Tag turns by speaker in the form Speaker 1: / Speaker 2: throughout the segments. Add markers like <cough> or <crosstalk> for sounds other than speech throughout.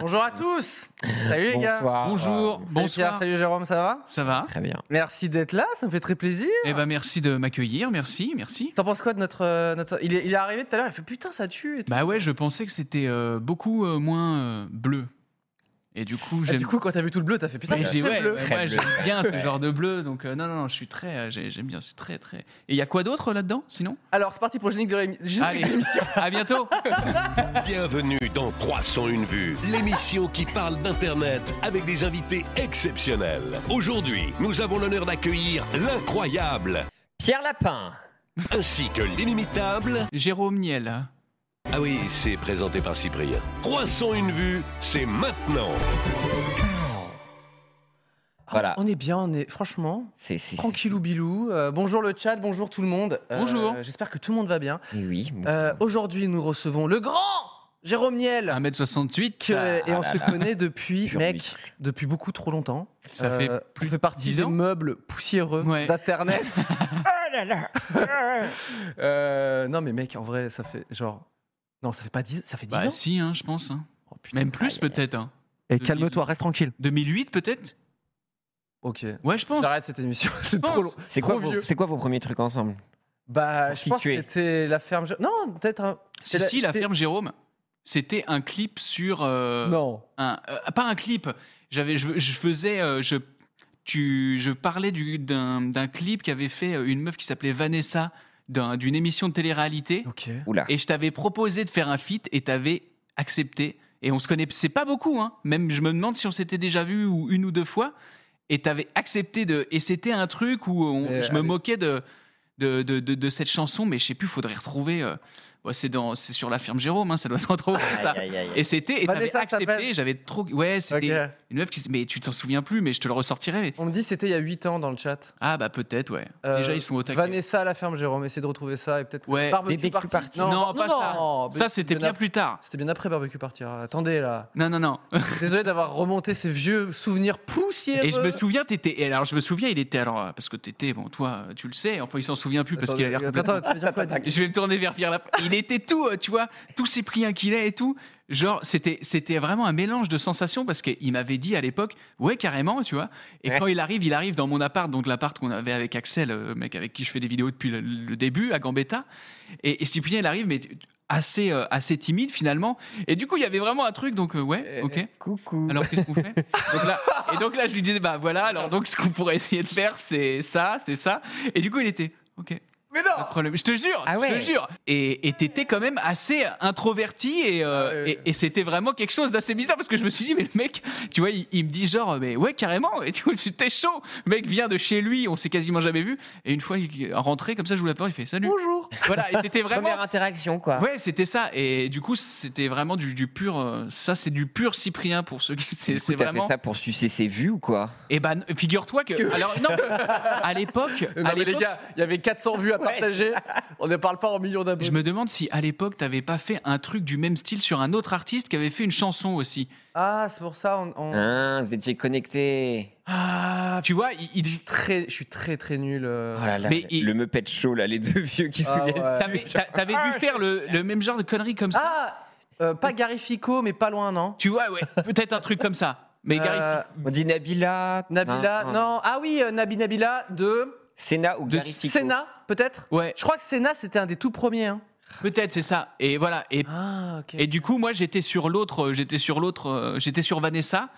Speaker 1: Bonjour à tous Salut les gars
Speaker 2: Bonsoir. Euh,
Speaker 3: Bonjour,
Speaker 1: Salut
Speaker 3: bonsoir.
Speaker 1: Pierre, Ah, salut Jérôme, ça va
Speaker 3: Ça va
Speaker 2: Très bien.
Speaker 1: Merci d'être là, ça me fait très plaisir.
Speaker 3: Eh ben merci de m'accueillir, merci, merci.
Speaker 1: T'en penses quoi de notre... euh, notre... Il, est, il est arrivé tout à l'heure, il fait putain ça tue et tout.
Speaker 3: Bah ouais, je pensais que c'était euh, beaucoup euh, moins euh, bleu. Et du coup,
Speaker 1: Et
Speaker 3: j'aime.
Speaker 1: Ah, du coup, quand t'as vu tout le bleu, t'as fait putain
Speaker 3: Mais
Speaker 1: c'est
Speaker 3: j'ai-
Speaker 1: très
Speaker 3: ouais,
Speaker 1: bleu.
Speaker 3: ouais,
Speaker 2: Très
Speaker 3: ouais,
Speaker 2: bleu.
Speaker 1: <laughs>
Speaker 3: j'aime bien ce
Speaker 2: Ouais.
Speaker 3: genre de bleu, donc euh, non, non, non, je suis très, euh, j'ai- j'aime bien, c'est très, très. Et il y a quoi d'autre là-dedans, sinon
Speaker 1: Alors c'est parti pour le générique de l'émi- générique
Speaker 3: Allez,
Speaker 1: de l'émission.
Speaker 3: à bientôt.
Speaker 4: Bienvenue dans 301 vues, l'émission qui parle d'Internet avec des invités exceptionnels. Aujourd'hui, nous avons l'honneur d'accueillir l'incroyable
Speaker 2: Pierre Lapin.
Speaker 4: ainsi que l'inimitable.
Speaker 3: Jérôme Niel. hein,
Speaker 4: Ah oui, c'est présenté par Cyprien. 301 vues, c'est maintenant.
Speaker 2: Voilà.
Speaker 1: On est bien, on est
Speaker 3: <laughs>
Speaker 1: franchement...
Speaker 2: C'est c'est-
Speaker 1: Tranquillou bilou. Euh, bonjour le chat, bonjour tout le monde. Euh,
Speaker 3: Bonjour.
Speaker 1: J'espère que tout le monde va bien.
Speaker 2: Eh oui.
Speaker 1: Euh, Aujourd'hui, nous recevons le grand Jérôme Niel.
Speaker 3: Ah, 1m68.
Speaker 1: que- et on
Speaker 2: là
Speaker 1: se
Speaker 2: là.
Speaker 1: connaît depuis,
Speaker 2: Pure
Speaker 1: mec,
Speaker 2: huître.
Speaker 1: depuis beaucoup trop longtemps. Euh,
Speaker 3: Ça fait plus
Speaker 1: on fait
Speaker 3: de
Speaker 1: partie
Speaker 3: 10
Speaker 1: des
Speaker 3: ans
Speaker 1: meubles poussiéreux
Speaker 3: Ouais.
Speaker 1: d'internet. Oh Euh, non mais mec, en vrai, ça fait genre non, ça fait pas 10, ça fait 10
Speaker 3: Bah
Speaker 1: ans.
Speaker 3: si, hein, je pense. hein.
Speaker 1: Oh, putain.
Speaker 3: Même plus peut-être. hein.
Speaker 1: Et calme-toi, reste tranquille.
Speaker 3: 2008 peut-être
Speaker 1: OK.
Speaker 3: Ouais, je pense.
Speaker 1: J'arrête cette émission, <laughs> c'est
Speaker 3: Pense.
Speaker 1: trop long.
Speaker 2: <laughs> C'est quoi,
Speaker 1: trop
Speaker 2: vos-
Speaker 1: vieux.
Speaker 2: c'est quoi vos premiers trucs ensemble
Speaker 1: Bah,
Speaker 2: Pour
Speaker 1: je pense que
Speaker 2: situer.
Speaker 1: c'était la ferme. Non, peut-être un.
Speaker 3: Si, si, la ferme Jérôme, c'était un clip sur. euh,
Speaker 1: Non.
Speaker 3: un- euh, pas un clip. J'avais, je, je faisais, euh, je, tu, je parlais du- d'un d'un clip qu'avait fait euh, une meuf qui s'appelait Vanessa d'un- d'une émission de télé-réalité.
Speaker 1: OK.
Speaker 2: Oula.
Speaker 3: Et je t'avais proposé de faire un feat et t'avais accepté. Et on se connaît, c'est pas beaucoup, hein. Même je me demande si on s'était déjà vu ou une ou deux fois. Et t'avais accepté de. Et c'était un truc où on-
Speaker 1: Euh,
Speaker 3: je me
Speaker 1: allez.
Speaker 3: moquais de de, de, de- de cette chanson, mais je sais plus, faudrait retrouver. euh, ouais, c'est dans, c'est sur la firme Jérôme, hein, ça doit se retrouver ça.
Speaker 2: Aïe, aïe, aïe, aïe.
Speaker 3: Et c'était, et t'avais
Speaker 1: Vanessa
Speaker 3: accepté,
Speaker 1: s'appelle.
Speaker 3: j'avais trop. Ouais, c'était
Speaker 1: OK.
Speaker 3: une meuf qui. s- Mais tu t'en souviens plus, mais je te le ressortirai.
Speaker 1: On me dit c'était il y a 8 ans dans le chat.
Speaker 3: Ah bah peut-être, ouais.
Speaker 1: Euh,
Speaker 3: Déjà ils sont au taquet.
Speaker 1: Vanessa à la ferme, Jérôme, essayez de retrouver ça et peut-être
Speaker 3: Ouais.
Speaker 1: barbecue
Speaker 2: Barbecue
Speaker 1: party.
Speaker 2: Party.
Speaker 3: Non,
Speaker 1: bar-
Speaker 3: pas ça.
Speaker 1: barbecue,
Speaker 3: ça c'était
Speaker 1: bien
Speaker 3: bien
Speaker 1: ap-
Speaker 3: plus tard.
Speaker 1: C'était bien après barbecue party. Ah, Attendez là.
Speaker 3: Non, non, non.
Speaker 1: Désolé d'avoir remonté ces vieux souvenirs poussiéreux.
Speaker 3: Et je me souviens, t'étais. et Alors je me souviens, il était alors euh, parce que t'étais. Bon, toi, euh, tu le sais. Enfin, il s'en souvient plus parce
Speaker 1: Attends,
Speaker 3: qu'il a l'air.
Speaker 1: Attends,
Speaker 3: complètement-
Speaker 1: attends, tu veux dire
Speaker 3: <laughs>
Speaker 1: quoi Denis
Speaker 3: Je vais me tourner vers Pierre Lapin. Il était tout, euh, tu vois, tout Cyprien qu'il est et tout. Genre, c'était, c'était vraiment un mélange de sensations parce qu'il m'avait dit à l'époque, ouais, carrément, tu vois. Et
Speaker 2: Ouais.
Speaker 3: quand il arrive, il arrive dans mon appart, donc l'appart qu'on avait avec Axel, euh, mec avec qui je fais des vidéos depuis le, le début, à Gambetta. Et, et Cyprien, il arrive, mais assez, euh, assez timide finalement. Et du coup, il y avait vraiment un truc, donc, euh, ouais, ok.
Speaker 2: Coucou.
Speaker 3: Alors qu'est-ce qu'on fait donc là, Et donc là, je lui disais, bah voilà, alors donc ce qu'on pourrait essayer de faire, c'est ça, c'est ça. Et du coup, il était, ok,
Speaker 1: Mais
Speaker 3: pas de
Speaker 1: non
Speaker 3: problème. Je te jure,
Speaker 2: Ah ouais.
Speaker 3: je te jure. Et et t'étais quand même assez introverti et, euh,
Speaker 1: Ah ouais, ouais.
Speaker 3: et, et c'était vraiment quelque chose d'assez bizarre parce que je me suis dit, mais le mec, tu vois, il, il me dit genre, mais ouais, carrément. Et tu vois, tu- t'es chaud. Le mec vient de chez lui, on s'est quasiment jamais vu. Et une fois il est rentré, comme ça, je vous la porte, il fait salut.
Speaker 1: Bonjour
Speaker 3: Voilà, et c'était vraiment.
Speaker 2: Première interaction, quoi.
Speaker 3: Ouais, c'était ça. Et du coup, c'était vraiment du, du pur. euh, Ça, c'est du pur Cyprien pour ceux qui.
Speaker 2: Du
Speaker 3: C'est
Speaker 2: coup,
Speaker 3: c'est
Speaker 2: t'as
Speaker 3: vraiment.
Speaker 2: fait ça pour sucer ses vues ou quoi
Speaker 3: Et ben, figure-toi que. Alors, non, à l'époque.
Speaker 1: Non
Speaker 3: à
Speaker 1: mais les
Speaker 3: l'époque,
Speaker 1: gars, il y avait 400 vues
Speaker 3: <laughs>
Speaker 1: à partager. On ne parle pas en millions
Speaker 3: Je
Speaker 1: d'abonnés.
Speaker 3: me demande si à l'époque t'avais pas fait un truc du même style sur un autre artiste qui avait fait une chanson aussi.
Speaker 1: Ah, c'est pour ça. On, on-
Speaker 2: Hein, Vous étiez connectés.
Speaker 1: Ah,
Speaker 3: Tu vois, il, il-
Speaker 1: très, je suis très très nul. euh.
Speaker 2: Oh là là.
Speaker 3: Mais il-
Speaker 2: Le Muppet Show, là, les deux vieux qui se
Speaker 1: Ah,
Speaker 2: souviennent.
Speaker 1: ouais.
Speaker 3: t'avais, t'a- t'avais dû faire le, le même genre de conneries comme ça.
Speaker 1: Ah, euh, pas Garifico, mais pas loin, non
Speaker 3: Tu vois, ouais, peut-être un truc comme ça. Mais Gary,
Speaker 1: Euh,
Speaker 2: On dit Nabila.
Speaker 1: Nabila,
Speaker 2: hein, hein.
Speaker 1: non. Ah oui, euh, Nabi Nabila de
Speaker 2: Senna ou
Speaker 3: De
Speaker 2: Gary Fico.
Speaker 1: Senna, peut-être
Speaker 3: ouais,
Speaker 1: Je crois que Senna, c'était un des tout premiers. hein.
Speaker 3: peut-être c'est ça. Et voilà. Et,
Speaker 1: Ah, ok.
Speaker 3: et du coup, moi, j'étais sur l'autre, euh, j'étais sur l'autre, euh, j'étais sur Vanessa.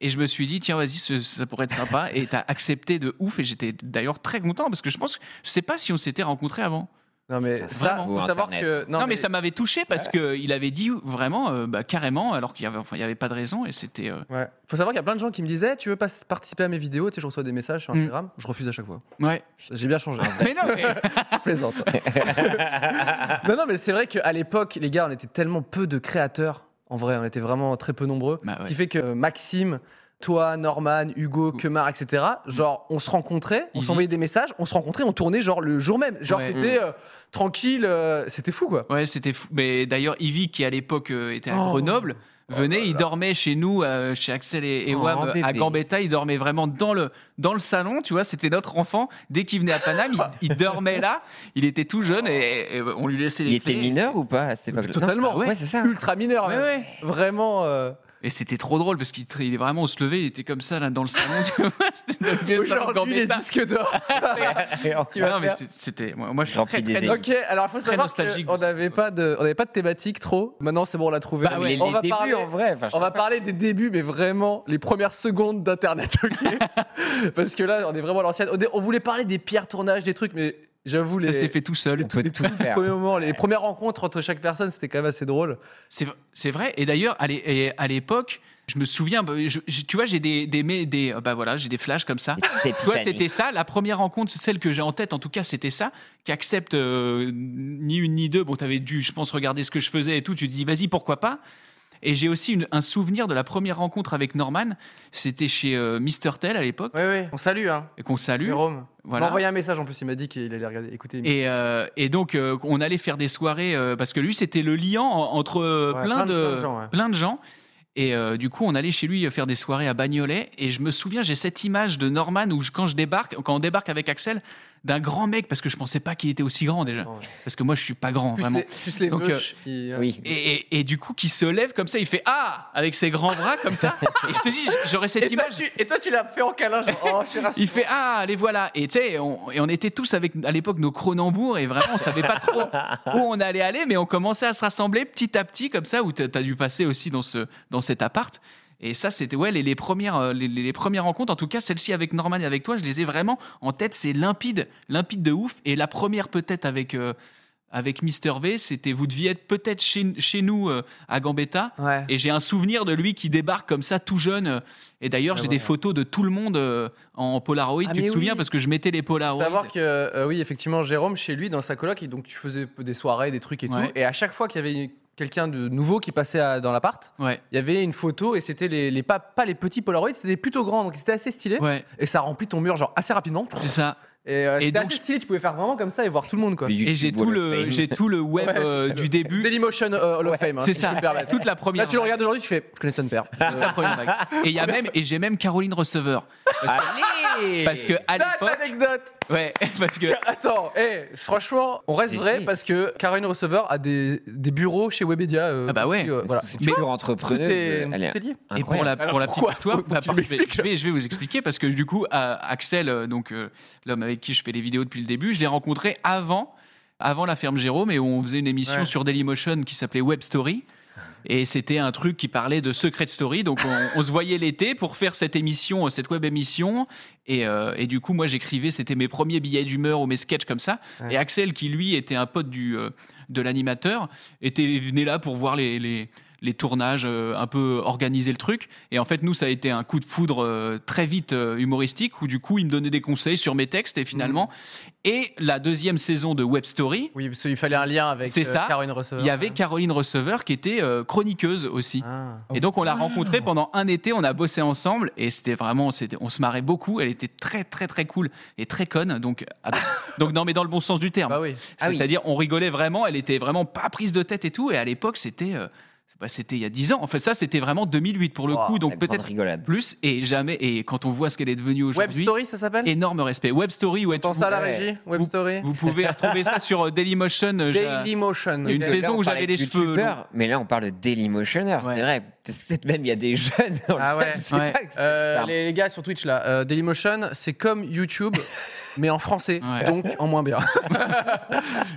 Speaker 3: Et je me suis dit, tiens, vas-y, ce- ça pourrait être sympa. Et t'as accepté de ouf. Et j'étais d'ailleurs très content parce que je pense, je sais pas si on s'était rencontrés avant.
Speaker 1: Non, mais
Speaker 2: Putain,
Speaker 1: ça,
Speaker 3: vraiment.
Speaker 1: faut
Speaker 2: Ou
Speaker 1: savoir
Speaker 2: Internet.
Speaker 1: que.
Speaker 3: Non, mais, ça m'avait touché parce que qu'il avait dit vraiment euh, bah, carrément, alors qu'il n'y avait, enfin, il y avait pas de raison et c'était. euh,
Speaker 1: Ouais. Faut savoir qu'il y a plein de gens qui me disaient Tu veux pas participer à mes vidéos Tu sais, je reçois des messages sur
Speaker 3: Mm.
Speaker 1: Instagram. Je refuse à chaque fois.
Speaker 3: Ouais.
Speaker 1: J'ai bien changé.
Speaker 3: <laughs> Mais non, mais-
Speaker 1: Je plaisante. <laughs> non, non, mais c'est vrai qu'à l'époque, les gars, on était tellement peu de créateurs. En vrai, on était vraiment très peu nombreux.
Speaker 3: Bah
Speaker 1: Ce
Speaker 3: ouais.
Speaker 1: qui fait que Maxime, toi, Norman, Hugo, Kemar, etc., genre, on se rencontrait, on
Speaker 3: Ivy.
Speaker 1: s'envoyait des messages, on se rencontrait, on tournait genre le jour même. Genre,
Speaker 3: Ouais. Mm.
Speaker 1: c'était euh, tranquille, euh, c'était fou, quoi.
Speaker 3: Ouais, c'était fou. Mais d'ailleurs, Ivy, qui à l'époque euh, était à
Speaker 1: Oh.
Speaker 3: Grenoble, venait, il dormait chez nous, euh, chez Axel et, et
Speaker 2: Oh,
Speaker 3: Wam,
Speaker 2: bébé.
Speaker 3: à Gambetta. Il dormait vraiment dans le, dans le salon, tu vois. C'était notre enfant. Dès qu'il venait à Paname, il, il dormait là. Il était tout jeune et, et on lui laissait les
Speaker 2: Il était
Speaker 3: clés.
Speaker 2: mineur ou pas à cette époque-là
Speaker 1: Totalement.
Speaker 2: Non, Ouais, c'est ça. <laughs>
Speaker 1: Ultra mineur,
Speaker 3: ah Ouais,
Speaker 1: même.
Speaker 3: ouais.
Speaker 1: Vraiment. euh,
Speaker 3: Et c'était trop drôle parce qu'il tra- il est vraiment, on se levait, il était comme ça là dans le salon, <laughs> tu vois. C'était dans le vieux salon
Speaker 1: Aujourd'hui, les
Speaker 3: Gambetta.
Speaker 1: disques d'or. tu vas
Speaker 3: Non, mais
Speaker 1: faire.
Speaker 3: c'est- c'était. Moi, moi, je suis
Speaker 2: Rempli
Speaker 3: très, très
Speaker 2: des
Speaker 1: Ok, alors il faut
Speaker 3: Très
Speaker 1: savoir
Speaker 3: nostalgique de
Speaker 1: qu'on
Speaker 3: ça.
Speaker 1: n'avait pas, de- on avait pas de thématique trop. Maintenant, c'est bon, on l'a trouvé.
Speaker 3: Bah ouais,
Speaker 2: les,
Speaker 1: on
Speaker 2: les
Speaker 1: va
Speaker 2: débuts
Speaker 1: parler-
Speaker 2: en vrai. enfin, je-
Speaker 1: On va parler des débuts, mais vraiment les premières secondes d'Internet,
Speaker 3: <laughs>
Speaker 1: ok Parce que là, on est vraiment à l'ancienne. Au dé- On voulait parler des pires tournages, des trucs, mais j'avoue, les,
Speaker 3: Ça s'est fait tout seul.
Speaker 2: on peut tout
Speaker 1: les
Speaker 2: faire.
Speaker 1: premiers moments, les premières rencontres entre chaque personne, c'était quand même assez drôle.
Speaker 3: C'est v- c'est vrai. Et d'ailleurs, à l'é- et à l'époque, je me souviens, bah, je- je- tu vois, j'ai des, des, mé- des, euh, bah voilà, j'ai des flashs
Speaker 2: <laughs>
Speaker 3: comme ça.
Speaker 2: C'était
Speaker 3: Tu vois,
Speaker 2: Titanic.
Speaker 3: c'était ça, la première rencontre, celle que j'ai en tête, en tout cas, c'était ça, qu'accepte euh, ni une ni deux. Bon, t'avais dû, je pense, regarder ce que je faisais et tout. Tu te dis, vas-y, pourquoi pas Et j'ai aussi une- un souvenir de la première rencontre avec Norman. C'était chez euh, Mister Tell à l'époque,
Speaker 1: Oui, oui. On salue, hein.
Speaker 3: et qu'on salue.
Speaker 1: Jérôme.
Speaker 3: Voilà.
Speaker 1: On m'a envoyé un message en plus, il m'a dit qu'il allait regarder, écouter.
Speaker 3: Et, euh, et donc, euh, on allait faire des soirées euh, parce que lui, c'était le liant en- entre euh,
Speaker 1: Ouais,
Speaker 3: plein,
Speaker 1: plein de-
Speaker 3: de,
Speaker 1: plein de gens, ouais.
Speaker 3: plein de gens. Et euh, du coup, on allait chez lui faire des soirées à Bagnolet. Et je me souviens, j'ai cette image de Norman où, je- quand, je débarque, quand on débarque avec Axel, d'un grand mec, parce que je pensais pas qu'il était aussi grand déjà.
Speaker 1: Non, ouais.
Speaker 3: Parce que moi, je suis pas grand,
Speaker 1: plus,
Speaker 3: vraiment.
Speaker 1: les, plus les
Speaker 3: Donc, euh,
Speaker 1: meuches qui- euh.
Speaker 2: Oui.
Speaker 3: Et, et- et du coup, qui se lève comme ça, il fait Ah Avec ses grands bras, comme ça. Et je te dis, j'aurais cette
Speaker 1: Et toi,
Speaker 3: image.
Speaker 1: tu, et toi, tu l'as fait en câlin, genre,
Speaker 3: <laughs>
Speaker 1: oh, je suis rassuré.
Speaker 3: Il fait ah les voilà et tu sais on, et on était tous avec à l'époque nos Cronenbourg et vraiment on savait pas trop où on allait aller mais on commençait à se rassembler petit à petit comme ça où t'as t'as dû passer aussi dans ce dans cet appart et ça c'était ouais les, les premières euh, les, les- les premières rencontres en tout cas celle-ci avec Norman et avec toi je les ai vraiment en tête c'est limpide limpide de ouf et la première peut-être avec euh, avec Mister V c'était vous deviez être peut-être chez chez nous euh, à Gambetta
Speaker 1: Ouais.
Speaker 3: et j'ai un souvenir de lui qui débarque comme ça, tout jeune. Et
Speaker 1: Ah
Speaker 3: d'ailleurs,
Speaker 1: ouais.
Speaker 3: j'ai des photos de tout le monde euh, en Polaroid.
Speaker 1: Ah
Speaker 3: tu te
Speaker 1: mais
Speaker 3: souviens
Speaker 1: oui.
Speaker 3: Parce que je mettais les Polaroids.
Speaker 1: Faut savoir que euh, oui effectivement Jérôme chez lui dans sa coloc il- donc tu faisais des soirées des trucs et
Speaker 3: Ouais.
Speaker 1: tout et à chaque fois qu'il y avait quelqu'un de nouveau qui passait à- dans l'appart
Speaker 3: Ouais,
Speaker 1: il y avait une photo et c'était les, les pas, pas les petits Polaroids c'était des plutôt grands donc c'était assez stylé
Speaker 3: ouais,
Speaker 1: et ça remplit ton mur genre assez rapidement
Speaker 3: c'est ça.
Speaker 1: et, euh,
Speaker 3: Et
Speaker 1: c'était
Speaker 3: donc,
Speaker 1: assez
Speaker 3: je-
Speaker 1: stylé tu pouvais faire vraiment comme ça et voir tout le monde quoi
Speaker 3: Et j'ai tout le, j'ai tout le web
Speaker 1: Ouais, c'est
Speaker 3: euh,
Speaker 1: ça,
Speaker 3: du
Speaker 1: le-
Speaker 3: début.
Speaker 1: Dailymotion euh, Hall of Fame hein,
Speaker 3: c'est
Speaker 1: si je peux
Speaker 3: ça.
Speaker 1: me permettre.
Speaker 3: Toute la
Speaker 1: là
Speaker 3: première.
Speaker 1: tu le
Speaker 3: vague.
Speaker 1: regardes aujourd'hui tu fais je connais son
Speaker 3: <laughs>
Speaker 1: père Euh,
Speaker 3: Toute la première vague. Et
Speaker 1: <laughs>
Speaker 3: il y a même, et j'ai même Caroline Receveur. Parce que euh, à
Speaker 1: Date
Speaker 3: l'époque,
Speaker 1: anecdote
Speaker 3: ouais, <laughs> parce que
Speaker 1: Attends, eh, franchement, on reste
Speaker 2: Si,
Speaker 1: vrai
Speaker 2: si.
Speaker 1: parce que Karine Receveur a des, des bureaux chez Webedia. euh,
Speaker 3: Ah bah
Speaker 1: aussi,
Speaker 3: ouais.
Speaker 1: euh, voilà.
Speaker 2: C'est
Speaker 3: Mais-
Speaker 2: toujours
Speaker 1: Tout
Speaker 2: entrepreneuse.
Speaker 1: est,
Speaker 2: euh, elle est
Speaker 1: tout est lié.
Speaker 3: Et pour la,
Speaker 2: incroyable.
Speaker 3: pour la
Speaker 1: Alors,
Speaker 3: petite
Speaker 1: pourquoi
Speaker 3: histoire,
Speaker 1: Faut que
Speaker 3: bah,
Speaker 1: tu
Speaker 3: parce que je, vais,
Speaker 1: m'expliques.
Speaker 3: je vais- je vais vous expliquer parce que du coup, euh, Axel, euh, donc euh, l'homme avec qui je fais les vidéos depuis le début, je l'ai rencontré avant, avant la ferme Jérôme et on faisait une émission
Speaker 1: Ouais.
Speaker 3: sur Dailymotion qui s'appelait Web Story. Et c'était un truc qui parlait de Secret Story. Donc on, on se voyait l'été pour faire cette émission, euh, cette web émission. Et, euh, et du coup, moi j'écrivais, c'était mes premiers billets d'humeur ou mes sketchs comme ça.
Speaker 1: Ouais.
Speaker 3: Et Axel, qui lui était un pote du, euh, de l'animateur, était venait là pour voir les, les, les tournages, euh, un peu organiser le truc. Et en fait, nous, ça a été un coup de foudre euh, très vite euh, humoristique, où du coup, il me donnait des conseils sur mes textes. Et finalement,
Speaker 1: Mmh.
Speaker 3: et la deuxième saison de Web Story,
Speaker 1: Oui, parce qu'il fallait un lien avec euh,
Speaker 3: C'est ça.
Speaker 1: Karine Receveur.
Speaker 3: il y avait Caroline Receveur qui était euh, chroniqueuse aussi.
Speaker 1: Ah.
Speaker 3: Et donc on l'a rencontrée pendant un été, on a bossé ensemble et c'était vraiment, c'était- on se marrait beaucoup. Elle était très très très cool et très conne, donc ah, donc non mais dans le bon sens du terme.
Speaker 1: Bah oui.
Speaker 2: Ah oui.
Speaker 3: C'est-à-dire, on rigolait vraiment, elle était vraiment pas prise de tête et tout. Et à l'époque, c'était euh, bah, c'était il y a 10 ans. En fait, ça, c'était vraiment 2008 pour le
Speaker 1: Wow,
Speaker 3: coup,
Speaker 2: la
Speaker 3: donc
Speaker 2: grande
Speaker 3: peut-être
Speaker 2: rigolade.
Speaker 3: plus. Et jamais, et quand on voit ce qu'elle est devenue
Speaker 1: Web
Speaker 3: aujourd'hui,
Speaker 1: Story, ça s'appelle
Speaker 3: énorme respect. Web Story, ouais,
Speaker 1: T'entends
Speaker 3: tu-
Speaker 1: ça à la
Speaker 2: Ouais.
Speaker 1: régie Web
Speaker 3: Vous-
Speaker 1: Story
Speaker 3: vous pouvez retrouver ça sur euh, Dailymotion. euh, j'ai-
Speaker 1: Dailymotion.
Speaker 3: Une
Speaker 1: C'est-
Speaker 3: saison où j'avais les cheveux
Speaker 2: Mais là, on parle de Dailymotioners,
Speaker 3: Ouais.
Speaker 2: c'est vrai. Peut-être même, il y a des jeunes. dans le
Speaker 1: Ah ouais.
Speaker 2: chat, c'est
Speaker 3: Ouais.
Speaker 2: pas que c'est-
Speaker 1: Euh,
Speaker 2: Pardon.
Speaker 1: les, les gars sur Twitch là, euh, Dailymotion, c'est comme YouTube, mais en français,
Speaker 3: Ouais.
Speaker 1: donc en moins bien.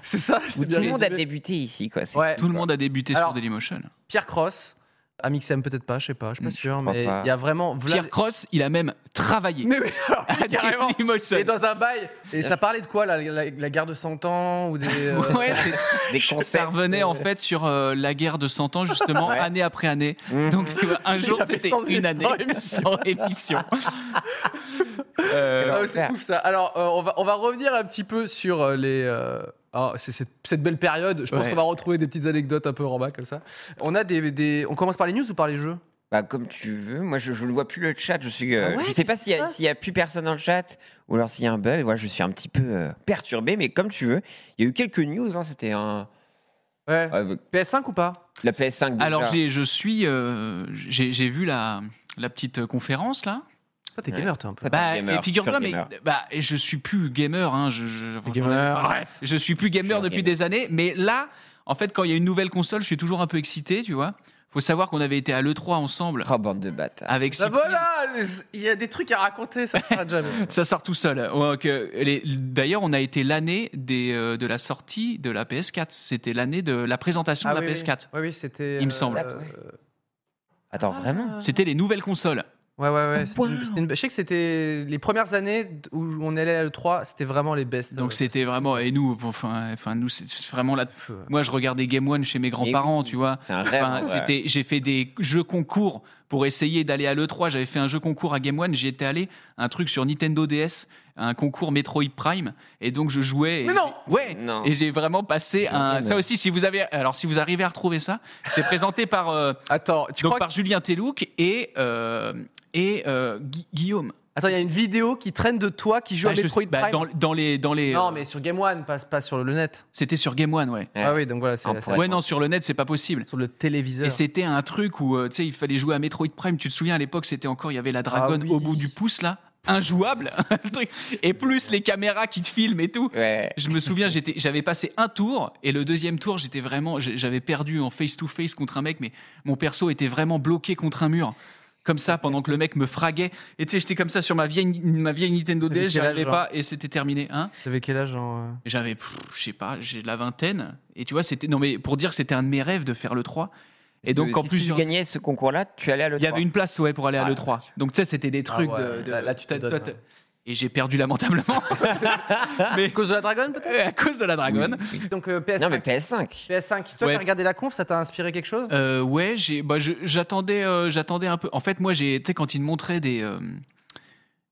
Speaker 1: c'est ça. c'est
Speaker 2: Où
Speaker 1: bien
Speaker 2: tout le monde a
Speaker 1: résumé.
Speaker 2: débuté ici, quoi. c'est-
Speaker 1: Ouais.
Speaker 3: Tout le monde a débuté sur
Speaker 1: Alors-
Speaker 3: Dailymotion.
Speaker 1: Pierre Cross, Amixem, peut-être pas, je sais pas, je suis pas
Speaker 2: Mm, je
Speaker 1: sûr,
Speaker 2: crois
Speaker 1: mais
Speaker 2: pas.
Speaker 1: il y a vraiment. Vlad-
Speaker 3: Pierre Cross, il a même travaillé.
Speaker 1: Mais oui, <laughs> alors,
Speaker 3: à
Speaker 1: carrément.
Speaker 3: Dailymotion.
Speaker 1: Et dans un bail. Et ça parlait de quoi, la, la- la guerre de 100 ans ou des. euh,
Speaker 3: <laughs> Ouais, c'est-
Speaker 1: <laughs>
Speaker 2: Des
Speaker 3: <laughs> ça
Speaker 2: concerts.
Speaker 3: revenait en fait sur euh, la guerre de 100 ans, justement,
Speaker 2: Ouais.
Speaker 3: année après année. Donc tu vois,
Speaker 1: <laughs>
Speaker 3: un jour,
Speaker 1: Mhm. avait
Speaker 3: c'était
Speaker 1: 100
Speaker 3: une année sans émission. euh,
Speaker 1: Ah ouais, c'est
Speaker 2: L'enfer.
Speaker 1: ouf ça. Alors, euh, on, va, on va revenir un petit peu sur euh, les. euh, ah, c'est cette, cette belle période. Je pense
Speaker 3: Ouais.
Speaker 1: qu'on va retrouver des petites anecdotes un peu en bas comme ça. On a des, des- On commence par les news ou par les jeux
Speaker 2: Bah, comme tu veux. Moi, je, je ne vois plus le chat. Je suis. euh,
Speaker 1: Ah ouais,
Speaker 2: je sais pas
Speaker 1: qu'est-ce qui
Speaker 2: s'il y,
Speaker 1: se
Speaker 2: a-
Speaker 1: passe
Speaker 2: s'il y a plus personne dans le chat ou alors s'il y a un bug. Voilà, je suis un petit peu euh, perturbé, mais comme tu veux. Il y a eu quelques news. hein, C'était un.
Speaker 1: Ouais.
Speaker 2: euh,
Speaker 1: PS5 ou pas
Speaker 2: la PS5. déjà.
Speaker 3: Alors j'ai- je suis, euh, j'ai j'ai vu la, la petite conférence là.
Speaker 1: Toi, t'es
Speaker 2: Ouais.
Speaker 1: gamer, toi, un peu.
Speaker 2: Toi, t'es
Speaker 3: Bah,
Speaker 2: gamer,
Speaker 3: et figure-toi,
Speaker 2: pure
Speaker 3: mais
Speaker 2: gamer.
Speaker 3: bah, et je suis plus gamer. Hein, je, je, enfin,
Speaker 1: gamer,
Speaker 3: j'en avais parlé. Je suis plus gamer
Speaker 2: Pure
Speaker 3: depuis
Speaker 2: gamer.
Speaker 3: des années, mais là, en fait, quand il y a une nouvelle console, je suis toujours un peu excité, tu vois. Faut savoir qu'on avait été à l'E3 ensemble
Speaker 2: Oh, bande de bâtards.
Speaker 3: avec
Speaker 1: Ah,
Speaker 3: Cyprien.
Speaker 1: voilà Il y a des trucs à raconter, ça ne
Speaker 3: <laughs>
Speaker 1: jamais.
Speaker 3: Ça sort tout seul. Donc, euh, les- D'ailleurs, on a été l'année des, euh, de la sortie de la PS4. C'était l'année de la présentation de la PS4.
Speaker 1: Ah Oui, oui, c'était.
Speaker 3: Il me semble.
Speaker 1: euh,
Speaker 2: Attends, vraiment
Speaker 3: C'était les nouvelles consoles.
Speaker 1: Ouais, ouais, ouais. c'était
Speaker 2: Wow.
Speaker 1: une- c'était une- Je sais que c'était les premières années où on allait à l'E3, c'était vraiment les best.
Speaker 3: Donc
Speaker 1: euh,
Speaker 3: c'était vraiment et nous enfin enfin nous c'est vraiment là
Speaker 1: feu.
Speaker 3: moi je regardais Game One chez mes grands-parents,
Speaker 2: oui.
Speaker 3: tu vois.
Speaker 2: C'est un rêve.
Speaker 3: Ah. Enfin,
Speaker 2: ouais.
Speaker 3: c'était j'ai fait des jeux concours pour essayer d'aller à l'E3, j'avais fait un jeu concours à Game One, j'y étais allé un truc sur Nintendo DS, un concours Metroid Prime et donc je jouais et-
Speaker 1: Mais non
Speaker 3: Ouais.
Speaker 2: Non.
Speaker 3: Et j'ai vraiment passé un
Speaker 2: Génial.
Speaker 3: ça aussi si vous avez alors si vous arrivez à retrouver ça, c'était présenté par euh,
Speaker 1: Attends, <laughs> tu
Speaker 3: donc
Speaker 1: crois
Speaker 3: par
Speaker 1: que-
Speaker 3: Julien Telouk et euh, et euh, Gui- Guillaume.
Speaker 1: Attends, il y a une vidéo qui traîne de toi qui joue
Speaker 3: Ah,
Speaker 1: à
Speaker 3: je
Speaker 1: Metroid
Speaker 3: sais- bah,
Speaker 1: Prime.
Speaker 3: dans, dans les dans les
Speaker 1: Non, mais sur Game One, pas, pas sur le net.
Speaker 3: c'était sur Game One, ouais.
Speaker 2: Ouais.
Speaker 1: Ah oui, donc voilà, c'est
Speaker 2: En
Speaker 1: c'est-
Speaker 2: Ouais,
Speaker 3: Ouais,
Speaker 2: je
Speaker 3: non, sur le net, c'est pas possible.
Speaker 1: sur le téléviseur.
Speaker 3: Et c'était un truc où, euh, tu sais, il fallait jouer à Metroid Prime. Tu te souviens, à l'époque, c'était encore, il y avait la dragonne
Speaker 1: Ah oui.
Speaker 3: au bout du pouce, là. Injouable, <laughs> le truc. Et plus les caméras qui te filment et tout.
Speaker 2: Ouais.
Speaker 3: Je me souviens, j'étais- j'avais passé un tour et le deuxième tour, j'étais vraiment, j'ai- j'avais perdu en face to face contre un mec, mais mon perso était vraiment bloqué contre un mur, comme ça, pendant que le mec me fraguait. Et tu sais, j'étais comme ça sur ma vieille, ma vieille Nintendo
Speaker 1: T'avais
Speaker 3: DS,
Speaker 1: quel âge,
Speaker 3: j'arrivais
Speaker 1: genre
Speaker 3: pas et c'était terminé, hein.
Speaker 1: T'avais quel âge en. euh,
Speaker 3: J'avais, pff, je sais pas, j'ai de la vingtaine. Et tu vois, c'était. Non, mais pour dire que c'était un de mes rêves de faire le 3. Et donc, en
Speaker 2: si
Speaker 3: plus,
Speaker 2: tu
Speaker 3: il
Speaker 2: gagnais ce concours-là, tu allais à le.
Speaker 3: y avait une place ouais, pour aller à
Speaker 2: Ah,
Speaker 3: l'E3. Donc, tu sais, c'était des trucs
Speaker 1: Ah ouais,
Speaker 3: de, de-
Speaker 1: là- là, tu te
Speaker 3: t'as-
Speaker 1: donnes,
Speaker 3: t'as- t'as-
Speaker 1: hein.
Speaker 3: Et j'ai perdu lamentablement
Speaker 1: À
Speaker 3: <laughs>
Speaker 1: cause de la dragonne, peut-être
Speaker 3: à cause de la dragonne.
Speaker 1: Donc euh, PS5.
Speaker 2: Non, mais PS5.
Speaker 1: PS5, toi,
Speaker 3: Ouais.
Speaker 1: t'as regardé la conf, ça t'a inspiré quelque chose
Speaker 3: Euh, ouais, j'ai, bah, je- j'attendais, euh, j'attendais un peu. En fait, moi, j'ai, tu sais, quand ils me montraient des, euh,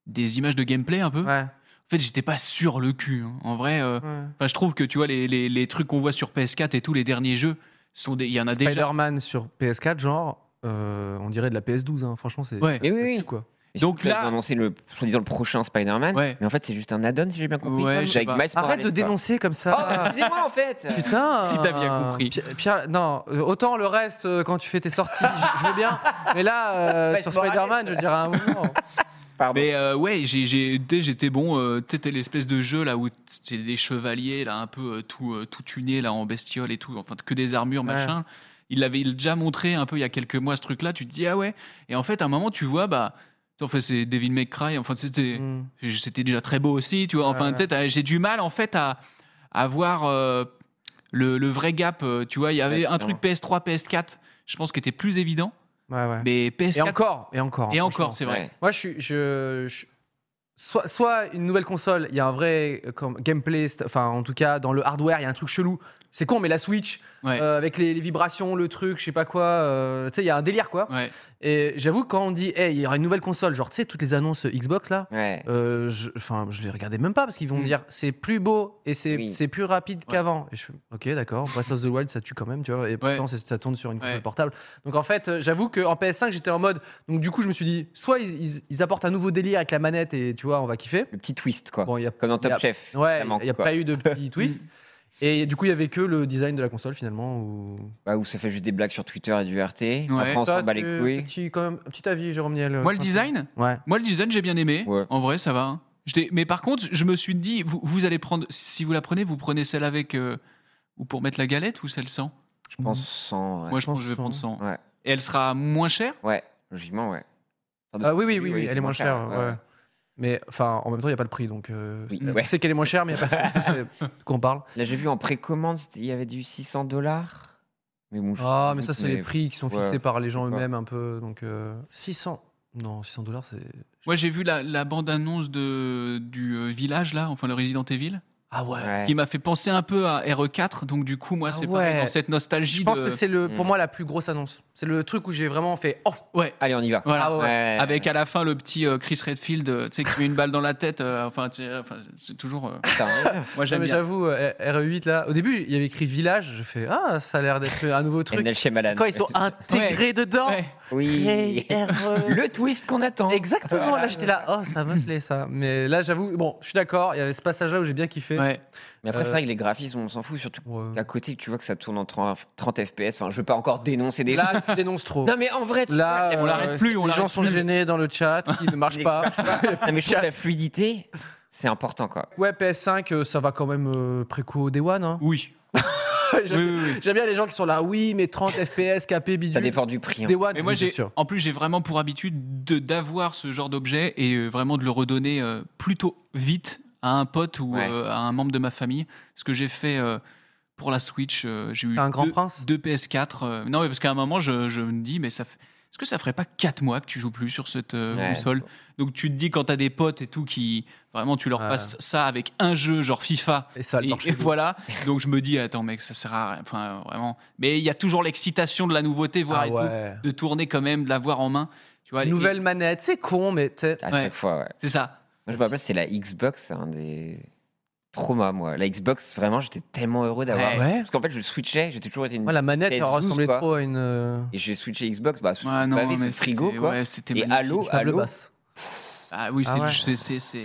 Speaker 3: des images de gameplay un peu,
Speaker 1: Ouais.
Speaker 3: en fait, j'étais pas sur le cul. hein. En vrai, euh,
Speaker 1: ouais.
Speaker 3: enfin, je trouve que tu vois, les, les, les trucs qu'on voit sur PS4 et tous les derniers jeux, sont des- il y en a déjà.
Speaker 1: Spider-Man sur PS4, genre, euh, on dirait de la PS12, hein. franchement, c'est.
Speaker 3: Ouais.
Speaker 2: Mais
Speaker 1: ça
Speaker 2: oui,
Speaker 1: tue,
Speaker 2: oui.
Speaker 1: quoi.
Speaker 2: Et
Speaker 3: Donc
Speaker 2: surtout, ils
Speaker 3: là-
Speaker 2: ont annoncé le, soi-disant le prochain Spider-Man.
Speaker 3: Ouais.
Speaker 2: Mais en fait, c'est juste un add-on, si j'ai bien compris.
Speaker 3: Ouais,
Speaker 2: comme-
Speaker 3: je sais
Speaker 2: avec
Speaker 3: pas.
Speaker 2: Miles
Speaker 1: Arrête
Speaker 2: Morales,
Speaker 1: de
Speaker 2: quoi.
Speaker 1: dénoncer comme
Speaker 2: Oh, bah,
Speaker 1: ça.
Speaker 2: excusez-moi, en fait.
Speaker 1: Putain
Speaker 3: <laughs> Si t'as bien compris.
Speaker 1: Pierre, Pierre- non, euh, autant le reste, euh, quand tu fais tes sorties, je je veux bien. Mais là, euh,
Speaker 2: Miles
Speaker 1: sur
Speaker 2: Morales.
Speaker 1: Spider-Man, je veux dire, à un moment. Ah
Speaker 2: Pardon.
Speaker 3: Mais euh, ouais, j'ai- j'ai- dès j'étais bon, euh, tu sais, t'as l'espèce de jeu là où t'es des chevaliers là un peu euh, tout euh, tout tunés là en bestiole et tout, enfin que des armures
Speaker 1: Ouais.
Speaker 3: machin. Il l'avait déjà montré un peu il y a quelques mois ce truc là, tu te dis ah ouais. Et en fait à un moment tu vois bah enfin c'est Devil May Cry, enfin c'était
Speaker 1: Hmm.
Speaker 3: c'était déjà très beau aussi, tu vois.
Speaker 1: Ouais,
Speaker 3: Enfin
Speaker 1: ouais.
Speaker 3: peut-être euh, j'ai du mal en fait à à voir euh, le, le vrai gap, euh, tu vois, il y avait
Speaker 2: Ouais,
Speaker 3: un truc PS3, PS4, je pense qui était plus évident,
Speaker 1: Ouais, ouais.
Speaker 3: mais PS4
Speaker 1: Et encore, et encore.
Speaker 3: et
Speaker 1: hein,
Speaker 3: encore,
Speaker 1: franchement.
Speaker 3: c'est vrai.
Speaker 2: Ouais.
Speaker 1: Moi, je suis. Je, je- Soit, soit une nouvelle console, il y a un vrai euh, comme, gameplay, st- enfin en tout cas dans le hardware, il y a un truc chelou. C'est con, mais la Switch,
Speaker 3: Ouais.
Speaker 1: euh, avec les, les vibrations, le truc, je sais pas quoi, euh, tu sais, il y a un délire quoi.
Speaker 3: Ouais.
Speaker 1: Et j'avoue, quand on dit, hey, il y aura une nouvelle console, genre, tu sais, toutes les annonces Xbox là,
Speaker 2: Ouais.
Speaker 1: euh, je, enfin, je les regardais même pas parce qu'ils vont me
Speaker 3: Mm.
Speaker 1: dire, c'est plus beau et c'est
Speaker 2: Oui.
Speaker 1: c'est plus rapide qu'avant. Et je fais, ok, d'accord, Breath of the Wild, ça tue quand même, tu vois, et pourtant, c'est- ça tourne sur une console
Speaker 3: Ouais.
Speaker 1: portable. Donc en fait, euh, j'avoue qu'en PS5, j'étais en mode, donc du coup, je me suis dit, soit ils, ils- ils apportent un nouveau délire avec la manette et tu vois, on va kiffer.
Speaker 2: Le petit twist, quoi.
Speaker 1: Bon, il y a
Speaker 2: Comme dans Top
Speaker 1: y a-
Speaker 2: Chef.
Speaker 1: Ouais,
Speaker 2: ça manque,
Speaker 1: il n'y a
Speaker 2: quoi.
Speaker 1: pas eu de
Speaker 2: <laughs>
Speaker 1: petit twist. Et du coup, il y avait que le design de la console finalement. Où...
Speaker 2: Ouais, bah, Où ça fait juste des blagues sur Twitter et du RT. Après, on
Speaker 1: Toi,
Speaker 2: s'en bat les
Speaker 1: tu-
Speaker 2: couilles.
Speaker 1: Petit, quand même, petit avis, Jérôme Niel.
Speaker 3: Moi le
Speaker 1: Quentin.
Speaker 3: design,
Speaker 1: Ouais.
Speaker 3: Moi, le design, j'ai bien aimé.
Speaker 2: Ouais.
Speaker 3: En vrai, ça va. hein. J'étais- Mais par contre, je me suis dit, vous, vous allez prendre, si vous la prenez, vous prenez celle avec euh, ou pour mettre la galette ou celle sans.
Speaker 2: Je Bah, pense sans. Ouais.
Speaker 3: Moi, je pense
Speaker 1: pense
Speaker 3: que je vais
Speaker 1: sans.
Speaker 3: prendre sans.
Speaker 2: Ouais.
Speaker 3: Et elle sera moins chère.
Speaker 2: Ouais, logiquement, ouais. Enfin, de
Speaker 1: Ah
Speaker 2: ce
Speaker 1: oui, oui,
Speaker 2: point de
Speaker 1: oui,
Speaker 2: vue,
Speaker 1: oui,
Speaker 2: c'est
Speaker 1: elle est moins chère.
Speaker 2: ouais.
Speaker 1: ouais. Mais enfin, en même temps, il n'y a pas le prix, donc euh,
Speaker 2: Oui,
Speaker 1: on
Speaker 2: ouais.
Speaker 1: sait qu'elle est moins
Speaker 2: <laughs>
Speaker 1: chère, mais il n'y a pas de prix, c'est ce qu'on parle.
Speaker 2: Là, j'ai vu en précommande, c'était- il y avait du 600 dollars. Mais bon, je-
Speaker 1: Ah, mais ça, c'est
Speaker 2: mais-
Speaker 1: les prix qui sont
Speaker 2: ouais,
Speaker 1: fixés par les gens
Speaker 2: je sais pas.
Speaker 1: eux-mêmes un peu. Donc, euh, 600. Non, 600 dollars, c'est.
Speaker 3: Moi, j'ai vu la, la bande-annonce de- du euh, village, là, enfin le Resident Evil,
Speaker 1: Ah ouais.
Speaker 2: Ouais.
Speaker 3: qui m'a fait penser un peu à RE4. Donc, du coup, moi,
Speaker 1: Ah
Speaker 3: c'est pareil,
Speaker 1: ouais.
Speaker 3: dans cette nostalgie
Speaker 1: Je pense
Speaker 3: de-
Speaker 1: que c'est le, pour
Speaker 2: Hmm.
Speaker 1: moi la plus grosse annonce. C'est le truc où j'ai vraiment fait. Oh,
Speaker 3: Ouais,
Speaker 2: Allez, on y va.
Speaker 3: voilà.
Speaker 1: Ah ouais.
Speaker 3: Avec à la fin le petit euh, Chris Redfield euh, tu sais, qui met une balle dans la tête. euh, enfin, tu sais, enfin, c'est toujours. euh,
Speaker 1: <laughs>
Speaker 2: Putain,
Speaker 3: moi,
Speaker 1: Non,
Speaker 3: j'aime
Speaker 1: mais
Speaker 3: bien.
Speaker 1: j'avoue, euh, RE8 là. Au début, il y avait écrit village. Je fais ah, ça a l'air d'être un nouveau
Speaker 2: <laughs>
Speaker 1: truc.
Speaker 2: Enel Shemalan.
Speaker 1: Quand ils sont intégrés dedans. E
Speaker 3: Ouais.
Speaker 2: Oui. Le twist qu'on attend.
Speaker 1: Exactement. Là, j'étais là. Oh, ça me plaît ça. Mais là, j'avoue, bon, je suis d'accord. Il y avait ce passage là où j'ai bien kiffé.
Speaker 3: Ouais.
Speaker 2: Mais après,
Speaker 1: Euh,
Speaker 2: c'est vrai que les graphismes, on s'en fout, surtout
Speaker 1: Ouais.
Speaker 2: qu'à côté, tu vois que ça tourne en 30, FPS. Enfin, je veux pas encore dénoncer des.
Speaker 1: Là, tu dénonces trop.
Speaker 2: non, mais en vrai, tu
Speaker 1: Là, euh,
Speaker 2: vois,
Speaker 3: on l'arrête plus, on
Speaker 1: les gens
Speaker 3: l'arrête
Speaker 1: sont
Speaker 3: plus.
Speaker 1: gênés dans le chat, il ne marche <laughs>
Speaker 2: Il
Speaker 1: pas.
Speaker 2: Non, mais je trouve que la fluidité, c'est important, quoi.
Speaker 1: Ouais, PS5, euh, ça va quand même euh, préco Day One. hein.
Speaker 3: Oui. oui,
Speaker 1: J'aime
Speaker 3: oui, oui.
Speaker 1: j'aime bien les gens qui sont là, oui, mais 30 FPS, KP,
Speaker 2: Ça
Speaker 1: bidule.
Speaker 2: dépend du prix. hein.
Speaker 1: Day One,
Speaker 3: Mais moi,
Speaker 1: oui, bien
Speaker 3: j'ai,
Speaker 1: sûr.
Speaker 3: en plus, j'ai vraiment pour habitude de, d'avoir ce genre d'objet et euh, vraiment de le redonner euh, plutôt vite à un pote ou
Speaker 2: Ouais.
Speaker 3: euh, à un membre de ma famille. Ce que j'ai fait euh, pour la Switch, euh, j'ai eu
Speaker 1: T'as un grand
Speaker 3: deux,
Speaker 1: prince
Speaker 3: deux PS4. euh, non, mais parce qu'à un moment, je, je me dis, mais ça fait- est-ce que ça ferait pas 4 mois que tu joues plus sur cette euh,
Speaker 2: Ouais.
Speaker 3: console Donc tu te dis, quand t'as des potes et tout, qui vraiment tu leur
Speaker 1: Ouais.
Speaker 3: passes ça avec un jeu, genre FIFA,
Speaker 1: Et ça, le
Speaker 3: et,
Speaker 1: torche
Speaker 3: et voilà. Donc je me dis, attends, mec, ça sert à rien. Enfin, euh, vraiment. Mais il y a toujours l'excitation de la nouveauté, voir
Speaker 1: Ah
Speaker 3: et
Speaker 1: ouais.
Speaker 3: tout, de tourner quand même, de l'avoir en main. Tu vois, et-
Speaker 1: Nouvelle manette, c'est con, mais t'es-
Speaker 2: À
Speaker 3: Ouais.
Speaker 2: chaque fois, ouais.
Speaker 3: C'est ça.
Speaker 2: Moi, je me rappelle, c'est la Xbox, c'est un des traumas, moi. La Xbox, vraiment, j'étais tellement heureux d'avoir.
Speaker 1: Ouais.
Speaker 2: Parce qu'en fait, je switchais, j'ai toujours été une.
Speaker 1: Ouais, la manette elle
Speaker 2: PS12,
Speaker 1: ressemblait
Speaker 2: quoi.
Speaker 1: trop à une. euh,
Speaker 2: Et j'ai switché Xbox, bah, sous
Speaker 3: Ouais,
Speaker 2: le
Speaker 3: non,
Speaker 2: pavé, sous
Speaker 3: mais
Speaker 2: le frigo,
Speaker 3: c'était-
Speaker 2: quoi.
Speaker 3: ouais, c'était
Speaker 2: et
Speaker 3: magnifique.
Speaker 2: Halo,
Speaker 1: table
Speaker 2: Halo.
Speaker 1: basse.
Speaker 3: Ah oui, c'est.
Speaker 1: Ah ouais.
Speaker 3: c'est-
Speaker 2: <laughs>
Speaker 3: c'est- c'est-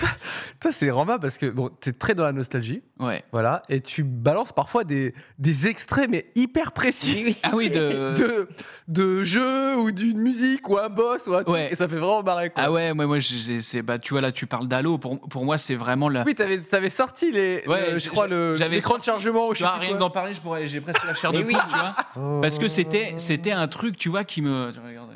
Speaker 1: Toi, c'est Rama parce que bon, t'es très dans la nostalgie,
Speaker 3: ouais.
Speaker 1: voilà, et tu balances parfois des, des extraits, mais hyper précis.
Speaker 2: <laughs>
Speaker 3: <laughs>
Speaker 2: Oui, oui.
Speaker 3: Ah oui,
Speaker 2: <laughs>
Speaker 3: de.
Speaker 1: De, de jeux ou d'une musique ou un boss ou un truc,
Speaker 3: Ouais.
Speaker 1: et ça fait vraiment barrer quoi.
Speaker 3: Ah ouais, moi, moi j'ai- j'ai- c'est, bah, tu vois, là, tu parles d'Halo. Pour, pour moi, c'est vraiment la.
Speaker 1: Oui, t'avais, t'avais sorti les,
Speaker 3: Ouais,
Speaker 1: le- je
Speaker 3: j-
Speaker 1: crois le,
Speaker 3: j'avais
Speaker 1: l'écran de chargement. ou je sais
Speaker 3: Tu vois,
Speaker 1: plus
Speaker 3: rien que
Speaker 1: quoi.
Speaker 3: d'en parler, je pourrais, j'ai presque la chair de
Speaker 2: Mais
Speaker 3: poule,
Speaker 2: oui.
Speaker 3: tu vois.
Speaker 1: Oh.
Speaker 3: Parce que c'était, c'était un truc, tu vois, qui me. Regardez.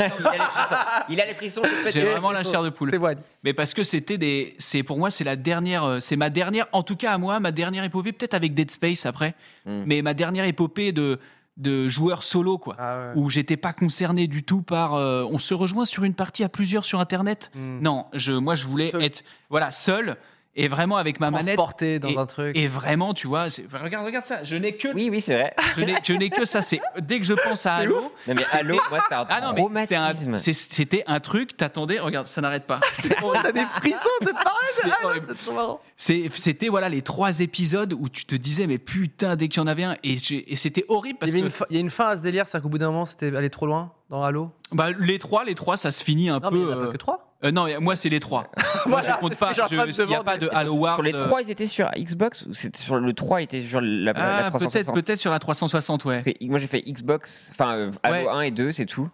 Speaker 2: Il a les frissons. <laughs> Il a les frissons. je pète
Speaker 3: J'ai
Speaker 2: les
Speaker 3: vraiment la
Speaker 2: frissons.
Speaker 3: chair de poule.
Speaker 1: T'éloignes.
Speaker 3: Mais parce que c'était des. C'est pour moi, c'est la dernière. euh, C'est ma dernière. En tout cas, à moi, ma dernière épopée, peut-être avec Dead Space après.
Speaker 2: Mm.
Speaker 3: Mais ma dernière épopée de, de joueur solo, quoi.
Speaker 1: Ah ouais.
Speaker 3: Où j'étais pas concerné du tout par. euh, on se rejoint sur une partie à plusieurs sur Internet.
Speaker 1: Mm.
Speaker 3: Non, je, moi, je voulais
Speaker 1: Seul.
Speaker 3: être. Voilà, seul. Et vraiment avec ma manette.
Speaker 1: Transporté dans
Speaker 3: et-
Speaker 1: un truc.
Speaker 3: Et vraiment, tu vois. c'est- Regarde, regarde ça. Je n'ai que.
Speaker 2: Oui, oui, c'est vrai.
Speaker 3: Je n'ai- je n'ai que ça. C'est dès que je pense
Speaker 2: <laughs>
Speaker 3: à Halo.
Speaker 2: Non, mais Halo, moi, c'est un
Speaker 3: Ah non, mais c'est un-
Speaker 2: traumatisme.
Speaker 3: c'est- c'était un truc. T'attendais. Regarde, ça n'arrête
Speaker 2: <laughs>
Speaker 3: pas.
Speaker 1: Oh, <laughs> T'as des frissons de
Speaker 3: <laughs> C'est
Speaker 1: parole. Ah,
Speaker 3: horrible.
Speaker 1: c'est trop marrant.
Speaker 3: C'est- C'était voilà les trois épisodes où tu te disais mais putain dès qu'il y en avait un et, j'ai- et c'était
Speaker 1: Il
Speaker 3: horrible parce
Speaker 1: y, avait une
Speaker 3: que
Speaker 1: fin- il y a une fin à ce délire, c'est qu'au bout d'un moment, c'était aller trop loin dans Halo.
Speaker 3: bah, les trois les trois ça se finit un
Speaker 1: Non, mais il
Speaker 3: peu
Speaker 1: n'y en a
Speaker 3: euh,
Speaker 1: pas que trois.
Speaker 3: euh, non mais moi c'est les trois
Speaker 1: <laughs>
Speaker 3: moi
Speaker 1: Voilà,
Speaker 3: je compte
Speaker 1: c'est
Speaker 3: pas
Speaker 1: ce que je suis en train de
Speaker 3: il n'y a
Speaker 1: demander.
Speaker 3: pas de Halo Wars
Speaker 2: Sur les
Speaker 3: euh,
Speaker 2: trois, ils étaient sur Xbox ou c'était sur le 3 était sur la,
Speaker 1: euh,
Speaker 2: la
Speaker 3: ah, peut-être
Speaker 2: 360
Speaker 3: peut-être sur la 360 ouais
Speaker 2: Parce que Moi, j'ai fait Xbox, enfin, euh, Halo
Speaker 3: Ouais.
Speaker 2: 1 et 2, c'est tout.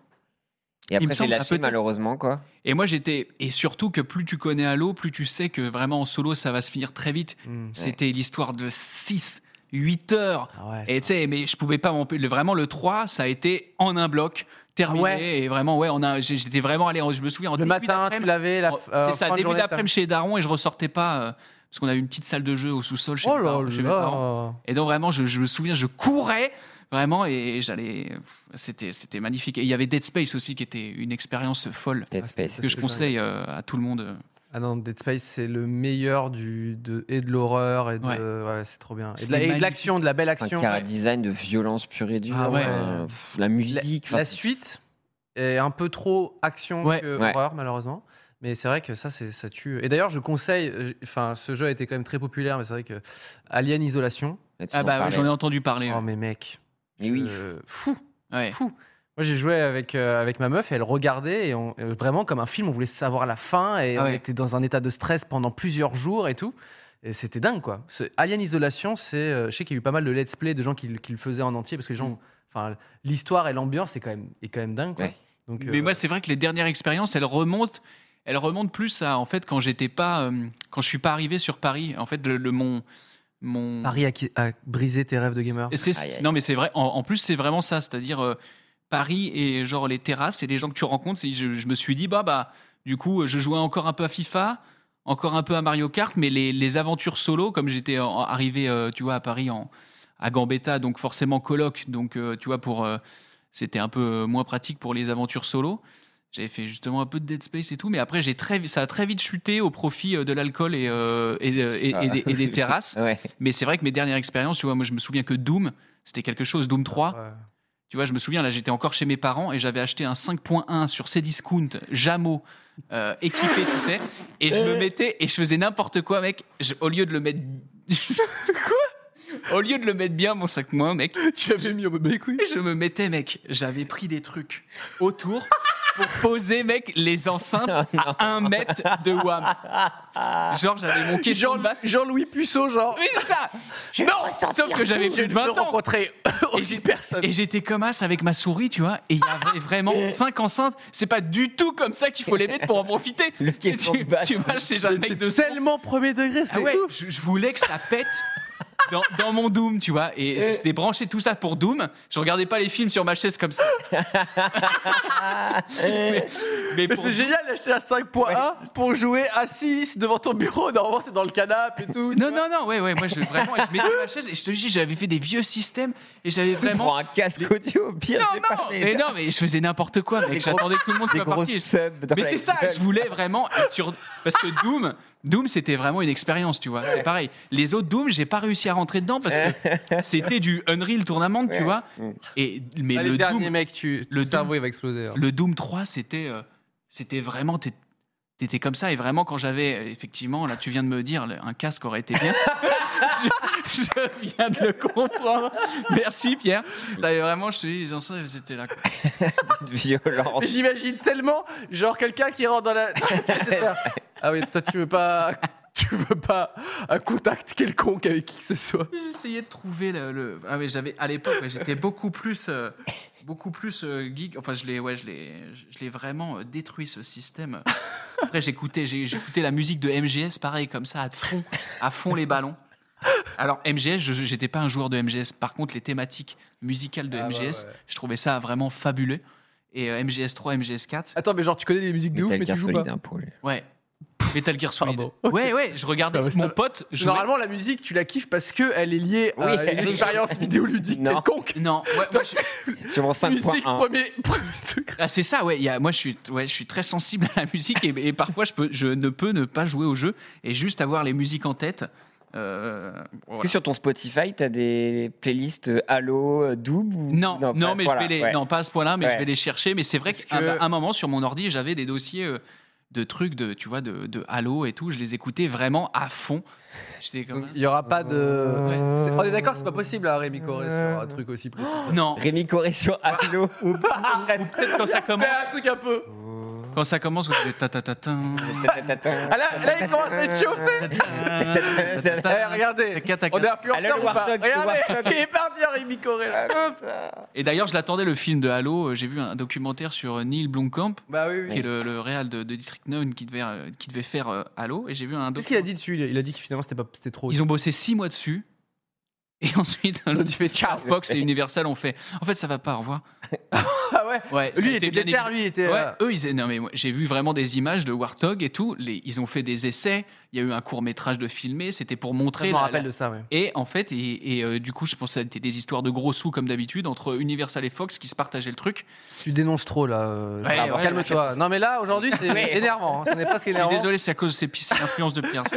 Speaker 2: Et
Speaker 3: me
Speaker 2: après, j'ai
Speaker 3: semble, ah,
Speaker 2: lâché
Speaker 3: peut-être.
Speaker 2: malheureusement, quoi.
Speaker 3: et moi j'étais et surtout que plus tu connais Halo plus tu sais que vraiment en solo ça va se finir très vite
Speaker 1: Mm.
Speaker 3: c'était l'histoire de 6 8 heures
Speaker 1: Ah ouais.
Speaker 3: Et tu sais, mais je pouvais pas m'empêcher. Le- Vraiment, le 3, ça a été en un bloc, terminé.
Speaker 1: Ah ouais.
Speaker 3: Et vraiment, ouais, on a, j'ai- j'étais vraiment allé, en- je me souviens, en
Speaker 1: le
Speaker 3: début
Speaker 1: matin, tu
Speaker 3: d'après-midi.
Speaker 1: l'avais. la
Speaker 3: en-
Speaker 1: f- euh,
Speaker 3: Oh, c'est ça,
Speaker 1: fin de
Speaker 3: début
Speaker 1: journée,
Speaker 3: d'après-midi chez Daron, et je ressortais pas, euh, parce qu'on a une petite salle de jeu au sous-sol
Speaker 1: t'as-
Speaker 3: chez,
Speaker 1: Oh
Speaker 3: mes parents- chez mes parents.
Speaker 1: là là.
Speaker 3: Et donc, vraiment, je, je me souviens, je courais, vraiment, et j'allais. C'était, c'était magnifique. Et il y avait Dead Space aussi, qui était une expérience folle,
Speaker 2: Dead
Speaker 1: Ah,
Speaker 2: Space.
Speaker 1: c'était-
Speaker 3: que je
Speaker 1: dingue.
Speaker 3: conseille euh, à tout le monde.
Speaker 1: Ah non, Dead Space, c'est le meilleur du, de, et de l'horreur et de. Ouais, c'est trop bien. Et de, la-
Speaker 3: C'était
Speaker 1: et de
Speaker 3: magnifique.
Speaker 1: l'action, de la belle
Speaker 2: Un
Speaker 1: action.
Speaker 2: cara design de violence pure et dure.
Speaker 1: Ah
Speaker 3: ouais.
Speaker 2: euh, pff, la
Speaker 1: La,
Speaker 2: musique. enfin,
Speaker 1: la
Speaker 2: c'est-
Speaker 1: suite est un peu trop action
Speaker 3: Ouais.
Speaker 1: que
Speaker 2: Ouais.
Speaker 1: horreur, malheureusement. Mais c'est vrai que ça, c'est- ça tue. Et d'ailleurs, je conseille. euh, Enfin, ce jeu a été quand même très populaire, mais c'est vrai que Alien Isolation.
Speaker 2: là-dessus,
Speaker 3: Ah
Speaker 2: on
Speaker 3: bah, ouais,
Speaker 2: parlait.
Speaker 3: j'en ai entendu parler.
Speaker 1: Oh,
Speaker 3: ouais.
Speaker 1: mais mec.
Speaker 2: Mais oui.
Speaker 1: euh, fou,
Speaker 3: Ouais.
Speaker 1: fou. Moi, j'ai joué avec, euh, avec ma meuf et elle regardait. Et on, euh, vraiment, comme un film, on voulait savoir la fin. Et
Speaker 3: Ah
Speaker 1: on
Speaker 3: ouais.
Speaker 1: était dans un état de stress pendant plusieurs jours et tout. Et c'était dingue, quoi. Ce Alien Isolation, c'est. euh, je sais qu'il y a eu pas mal de let's play de gens qui, le- qui le faisaient en entier parce que les gens. Enfin, l'histoire et l'ambiance est quand même, est quand même dingue, quoi.
Speaker 2: Ouais.
Speaker 1: Donc,
Speaker 3: Mais
Speaker 1: euh,
Speaker 3: moi, c'est vrai que les dernières expériences, elles remontent, elles remontent plus à en fait quand j'étais pas, euh, quand je suis pas arrivé sur Paris. En fait, le, le- mon mon
Speaker 1: Paris a, qui- a brisé tes rêves de gamer.
Speaker 3: Et c'est-
Speaker 2: Aïe, aïe.
Speaker 3: non, mais c'est vrai. En, en plus, c'est vraiment ça, c'est-à-dire euh, Paris et genre les terrasses et les gens que tu rencontres. c'est- Je, je me suis dit bah bah du coup, je jouais encore un peu à FIFA. Encore un peu à Mario Kart, mais les, les aventures solo, comme j'étais en- arrivé, euh, tu vois, à Paris en, à Gambetta, donc forcément coloc. Donc, euh, tu vois, pour euh, c'était un peu euh, moins pratique pour les aventures solo. J'avais fait justement un peu de Dead Space et tout, mais après, j'ai très, vi- ça a très vite chuté au profit euh, de l'alcool et, euh, et, de- et- et
Speaker 2: Ah.
Speaker 3: des, et des terrasses.
Speaker 2: Ouais. <laughs>
Speaker 3: Mais c'est vrai que mes dernières expériences, tu vois, moi, je me souviens que Doom, c'était quelque chose, Doom 3.
Speaker 1: Ouais.
Speaker 3: Tu vois, je me souviens, là, j'étais encore chez mes parents et j'avais acheté un 5.1 sur Cdiscount, Jameau, euh, équipé, tu sais. Et je me mettais et je faisais n'importe quoi, mec. Je- au lieu de le mettre. <laughs> quoi Au lieu de le mettre bien, mon 5.1, mec. Tu l'avais mis au oui. Je me mettais, mec. J'avais pris des trucs autour pour poser, mec, les <laughs> enceintes à un mètre de WAM. Genre, j'avais mon caisson de basse.
Speaker 1: Jean-Louis Puceau, genre.
Speaker 3: Oui, c'est ça Non Sauf que j'avais plus de 20 ans
Speaker 1: rencontrer
Speaker 3: j'ai-
Speaker 1: aucune
Speaker 2: Euh,
Speaker 1: personne.
Speaker 3: et j'étais comme as avec ma souris, tu vois, et il y
Speaker 2: <laughs>
Speaker 3: avait vraiment cinq enceintes. C'est pas du tout comme ça qu'il faut les mettre pour en profiter.
Speaker 2: Le
Speaker 3: tu,
Speaker 2: caisson de basse.
Speaker 3: tu vois, chez un mec de son.
Speaker 1: Tellement premier degré, c'est
Speaker 3: Ah ouais,
Speaker 1: ouf.
Speaker 3: je, je voulais que ça pète dans, dans mon Doom, tu vois. Et
Speaker 2: Euh.
Speaker 3: je débranché tout ça pour Doom. Je regardais pas les films sur ma chaise
Speaker 2: <laughs>
Speaker 3: comme ça. mais mais
Speaker 1: Mais
Speaker 3: pour
Speaker 1: c'est génial d'acheter la 5.1 pour jouer assis devant ton bureau. Normalement, c'est dans le canapé et tout.
Speaker 3: Non, non, non, ouais, ouais, moi je, vraiment, je mettais ma chaise et je te dis, j'avais fait des vieux systèmes et j'avais
Speaker 2: Tu prends
Speaker 3: vraiment.
Speaker 2: un casque audio au pire.
Speaker 3: Non,
Speaker 2: c'est
Speaker 3: non,
Speaker 2: pas les-
Speaker 3: mais non, mais je faisais n'importe quoi, mec. J'attendais que tout le monde
Speaker 2: des
Speaker 3: soit
Speaker 2: gros
Speaker 3: parti.
Speaker 2: subs dans
Speaker 3: Mais
Speaker 2: la
Speaker 3: c'est ça,
Speaker 2: gueule.
Speaker 3: je voulais vraiment être sur. Parce que Doom, Doom c'était vraiment une expérience, tu vois. C'est pareil. Les autres Doom, j'ai pas réussi à rentrer dedans parce
Speaker 2: <laughs>
Speaker 3: que c'était du Unreal Tournament, tu vois.
Speaker 2: Mm.
Speaker 3: Et, mais
Speaker 1: Ah,
Speaker 3: le,
Speaker 1: les derniers
Speaker 3: Doom,
Speaker 1: mecs, tu,
Speaker 3: le
Speaker 1: le cerveau, il va exploser. hein.
Speaker 3: le Doom 3, c'était euh, c'était vraiment. t'é- T'étais comme ça. Et vraiment, quand j'avais. euh, Effectivement, là, tu viens de me dire, le- un casque aurait été bien.
Speaker 2: <laughs>
Speaker 3: je, je viens de le comprendre. Merci, Pierre. T'avais vraiment, je te dis, les enceintes, c'était là. quoi.
Speaker 2: de violence.
Speaker 1: Mais J'imagine tellement, genre quelqu'un qui rentre dans la. <laughs> ah oui, toi tu veux pas, tu veux pas un contact quelconque avec qui que ce soit.
Speaker 3: J'essayais de trouver le. le- Ah mais j'avais à l'époque, ouais, j'étais beaucoup plus, euh, beaucoup plus euh, geek. Enfin, je l'ai, ouais, je l'ai, je l'ai vraiment euh, détruit ce système. Après, j'écoutais, j'ai- j'écoutais la musique de MGS, pareil comme ça, à fond, à fond les ballons. Alors MGS, je- je- j'étais pas un joueur de MGS. Par contre, les thématiques musicales de
Speaker 1: Ah, bah,
Speaker 3: MGS,
Speaker 1: ouais.
Speaker 3: je trouvais ça vraiment fabuleux. Et euh, MGS 3, MGS 4,
Speaker 1: Attends, mais genre tu connais des musiques de ouf,
Speaker 2: Metal
Speaker 1: mais tu
Speaker 2: Gear
Speaker 1: joues
Speaker 2: Solid,
Speaker 3: hein.
Speaker 1: pas.
Speaker 2: un projet.
Speaker 3: ouais. Metal Gear Solid.
Speaker 1: Ah. Pardon.
Speaker 3: Ouais, ouais, je regardais
Speaker 1: Ah, mais ça
Speaker 3: mon
Speaker 1: va.
Speaker 3: pote. jouer-
Speaker 1: Normalement, la musique, tu la kiffes parce que elle est liée
Speaker 2: Oui,
Speaker 1: à
Speaker 2: elle
Speaker 1: <laughs>
Speaker 2: est-
Speaker 1: une expérience vidéoludique
Speaker 2: Non.
Speaker 1: quelconque.
Speaker 3: Non, ouais, moi,
Speaker 1: Toi,
Speaker 3: je-
Speaker 2: Sur mon
Speaker 1: musique,
Speaker 2: 5.1.
Speaker 1: premier, <laughs> premier degré.
Speaker 3: Ah, c'est ça, ouais. il Y a, moi, je suis, ouais, je suis très sensible à la musique et, et parfois, je, peux, je ne peux ne pas jouer au jeu et juste avoir les musiques en tête. Euh,
Speaker 2: Est-ce
Speaker 3: voilà.
Speaker 2: que sur ton Spotify, t'as des playlists euh, Halo, euh, Doom ou...
Speaker 3: Non, non,
Speaker 2: pas à ce
Speaker 3: mais
Speaker 2: point-là,
Speaker 3: je vais les,
Speaker 2: ouais.
Speaker 3: non, pas à ce point-là, mais
Speaker 2: Ouais.
Speaker 3: je vais les chercher. Mais c'est vrai
Speaker 1: Parce
Speaker 3: qu'à
Speaker 1: que-
Speaker 3: un moment, sur mon ordi, j'avais des dossiers euh, de trucs, de, tu vois, de, de Halo et tout. Je les écoutais vraiment à fond. J'étais comme.
Speaker 1: Donc, Il y aura pas de. C'est- On est d'accord, c'est pas possible à Rémi Coré sur un truc aussi précis.
Speaker 3: Non,
Speaker 2: Rémi Coré sur
Speaker 3: Ah, <laughs>
Speaker 2: Halo.
Speaker 3: peut-être quand ça commence,
Speaker 1: Fais un truc un peu.
Speaker 3: quand ça commence, vous faites ta ta
Speaker 2: <laughs>
Speaker 3: ta ta.
Speaker 1: Ah là, là, il commence à être chauffé. Eh, regardez, on est influenceur
Speaker 2: Allô,
Speaker 1: ou pas
Speaker 2: Warthog, le
Speaker 1: Regardez, il est parti en Rémi Coré là.
Speaker 3: Et d'ailleurs, je l'attendais le film de Halo. euh, J'ai vu un documentaire sur euh, Neil Blomkamp.
Speaker 1: Bah oui, oui.
Speaker 3: qui est le, le réal de, de District 9 qui devait, euh, qui devait faire euh, Halo. Et j'ai vu un
Speaker 1: Qu'est-ce
Speaker 3: doc.
Speaker 1: qu'il a dit dessus Il a dit que finalement c'était pas c'était trop.
Speaker 3: Ils ont bossé six mois dessus. Et <laughs> ensuite,
Speaker 1: Ils ont dit fait ciao.
Speaker 3: <laughs> Fox et Universal ont fait. En fait, ça va pas, au revoir.
Speaker 1: Ah ouais.
Speaker 3: Ouais, ça
Speaker 1: Lui
Speaker 3: a
Speaker 1: il
Speaker 3: été
Speaker 1: était
Speaker 3: bien
Speaker 1: déter,
Speaker 3: évi-
Speaker 1: lui il était.
Speaker 3: Ouais,
Speaker 1: euh,
Speaker 3: eux, ils... non, mais moi, j'ai vu vraiment des images de Warthog et tout. Les- Ils ont fait des essais. Il y a eu un court métrage de filmé. C'était pour
Speaker 1: ça,
Speaker 3: montrer.
Speaker 1: je me
Speaker 3: la-
Speaker 1: rappelle
Speaker 3: la-
Speaker 1: de ça, ouais.
Speaker 3: Et en fait, et, et, euh, du coup, je pensais que c'était des histoires de gros sous comme d'habitude entre Universal et Fox qui se partageaient le truc.
Speaker 1: Tu dénonces trop là. euh,
Speaker 3: Ouais,
Speaker 1: Gérard,
Speaker 3: ouais,
Speaker 1: Calme-toi. non mais là aujourd'hui c'est
Speaker 2: Ouais.
Speaker 1: énervant. hein, Ce n'est pas ce qui est
Speaker 3: Je suis
Speaker 1: énervant.
Speaker 3: désolé, c'est à cause de ces pistes l'influence de
Speaker 1: <laughs>
Speaker 3: Pierre. Je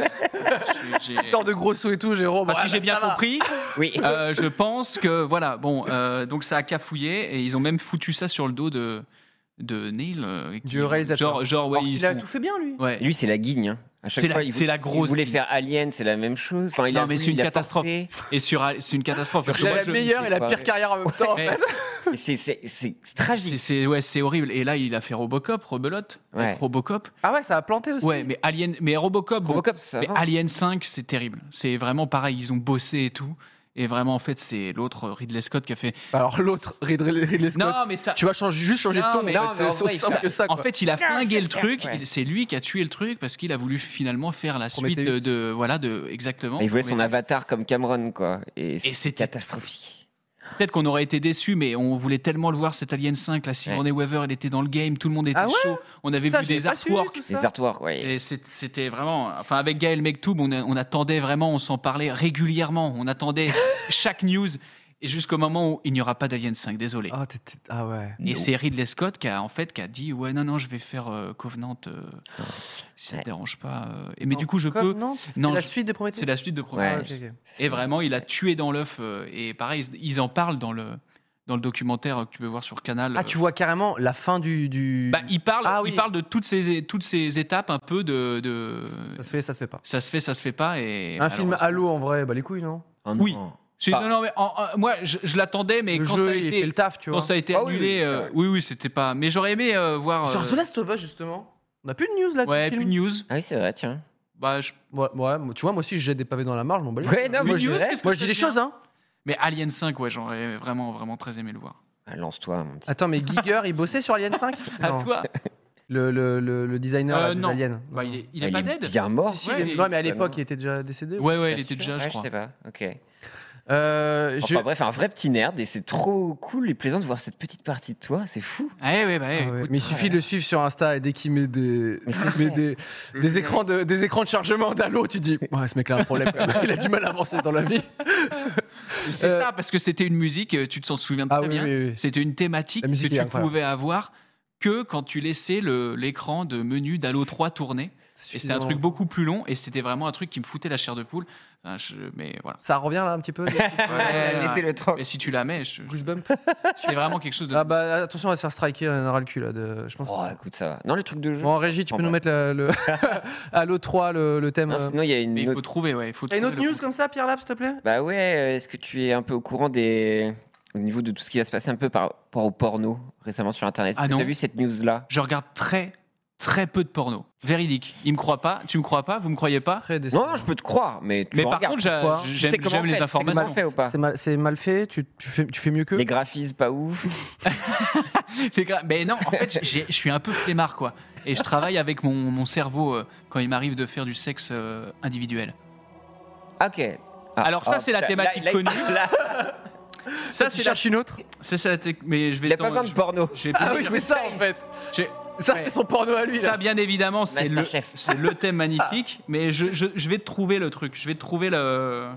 Speaker 3: suis- j'ai-
Speaker 1: Histoire de gros sous et tout, Jérôme.
Speaker 3: Bah,
Speaker 1: Ah,
Speaker 3: si j'ai
Speaker 1: bah,
Speaker 3: bien
Speaker 1: ça va.
Speaker 3: compris,
Speaker 2: Oui.
Speaker 3: Euh, je pense que voilà, bon, euh, donc ça a cafouillé et ils ont même foutu ça sur le dos de, de Neil. euh, qui-
Speaker 1: Du réalisateur.
Speaker 3: Genre, genre ouais,
Speaker 1: Alors,
Speaker 3: ils
Speaker 1: Il a
Speaker 3: sont-
Speaker 1: tout fait bien lui.
Speaker 3: ouais.
Speaker 2: Lui, c'est la guigne. hein. À chaque
Speaker 3: C'est la-
Speaker 2: fois, il
Speaker 3: c'est
Speaker 2: voulait-
Speaker 3: la grosse
Speaker 2: Il voulait
Speaker 3: guigne.
Speaker 2: faire Alien, c'est la même chose. Enfin, il
Speaker 3: Non,
Speaker 2: a
Speaker 3: mais
Speaker 2: voulu,
Speaker 3: c'est une
Speaker 2: il a
Speaker 3: catastrophe.
Speaker 2: forcé.
Speaker 3: Et sur, c'est une catastrophe. Parce que
Speaker 1: Il a
Speaker 3: moi,
Speaker 1: la
Speaker 3: je-
Speaker 1: meilleure et la
Speaker 2: pas.
Speaker 1: pire carrière en même temps.
Speaker 3: Ouais.
Speaker 1: en fait.
Speaker 2: Mais c'est- C'est c'est- c'est tragique.
Speaker 3: c'est c'est- ouais, c'est horrible. Et là, il a fait Robocop, Rebelote,
Speaker 2: Ouais.
Speaker 3: Donc, Robocop.
Speaker 1: Ah ouais, ça a planté aussi.
Speaker 3: Ouais, mais Alien, mais Robocop, bon,
Speaker 2: Robocop, ça
Speaker 3: mais
Speaker 2: va.
Speaker 3: Alien 5, c'est terrible. C'est vraiment pareil. Ils ont bossé et tout. Et vraiment, en fait, c'est l'autre Ridley Scott qui a fait.
Speaker 1: Alors l'autre, Ridley, Ridley Scott.
Speaker 3: Non, mais ça,
Speaker 1: Tu vas changer, juste changer
Speaker 3: Non,
Speaker 1: de ton.
Speaker 3: mais-
Speaker 1: en fait,
Speaker 2: non, mais
Speaker 1: C'est
Speaker 2: en vrai,
Speaker 1: aussi
Speaker 2: il
Speaker 1: simple
Speaker 2: s'a-
Speaker 1: que ça.
Speaker 3: En
Speaker 1: quoi.
Speaker 3: fait, il a flingué le truc.
Speaker 2: Ouais.
Speaker 3: il- C'est lui qui a tué le truc parce qu'il a voulu finalement faire la suite
Speaker 1: Prometheus.
Speaker 3: de, de- voilà de exactement.
Speaker 2: Mais il voulait son
Speaker 3: Prometheus.
Speaker 2: avatar comme Cameron, quoi. Et c'est
Speaker 3: Et c'était
Speaker 2: catastrophique.
Speaker 3: peut-être qu'on aurait été déçus, mais on voulait tellement le voir cet Alien 5. La Sigourney Weaver, elle était dans le game, tout le monde était
Speaker 1: Ah ouais
Speaker 3: chaud. On avait
Speaker 1: Putain,
Speaker 3: vu
Speaker 1: j'avais
Speaker 3: des
Speaker 1: pas su
Speaker 3: artworks.
Speaker 1: tout ça.
Speaker 2: Les artworks, ouais.
Speaker 3: Et
Speaker 1: <laughs>
Speaker 3: c'est- c'était vraiment. Enfin, avec Gaël Mektoub, on, a- on attendait vraiment, on s'en parlait régulièrement. On attendait chaque news, et jusqu'au moment où il n'y aura pas d'Alien 5, désolé.
Speaker 1: Ah, t'es- t'es- ah ouais.
Speaker 3: Et c'est Ridley Scott qui a en fait qui a dit ouais non non je vais faire euh, Covenant euh, si ça
Speaker 2: Ouais.
Speaker 3: te dérange pas euh. Et mais
Speaker 1: Non,
Speaker 3: du coup je
Speaker 1: quoi,
Speaker 3: peux
Speaker 1: Non, c'est
Speaker 3: non,
Speaker 1: la
Speaker 3: je-
Speaker 1: suite de Prometheus.
Speaker 3: c'est la suite de
Speaker 1: Ah,
Speaker 3: Prometheus.
Speaker 2: Ouais.
Speaker 1: ok, ok.
Speaker 3: Et vraiment il a tué dans l'œuf euh, et pareil ils- ils en parlent dans le dans le documentaire que tu peux voir sur Canal. euh.
Speaker 1: Ah, tu vois carrément la fin du. du...
Speaker 3: Bah, il parle
Speaker 1: Ah oui.
Speaker 3: il parle de toutes ces toutes ces étapes un peu de, de-
Speaker 1: Ça se fait, ça se fait pas.
Speaker 3: ça se fait ça se fait pas et
Speaker 1: Un film à
Speaker 3: malheureusement-
Speaker 1: l'eau en vrai, bah les couilles, non
Speaker 2: Oh non.
Speaker 3: Oui. C'est- Non, non, mais en- en- moi, je, je l'attendais, mais
Speaker 1: Le
Speaker 3: quand,
Speaker 1: jeu,
Speaker 3: ça a
Speaker 1: il
Speaker 3: été,
Speaker 1: fait le taf, tu
Speaker 3: quand
Speaker 1: vois.
Speaker 3: ça a été
Speaker 2: Ah oui,
Speaker 3: annulé,
Speaker 2: c'est
Speaker 3: euh,
Speaker 2: vrai.
Speaker 3: oui, oui, c'était pas. Mais j'aurais aimé euh, voir.
Speaker 1: Genre
Speaker 3: euh,
Speaker 1: The Last of Us, justement. On a plus de news là
Speaker 3: ouais,
Speaker 1: du
Speaker 3: plus
Speaker 1: film.
Speaker 3: de news.
Speaker 2: Ah oui, c'est vrai, tiens.
Speaker 3: Bah, je-
Speaker 1: Ouais, ouais, moi, tu vois, moi aussi, je jette des pavés dans la marge, mon bel.
Speaker 2: Ouais, non,
Speaker 3: Une
Speaker 2: moi, je
Speaker 3: news,
Speaker 2: dirais-
Speaker 1: hein. Ah,
Speaker 3: qu'est-ce que
Speaker 1: Moi, je dis
Speaker 3: t'as
Speaker 1: les
Speaker 3: dit,
Speaker 1: choses,
Speaker 3: hein
Speaker 1: hein.
Speaker 3: Mais Alien 5, ouais, j'aurais vraiment, vraiment très aimé le voir.
Speaker 2: Ah, Lance-toi, mon petit.
Speaker 1: Attends, mais Giger, il bossait sur Alien 5
Speaker 3: <laughs> À
Speaker 2: Ah,
Speaker 1: Non. <laughs>
Speaker 3: toi
Speaker 1: le, le, le, le designer
Speaker 3: Euh,
Speaker 1: là, des
Speaker 3: non.
Speaker 1: aliens.
Speaker 3: bah, il, est, il
Speaker 2: Ah,
Speaker 3: est pas dead
Speaker 2: bien mort.
Speaker 1: Si, si,
Speaker 3: Ouais,
Speaker 1: il est-
Speaker 3: il-
Speaker 1: non, mais à l'époque,
Speaker 2: non.
Speaker 1: il était déjà décédé.
Speaker 3: Ouais, ouais, il
Speaker 2: Bien
Speaker 3: était
Speaker 2: sûr.
Speaker 3: déjà, je
Speaker 2: Ouais,
Speaker 3: crois.
Speaker 2: Je sais pas, ok.
Speaker 3: Oh,
Speaker 1: Euh, je-
Speaker 2: Enfin bref, un vrai petit nerd et c'est trop cool et plaisant de voir cette petite partie de toi, c'est fou.
Speaker 3: Ah, ouais, ouais, bah, ouais,
Speaker 1: Ah ouais,
Speaker 3: écoute,
Speaker 1: mais il suffit de le suivre sur Insta et dès qu'il met des,
Speaker 2: Mais
Speaker 1: <laughs>
Speaker 2: c'est
Speaker 1: met
Speaker 2: vrai.
Speaker 1: des, des écrans de, des écrans de chargement d'Halo, tu dis Ouais, ce mec-là a un <laughs> problème, quand même. il a du mal à avancer dans la vie.
Speaker 3: C'était
Speaker 1: Euh,
Speaker 3: ça, parce que c'était une musique, euh, tu te sens- te souviens très
Speaker 1: Ah oui,
Speaker 3: bien.
Speaker 1: oui, oui.
Speaker 3: C'était une thématique
Speaker 1: La
Speaker 3: que
Speaker 1: musique
Speaker 3: tu
Speaker 1: est incroyable.
Speaker 3: pouvais avoir que quand tu laissais le- l'écran de menu d'Halo 3 tourner. Et c'était un truc beaucoup plus long, et c'était vraiment un truc qui me foutait la chair de poule. Enfin, je- mais
Speaker 1: <laughs>
Speaker 3: voilà.
Speaker 1: Ça revient là un petit peu
Speaker 3: Ouais,
Speaker 2: Laissez-le
Speaker 3: Mais
Speaker 2: tranquille.
Speaker 3: si tu la mets, je-
Speaker 1: Goosebump.
Speaker 3: c'était vraiment quelque chose
Speaker 1: <laughs>
Speaker 3: de.
Speaker 1: Ah bah attention, on va se faire striker, on aura le cul là. De, je pense.
Speaker 2: Oh, écoute, ça va. Non, le truc de jeu.
Speaker 1: Bon, en régie, tu peux
Speaker 2: Oh,
Speaker 1: nous
Speaker 2: bah.
Speaker 1: mettre la- le <laughs> Halo 3, le, le thème.
Speaker 2: Non,
Speaker 1: euh.
Speaker 2: sinon, il y a
Speaker 3: mais
Speaker 2: une
Speaker 3: il faut
Speaker 2: autre.
Speaker 3: trouver, ouais. il Faut
Speaker 1: T'as une
Speaker 3: trouver
Speaker 1: autre
Speaker 3: le
Speaker 1: news
Speaker 3: bon.
Speaker 1: comme ça, Pierre Lab, s'il te plaît
Speaker 2: Bah ouais, euh, est-ce que tu es un peu au courant des. Au niveau de tout ce qui va se passer un peu par rapport au porno récemment sur internet.
Speaker 3: Ah
Speaker 2: Est-ce que
Speaker 3: non.
Speaker 2: T'as vu cette news là
Speaker 3: Je regarde très, très peu de porno. Véridique. Il me croit pas, tu me crois pas, vous me croyez pas.
Speaker 1: Très décent.
Speaker 2: Non, non, je peux te croire, mais tu
Speaker 3: Mais
Speaker 2: en
Speaker 3: par
Speaker 2: regardes.
Speaker 3: contre,
Speaker 1: pourquoi
Speaker 3: j'a-
Speaker 2: Tu sais
Speaker 3: j'aime
Speaker 2: comment
Speaker 3: j'aime
Speaker 2: on fait,
Speaker 3: les
Speaker 2: tu sais comment on
Speaker 3: informations.
Speaker 2: fait ou pas
Speaker 1: C'est mal, c'est mal fait, tu, tu fais, tu fais mieux que.
Speaker 2: Les graphismes pas ouf.
Speaker 3: C'est grave. Mais non, en fait, j'ai- je suis un peu flemmard, quoi. Et je travaille avec mon, mon cerveau euh, quand il m'arrive de faire du sexe euh, individuel.
Speaker 2: Ah, ok. Ah,
Speaker 3: Alors ça,
Speaker 2: ah,
Speaker 3: c'est la
Speaker 2: putain,
Speaker 3: thématique
Speaker 2: là, là,
Speaker 3: connue.
Speaker 2: <laughs> là,
Speaker 3: Ça,
Speaker 1: Tu
Speaker 3: c'est la.
Speaker 1: cherches une autre
Speaker 3: c'est ça la tec- Mais je vais
Speaker 2: Il n'y a
Speaker 3: t'en-
Speaker 2: pas besoin de
Speaker 3: je-
Speaker 2: porno.
Speaker 3: je vais-
Speaker 1: Ah oui, c'est ça en fait.
Speaker 3: je-
Speaker 1: Ça,
Speaker 3: Ouais.
Speaker 1: c'est son porno à lui.
Speaker 3: Ça,
Speaker 1: Là.
Speaker 3: bien évidemment, c'est le,
Speaker 2: Masterchef.
Speaker 3: c'est le thème magnifique. Mais je, je, je vais te trouver le truc. Je vais te trouver le.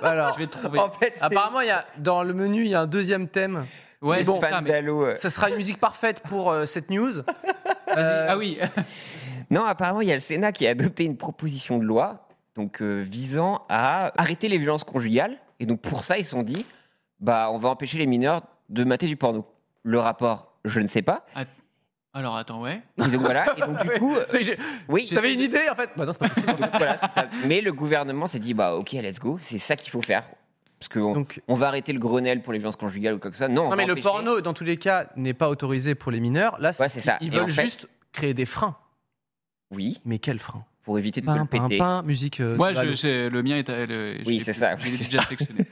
Speaker 1: Alors,
Speaker 3: Je vais te trouver.
Speaker 2: En fait, c'est
Speaker 1: apparemment, il y a, dans le menu, il y a un deuxième thème.
Speaker 3: Ouais,
Speaker 2: les
Speaker 3: c'est ça.
Speaker 2: fans
Speaker 3: Mais...
Speaker 2: d'Halo, euh.
Speaker 1: Ça sera une musique parfaite pour euh, cette <laughs> news.
Speaker 3: Vas-y. Ah oui. <laughs>
Speaker 2: Non, apparemment, il y a le Sénat qui a adopté une proposition de loi donc euh, visant à arrêter les violences conjugales. Et donc, pour ça, ils se sont dit bah, on va empêcher les mineurs de mater du porno. Le rapport, je ne sais pas.
Speaker 3: Alors attends, ouais.
Speaker 2: Et donc, voilà. Et donc,
Speaker 3: <laughs>
Speaker 2: du coup, euh,
Speaker 1: Tu sais, j'ai-
Speaker 2: oui.
Speaker 1: T'avais une idée en fait Bah non, c'est pas possible.
Speaker 2: Donc, voilà, c'est ça. Mais le gouvernement s'est dit bah, ok, let's go, c'est ça qu'il faut faire. Parce qu'on
Speaker 1: Donc-
Speaker 2: on va arrêter le Grenelle pour les violences conjugales ou quoi que ce soit. Non, on
Speaker 1: Non,
Speaker 2: va
Speaker 1: mais le
Speaker 2: empêcher.
Speaker 1: porno, dans tous les cas, n'est pas autorisé pour les mineurs. Là,
Speaker 2: Ouais, c'est ça.
Speaker 1: ils
Speaker 2: Et
Speaker 1: veulent
Speaker 2: en fait-
Speaker 1: juste créer des freins.
Speaker 2: Oui,
Speaker 1: Mais quels freins
Speaker 2: pour éviter de te
Speaker 1: Pain,
Speaker 2: le
Speaker 1: pain,
Speaker 2: péter.
Speaker 1: pain, musique. euh,
Speaker 3: Moi,
Speaker 1: de Halo.
Speaker 3: je, c'est- le mien est. à- le- je
Speaker 2: Oui,
Speaker 3: l'ai
Speaker 2: c'est
Speaker 3: plus-
Speaker 2: ça.
Speaker 3: Je l'ai
Speaker 2: <laughs>
Speaker 3: déjà sélectionné.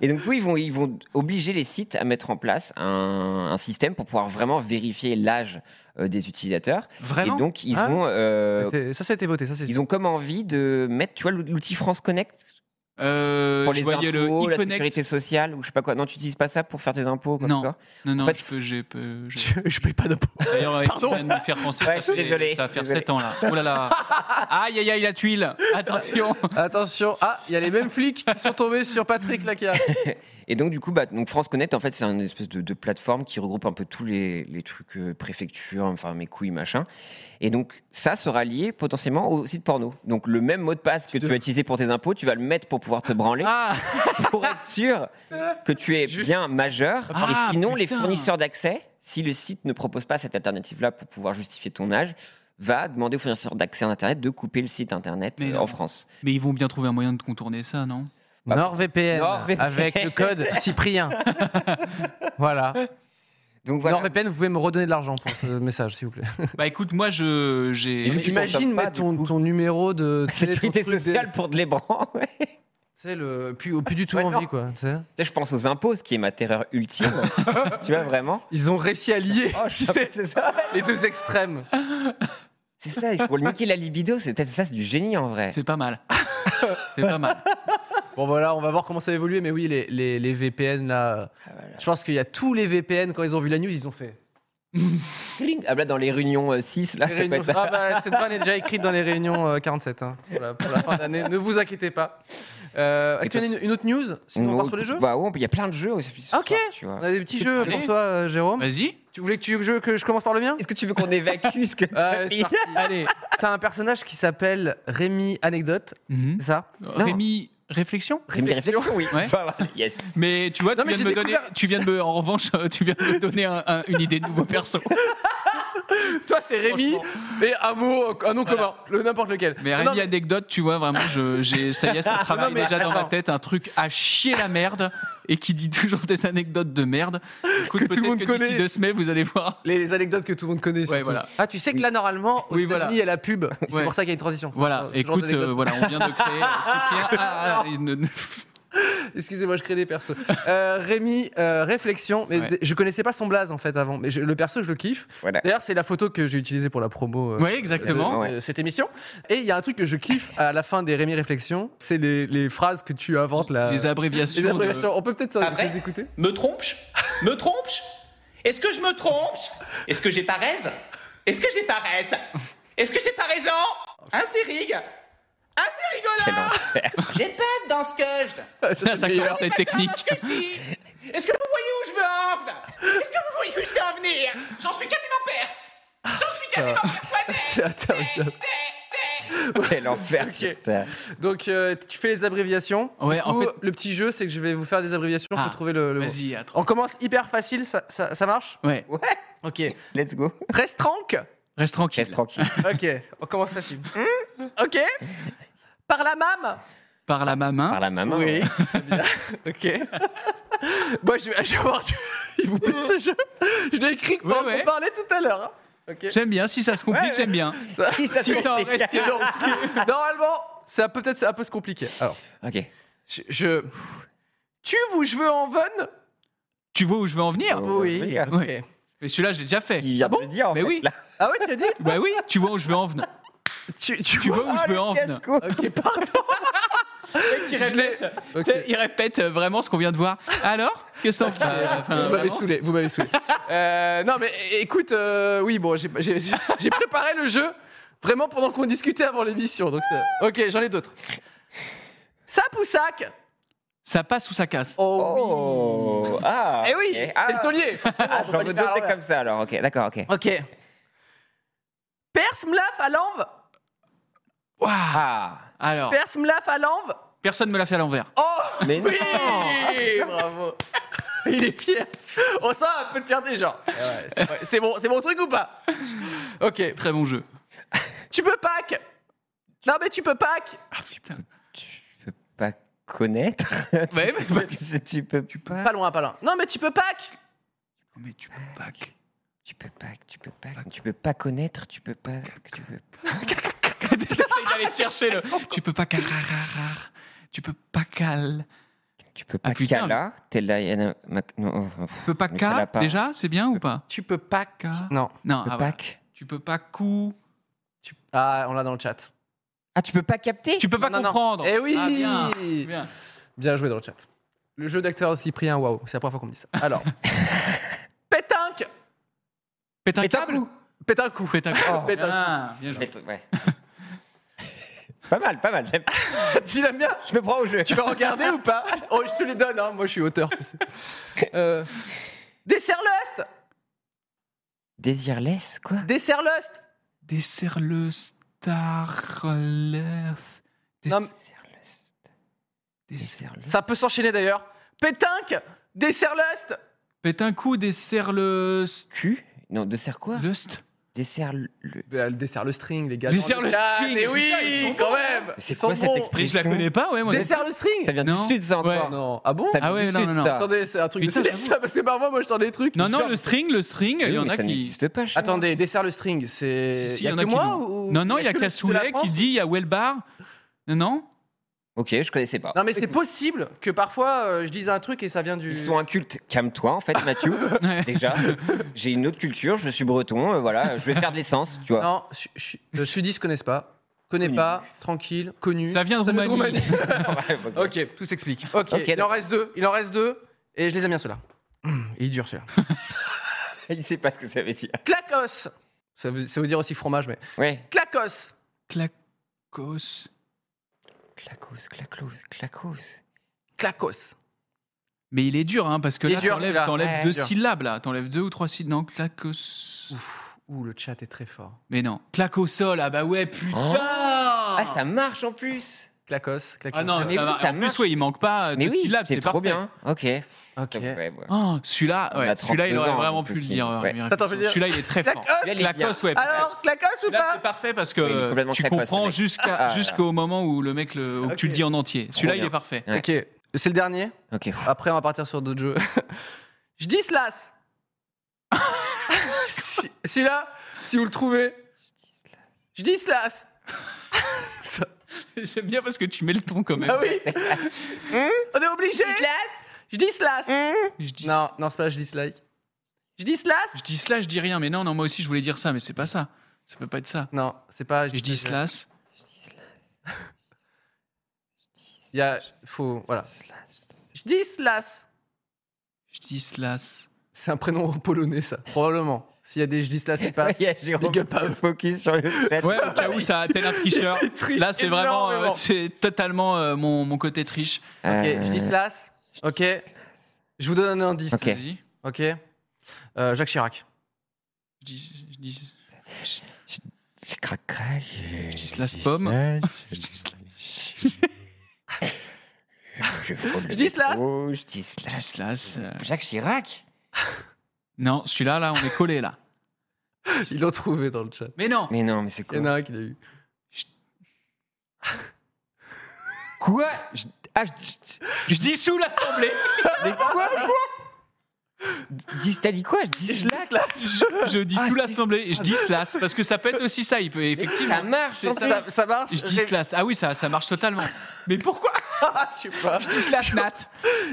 Speaker 2: Et donc, oui, ils vont, ils vont obliger les sites à mettre en place un, un système pour pouvoir vraiment vérifier l'âge euh, des utilisateurs.
Speaker 3: Vraiment.
Speaker 2: et donc, ils
Speaker 1: Ah.
Speaker 2: ont, euh,
Speaker 1: C'était- Ça, c'était voté. Ça, c'est.
Speaker 2: ils ont comme envie de mettre, tu vois, l'outil France Connect
Speaker 3: Euh,
Speaker 2: pour
Speaker 3: je
Speaker 2: les
Speaker 3: voyais le
Speaker 2: impôts, la
Speaker 3: e-connect.
Speaker 2: sécurité sociale ou je sais pas quoi. Non, tu n'utilises pas ça pour faire tes impôts quoi que
Speaker 3: Non.
Speaker 2: ce soit
Speaker 3: Non, non,
Speaker 2: En fait,
Speaker 3: je peux. j'ai peu- je-
Speaker 1: <laughs> Je, je paye pas d'impôts.
Speaker 3: D'ailleurs, ouais, tu
Speaker 1: Pardon.
Speaker 3: viens de me faire penser.
Speaker 2: Ouais,
Speaker 3: ça, fait,
Speaker 2: désolé,
Speaker 3: ça va faire
Speaker 2: désolé.
Speaker 3: 7 ans là. Oh là là. Aïe, aïe, aïe, la tuile. Attention.
Speaker 1: <laughs> Attention, ah, il y a les mêmes flics qui sont tombés sur Patrick là qui a-
Speaker 2: Et donc, du coup, bah, donc France Connect, en fait, c'est une espèce de, de plateforme qui regroupe un peu tous les, les trucs euh, préfecture, enfin mes couilles, machin. Et donc, ça sera lié potentiellement au site porno. Donc, le même mot de passe que tu vas utiliser pour tes impôts, tu vas le mettre pour pouvoir te branler.
Speaker 3: Ah.
Speaker 2: <laughs> pour être sûr que tu es bien majeur.
Speaker 3: Ah,
Speaker 2: et sinon, les
Speaker 3: putain.
Speaker 2: fournisseurs d'accès, si le site ne propose pas cette alternative-là pour pouvoir justifier ton âge, va demander aux fournisseurs d'accès à Internet de couper le site Internet
Speaker 3: Mais
Speaker 2: euh,
Speaker 3: non.
Speaker 2: en France.
Speaker 3: Mais ils vont bien trouver un moyen de contourner ça, non
Speaker 1: <laughs>
Speaker 2: Bah,
Speaker 1: NordVPN,
Speaker 2: NordVPN.
Speaker 1: avec le code
Speaker 2: <laughs>
Speaker 1: Cyprien. voilà.
Speaker 2: Donc voilà.
Speaker 1: NordVPN, vous pouvez me redonner de l'argent pour ce message, s'il vous plaît.
Speaker 3: Bah écoute, moi, je.
Speaker 2: Et
Speaker 3: J'ai.
Speaker 2: vu
Speaker 1: Mais
Speaker 2: que tu
Speaker 1: imagine
Speaker 2: consommes pas,
Speaker 1: mettre
Speaker 2: du
Speaker 1: ton,
Speaker 2: coup.
Speaker 1: ton numéro
Speaker 2: <laughs>
Speaker 1: de tu sais, ton
Speaker 2: <laughs> Sécurité
Speaker 1: truc de-
Speaker 2: sociale pour de l'ébran. <laughs> ouais.
Speaker 1: C'est le plus, au plus du tout
Speaker 2: Ouais,
Speaker 1: envie
Speaker 2: non.
Speaker 1: quoi. tu sais.
Speaker 2: Tu sais, Je pense aux impôts, ce qui est ma terreur
Speaker 1: <laughs>
Speaker 2: ultime. tu vois vraiment
Speaker 1: Ils ont réussi à lier
Speaker 2: Oh,
Speaker 1: tu
Speaker 2: je-
Speaker 1: sais,
Speaker 2: C'est ça.
Speaker 1: les deux extrêmes.
Speaker 2: C'est ça. Pour niquer la libido, c'est peut-être ça, c'est du génie en vrai.
Speaker 3: C'est pas mal. C'est pas mal.
Speaker 1: Bon voilà, on va voir comment ça évolue, mais oui,
Speaker 2: Ah,
Speaker 1: les, les, les VPN là. Je pense qu'il y a tous les VPN quand ils ont vu la news, ils ont fait.
Speaker 2: Cling. Ah bah dans les réunions euh, 6, là,
Speaker 1: Les
Speaker 2: ça peut
Speaker 1: réunions-
Speaker 2: être...
Speaker 1: Ah bah, cette vanne est déjà écrite dans les réunions euh, 47 hein, pour, la, pour la fin d'année. ne vous inquiétez pas. Euh, Est-ce
Speaker 2: Et
Speaker 1: qu'il y en a une, une autre news Sinon, on part sur les jeux
Speaker 2: Bah ouais, on peut- il y a plein de jeux aussi. ce soir,
Speaker 1: Ok.
Speaker 2: tu vois.
Speaker 1: On a des petits jeux
Speaker 3: Allez.
Speaker 1: pour toi, euh, Jérôme.
Speaker 3: Vas-y.
Speaker 1: Tu voulais que, tu, que je, que je commence par le mien
Speaker 2: Est-ce que tu veux qu'on évacue ce que...
Speaker 3: <laughs>
Speaker 1: Allez, c'est parti. Allez, t'as un personnage qui s'appelle Rémi Anecdote, c'est ça
Speaker 3: Euh, Rémi, réflexion
Speaker 1: <laughs>
Speaker 2: Rémi
Speaker 1: Réflexion.
Speaker 2: Réflexion, oui.
Speaker 3: Ouais.
Speaker 2: Ça va, yes.
Speaker 3: Mais tu vois,
Speaker 1: Non,
Speaker 3: tu,
Speaker 1: mais
Speaker 3: viens de
Speaker 1: j'ai
Speaker 3: me donner,
Speaker 1: découvert-
Speaker 3: tu viens de me, en revanche, euh, tu viens de me donner un- un- une idée de nouveau perso.
Speaker 1: Toi, c'est Rémi, mais un mot, un nom
Speaker 3: Voilà.
Speaker 1: commun, le- n'importe lequel.
Speaker 3: Mais
Speaker 1: Non,
Speaker 3: Rémi, anecdote, tu vois, vraiment, je, j'ai, ça y est, ça travaille
Speaker 1: <laughs> Non, mais
Speaker 3: déjà dans ma
Speaker 1: attends.
Speaker 3: tête un truc à chier la merde et qui dit toujours des anecdotes de merde. Écoute,
Speaker 1: Que tout
Speaker 3: peut-être
Speaker 1: le monde
Speaker 3: que
Speaker 1: connaît.
Speaker 3: d'ici deux semaines, vous allez voir.
Speaker 1: les anecdotes que tout le monde connaît. surtout.
Speaker 3: voilà.
Speaker 1: Ah, tu sais que là, normalement, aux
Speaker 3: Oui,
Speaker 1: États-Unis,
Speaker 3: voilà.
Speaker 1: il y a la
Speaker 3: <laughs>
Speaker 1: pub. C'est
Speaker 3: Ouais.
Speaker 1: pour ça qu'il y a une transition.
Speaker 3: Voilà,
Speaker 1: Ce genre
Speaker 3: écoute,
Speaker 1: d'anecdote.
Speaker 3: euh, voilà,
Speaker 1: <laughs>
Speaker 3: on vient de créer. c'est bien- ah, ah, une- euh,
Speaker 1: Excusez-moi, je crée des
Speaker 3: <laughs>
Speaker 1: persos. Euh, Rémi, euh, réflexion. Mais
Speaker 3: Ouais.
Speaker 1: je connaissais pas son blaze en fait avant. Mais je- le perso, je le kiffe.
Speaker 2: Voilà.
Speaker 1: D'ailleurs, c'est la photo que j'ai utilisée pour la promo. euh,
Speaker 3: Ouais, exactement.
Speaker 1: de-
Speaker 2: Ouais.
Speaker 1: de cette émission. Et il y a un truc que je kiffe à la fin des Rémi Réflexions, c'est les, les phrases que tu inventes là.
Speaker 3: Euh, Les abréviations.
Speaker 1: Les
Speaker 3: de- <laughs>
Speaker 1: abréviations. On peut peut-être s'en-
Speaker 5: Ah, vrai
Speaker 1: les écouter
Speaker 5: Me trompe-je Me trompe-je Est-ce que je me trompe Est-ce que j'ai paresse Est-ce que j'ai paresse Est-ce que j'ai paraison Hein, c'est rig Hein, c'est
Speaker 2: Quel
Speaker 5: rigolant
Speaker 1: <laughs>
Speaker 2: enfer.
Speaker 5: J'ai pas dans ce que je...
Speaker 1: Ah, ça,
Speaker 3: Là,
Speaker 1: c'est
Speaker 3: ça
Speaker 1: meilleur.
Speaker 3: commence à être technique.
Speaker 5: Qu'est-ce que je dis Est-ce que vous voyez où je veux en venir Est-ce que vous voyez où je veux en venir J'en suis quasiment perse J'en suis
Speaker 1: <laughs>
Speaker 5: quasiment
Speaker 1: C'est
Speaker 3: <laughs>
Speaker 5: persuadée
Speaker 1: interminable.
Speaker 2: Quel enfer, sur Terre.
Speaker 1: Donc, euh, tu fais les abréviations.
Speaker 3: Ouais,
Speaker 1: Du coup,
Speaker 3: en fait-
Speaker 1: le petit jeu, c'est que je vais vous faire des abréviations
Speaker 3: Ah,
Speaker 1: pour trouver le. le mot.
Speaker 3: Vas-y, attends.
Speaker 1: On commence hyper facile, ça, ça- ça marche
Speaker 3: Ouais,
Speaker 1: Ok. Hein
Speaker 2: Let's go.
Speaker 1: Restranque
Speaker 3: <laughs> reste tranquille.
Speaker 2: Reste tranquille.
Speaker 1: Ok, on commence facile.
Speaker 3: Hmm
Speaker 1: ok Par la mame
Speaker 3: Par la maman.
Speaker 2: Par la hein. maman.
Speaker 1: Oui. Ok. <laughs> Moi, je vais, je vais voir, tu- <laughs> il vous plaît ce jeu Je l'ai écrit quand
Speaker 3: Ouais,
Speaker 1: on
Speaker 3: ouais.
Speaker 1: parlait tout à l'heure. hein. Ok.
Speaker 3: J'aime bien, si ça se complique,
Speaker 1: Ouais, ouais.
Speaker 3: j'aime bien.
Speaker 1: Ça- <laughs>
Speaker 3: Si ça en reste,
Speaker 1: C'est long.
Speaker 3: <laughs>
Speaker 1: Normalement, ça peut peut-être un peu se compliquer. Alors,
Speaker 2: Ok.
Speaker 1: je. je... Tu vous veux en veine
Speaker 3: Tu vois où je veux en venir
Speaker 1: Oui.
Speaker 2: Regarde.
Speaker 3: Ouais. Mais celui-là, je l'ai déjà fait.
Speaker 2: Il vient
Speaker 1: Ah bon
Speaker 2: de le dire, en
Speaker 3: Mais
Speaker 2: fait,
Speaker 3: oui.
Speaker 2: là.
Speaker 1: Ah ouais, tu l'as dit
Speaker 3: Bah oui, tu vois où je veux en venir.
Speaker 1: tu, Ah,
Speaker 3: Tu vois où je veux en venir.
Speaker 2: Fiasco.
Speaker 1: Ok, pardon. Je l'ai. Ok.
Speaker 3: Tu sais, <laughs> Il répète euh, vraiment ce qu'on vient de voir. Alors Qu'est-ce que t'en Bah, enfin,
Speaker 1: vous m'avez
Speaker 3: vraiment,
Speaker 1: saoulé, vous m'avez saoulé. Euh, non, mais é- écoute, euh, oui, bon, j'ai- j'ai j'ai préparé le jeu vraiment pendant qu'on discutait avant l'émission. Donc, ça- ok, j'en ai d'autres. Sap ou sac
Speaker 3: Ça passe ou ça casse
Speaker 1: Oh,
Speaker 2: Oh. Ah.
Speaker 1: oui Eh oui,
Speaker 2: ok. Ah.
Speaker 1: c'est le taulier
Speaker 2: Ah,
Speaker 1: on
Speaker 2: j'en
Speaker 1: va
Speaker 2: veux
Speaker 1: lui faire
Speaker 2: d'autres
Speaker 1: l'envers.
Speaker 2: comme ça, alors. Ok,
Speaker 1: <laughs>
Speaker 2: d'accord, ok.
Speaker 1: Ok. Perse mlaf à l'enve
Speaker 3: Ouah.
Speaker 2: Ah.
Speaker 3: Alors,
Speaker 1: Perse mlaf à l'enve
Speaker 3: personne me l'a fait à l'envers.
Speaker 1: Oh
Speaker 2: Mais
Speaker 1: Oui
Speaker 2: non.
Speaker 1: Eh, Bravo Il est fier On sent un peu de fierté, genre. Eh ouais, c'est vrai. c'est bon, c'est mon truc ou pas Ok.
Speaker 3: Eh, Très bon jeu.
Speaker 1: Tu peux pas que- Non, mais tu peux pas que-
Speaker 3: Ah putain.
Speaker 2: Tu peux pas connaître.
Speaker 3: <laughs>
Speaker 2: <laughs>
Speaker 3: Ouais, mais, bah,
Speaker 2: tu peux tu peux
Speaker 1: Pas loin, pas loin. Non, mais tu peux pas que-
Speaker 3: mais tu peux pas. que-
Speaker 2: Tu peux pas, tu peux pas, tu peux pas connaître, tu peux pas, tu peux pas.
Speaker 3: Il allait
Speaker 1: <laughs>
Speaker 3: chercher le. Tu peux pas cal. Tu peux pas cal.
Speaker 2: Tu peux
Speaker 3: Ah,
Speaker 2: pas
Speaker 3: putain,
Speaker 2: Kala, t'es là, Yana- Mac- non, enfin, pff,
Speaker 3: Tu peux pas
Speaker 2: Mais ça l'a
Speaker 3: cal
Speaker 2: pas.
Speaker 3: déjà C'est bien ou pas
Speaker 1: Tu peux pas que-
Speaker 3: Ca-
Speaker 1: Non.
Speaker 3: Non,
Speaker 2: tu peux
Speaker 3: ah,
Speaker 2: pas.
Speaker 3: voilà. Tu peux pas coup.
Speaker 1: Tu- Ah, on l'a dans le chat.
Speaker 2: Ah, tu peux pas capter
Speaker 3: Tu peux pas
Speaker 1: Non, non, non.
Speaker 3: comprendre.
Speaker 1: Eh oui
Speaker 3: Ah, bien. Bien.
Speaker 1: Bien joué dans le chat. Le jeu d'acteur Cyprien, waouh, c'est la première fois qu'on me dit ça. <laughs> Alors. Pétanque
Speaker 3: Pète un
Speaker 1: Pète un
Speaker 3: câble
Speaker 1: coup. Pète un coup. <laughs>
Speaker 3: Pète un câble.
Speaker 1: Pète un
Speaker 3: Ah, bien joué.
Speaker 2: Mais t- ouais. <laughs> Pas mal, pas mal. j'aime.
Speaker 1: Tu l'aimes bien
Speaker 2: Je me prends au jeu.
Speaker 1: Tu vas regarder ou pas Oh, je te les donne, hein. moi je suis auteur. tu sais. Euh, Desserre-lust
Speaker 2: Désirless, quoi
Speaker 1: Desserre-lust
Speaker 3: Dessert le starless.
Speaker 1: Non, mais-
Speaker 2: Désirless.
Speaker 3: Dessert.
Speaker 2: Désirless.
Speaker 1: Ça peut s'enchaîner d'ailleurs. Pétanque Desserre-lust
Speaker 3: Pète un coup, dessert le.
Speaker 2: Cul Non, dessert quoi
Speaker 3: Lust.
Speaker 2: Dessert le. le-
Speaker 1: Bah, le dessert le string, les gars.
Speaker 3: Dessert
Speaker 1: Dans le
Speaker 3: le
Speaker 1: chat,
Speaker 3: string,
Speaker 1: Mais
Speaker 3: putain,
Speaker 1: oui,
Speaker 3: ils sont
Speaker 1: quand même
Speaker 2: C'est
Speaker 1: Ils sont
Speaker 2: quoi cette
Speaker 1: bons.
Speaker 3: Mais je la
Speaker 2: Pression.
Speaker 3: connais pas, ouais, moi.
Speaker 1: Dessert le string
Speaker 2: Ça vient
Speaker 3: Non.
Speaker 2: du sud, ça
Speaker 3: Ouais.
Speaker 2: encore.
Speaker 1: Non. Ah bon
Speaker 2: Ça vient
Speaker 3: Ah ouais,
Speaker 2: du
Speaker 3: non,
Speaker 2: sud,
Speaker 3: non, non.
Speaker 2: ça.
Speaker 1: Attendez, c'est un truc
Speaker 3: Putain,
Speaker 1: de
Speaker 3: j'avoue.
Speaker 1: ça, parce que par moi, moi je t'en ai truc.
Speaker 3: Non,
Speaker 1: je
Speaker 3: non,
Speaker 1: jure.
Speaker 3: le string, le string, il y
Speaker 2: Oui,
Speaker 3: en
Speaker 2: mais
Speaker 3: a
Speaker 2: ça
Speaker 3: qui.
Speaker 2: n'existe pas. chez
Speaker 1: Attendez, dessert le string, c'est.
Speaker 3: Si, si,
Speaker 1: y
Speaker 3: il y en
Speaker 1: que
Speaker 3: a qui
Speaker 1: moi
Speaker 3: l'ont.
Speaker 1: ou-
Speaker 3: Non, non, il y a
Speaker 1: que le sud de la
Speaker 3: Cassoulet qui
Speaker 1: France
Speaker 3: dit, il y a Welbar. Non, non
Speaker 2: nous. Ok, je connaissais pas.
Speaker 1: Non, mais c'est possible que parfois euh, je dise un truc et ça vient du.
Speaker 2: Ils sont incultes. Calme-toi, en fait, Mathieu.
Speaker 3: Ouais.
Speaker 2: Déjà, j'ai une autre culture, je suis breton, euh, voilà, je vais faire de l'essence, tu vois.
Speaker 1: Non, su- su- le sudiste connaissent pas. Connais
Speaker 2: Connu.
Speaker 1: pas, tranquille, connu.
Speaker 3: Ça vient de Roumanie.
Speaker 2: <laughs> Ouais, ok.
Speaker 1: ok, tout s'explique. Ok,
Speaker 2: Ok,
Speaker 1: il en
Speaker 2: d'accord.
Speaker 1: Mmh, reste deux. Il en reste deux. Et je les aime bien ceux-là. Hum, il est dur celui-là.
Speaker 2: <laughs> Il sait pas ce que ça veut dire.
Speaker 1: Clacos ça veut, ça veut dire aussi fromage, mais.
Speaker 2: Ouais.
Speaker 1: Clacos
Speaker 3: Clacos.
Speaker 2: Clacos, clacos, clacos.
Speaker 1: Clacos
Speaker 3: Mais il est dur, hein, parce que
Speaker 1: Il est
Speaker 3: là,
Speaker 1: dur,
Speaker 3: t'enlèves
Speaker 1: celui-là.
Speaker 3: t'enlèves
Speaker 2: Ouais,
Speaker 3: deux
Speaker 1: dur.
Speaker 3: syllabes, là. T'enlèves deux ou trois syllabes. Non, clacos.
Speaker 1: Ouf, ouh, le chat est très fort.
Speaker 3: Mais non. Clacosol, ah bah ouais,
Speaker 2: Oh.
Speaker 3: putain
Speaker 2: Ah, ça marche en plus.
Speaker 1: Clacos, clacos.
Speaker 3: Ah non,
Speaker 2: Mais
Speaker 3: ça
Speaker 2: oui,
Speaker 3: va.
Speaker 2: ça
Speaker 3: en
Speaker 2: marche.
Speaker 3: plus, ouais, il manque pas euh,
Speaker 2: Mais
Speaker 3: deux
Speaker 2: oui,
Speaker 3: syllabes,
Speaker 2: c'est
Speaker 3: c'est
Speaker 2: trop
Speaker 3: parfait.
Speaker 2: bien. Ok.
Speaker 1: Ok.
Speaker 2: Ouais, ouais.
Speaker 3: Ah, celui-là,
Speaker 2: On
Speaker 3: ouais,
Speaker 2: a
Speaker 3: celui-là, il
Speaker 2: 32
Speaker 3: aurait
Speaker 2: ans,
Speaker 3: vraiment
Speaker 2: hein,
Speaker 3: pu le
Speaker 2: possible.
Speaker 3: dire. euh,
Speaker 2: Ouais.
Speaker 3: Miracle.
Speaker 1: Attends, je veux dire-
Speaker 3: Celui-là, il est très fort.
Speaker 1: Clacos
Speaker 2: Celui-là, il est bien. Ah,
Speaker 3: Clacos, ouais.
Speaker 1: Alors, clacos ou
Speaker 3: Celui-là,
Speaker 1: pas
Speaker 3: c'est parfait parce
Speaker 2: Ouais, il est
Speaker 3: que
Speaker 2: complètement
Speaker 3: tu
Speaker 2: clacos,
Speaker 3: comprends
Speaker 2: mec.
Speaker 3: jusqu'à-
Speaker 2: Ah,
Speaker 3: jusqu'au moment où le mec le, où tu
Speaker 1: Ok.
Speaker 3: le dis en entier. Celui-là, il
Speaker 2: bien. Hein.
Speaker 3: est parfait. <laughs>
Speaker 2: Ouais.
Speaker 1: Ok, c'est le dernier.
Speaker 2: Ok.
Speaker 1: Après, on va partir sur d'autres jeux. <laughs> Je dis <laughs> Slash Si- Celui-là, si vous le trouvez. Je dis Slash Ça-
Speaker 3: J'aime bien parce que tu mets le ton quand même.
Speaker 1: Ah <laughs> oui On est obligé Je dis Slash
Speaker 3: Je dis,
Speaker 1: Non, non, c'est pas je dislike. Je dis Slash
Speaker 3: je dis cela, je dis rien, mais non, non, moi aussi je voulais dire ça, mais c'est pas ça. Ça peut pas être ça.
Speaker 1: Non, c'est pas
Speaker 3: Je dis
Speaker 1: slash.
Speaker 3: slash.
Speaker 1: Il y a. Faut. Voilà. Je dis Slash
Speaker 3: Je dis slash.
Speaker 1: C'est un prénom polonais, ça, probablement. S'il y a des je dis Slash qui passent.
Speaker 2: Il y a Jérôme
Speaker 1: Big up à
Speaker 2: qui
Speaker 1: eux.
Speaker 2: focus sur le fait.
Speaker 3: Ouais, au cas où ça a tel un tricheur.
Speaker 1: Il triche
Speaker 3: Là, c'est vraiment, euh,
Speaker 1: énormément.
Speaker 3: c'est totalement euh, mon, mon côté triche.
Speaker 1: Ok, je dis
Speaker 2: Euh,
Speaker 1: Slash Ok. Je vous donne un indice.
Speaker 2: Ok.
Speaker 3: Vas-y.
Speaker 1: Ok. Euh, Jacques <laughs> Chirac.
Speaker 3: Je dis, je dis,
Speaker 2: Je craque, craque.
Speaker 3: je dis slash pomme. Je dis slash-
Speaker 2: <laughs> Je, frôle le
Speaker 1: Je dis slash.
Speaker 2: micro, Je dis
Speaker 3: je dis
Speaker 2: slash.
Speaker 3: slash, euh,
Speaker 2: Jacques Chirac
Speaker 3: Non, celui-là, là, on est collé là.
Speaker 1: Ils l'ont trouvé dans le chat.
Speaker 3: Mais non.
Speaker 2: Mais non, mais c'est quoi
Speaker 1: Il y en a un qui l'a eu.
Speaker 2: Quoi Je- Ah, je-
Speaker 3: Je dis sous l'assemblée.
Speaker 2: Mais quoi Dis, t'as dit quoi Je dis
Speaker 1: Je
Speaker 2: slack.
Speaker 3: Je, je dis
Speaker 1: Ah,
Speaker 3: sous l'assemblée. et Je dis
Speaker 1: bah.
Speaker 3: slash parce que ça peut être aussi ça. Il peut effectivement.
Speaker 2: Ça marche,
Speaker 3: c'est
Speaker 2: sans
Speaker 3: ça.
Speaker 1: Ça, ça marche
Speaker 3: Je dis slash. Ah oui, ça, ça marche totalement. Mais pourquoi
Speaker 1: Je sais pas.
Speaker 3: Je dis slash nat.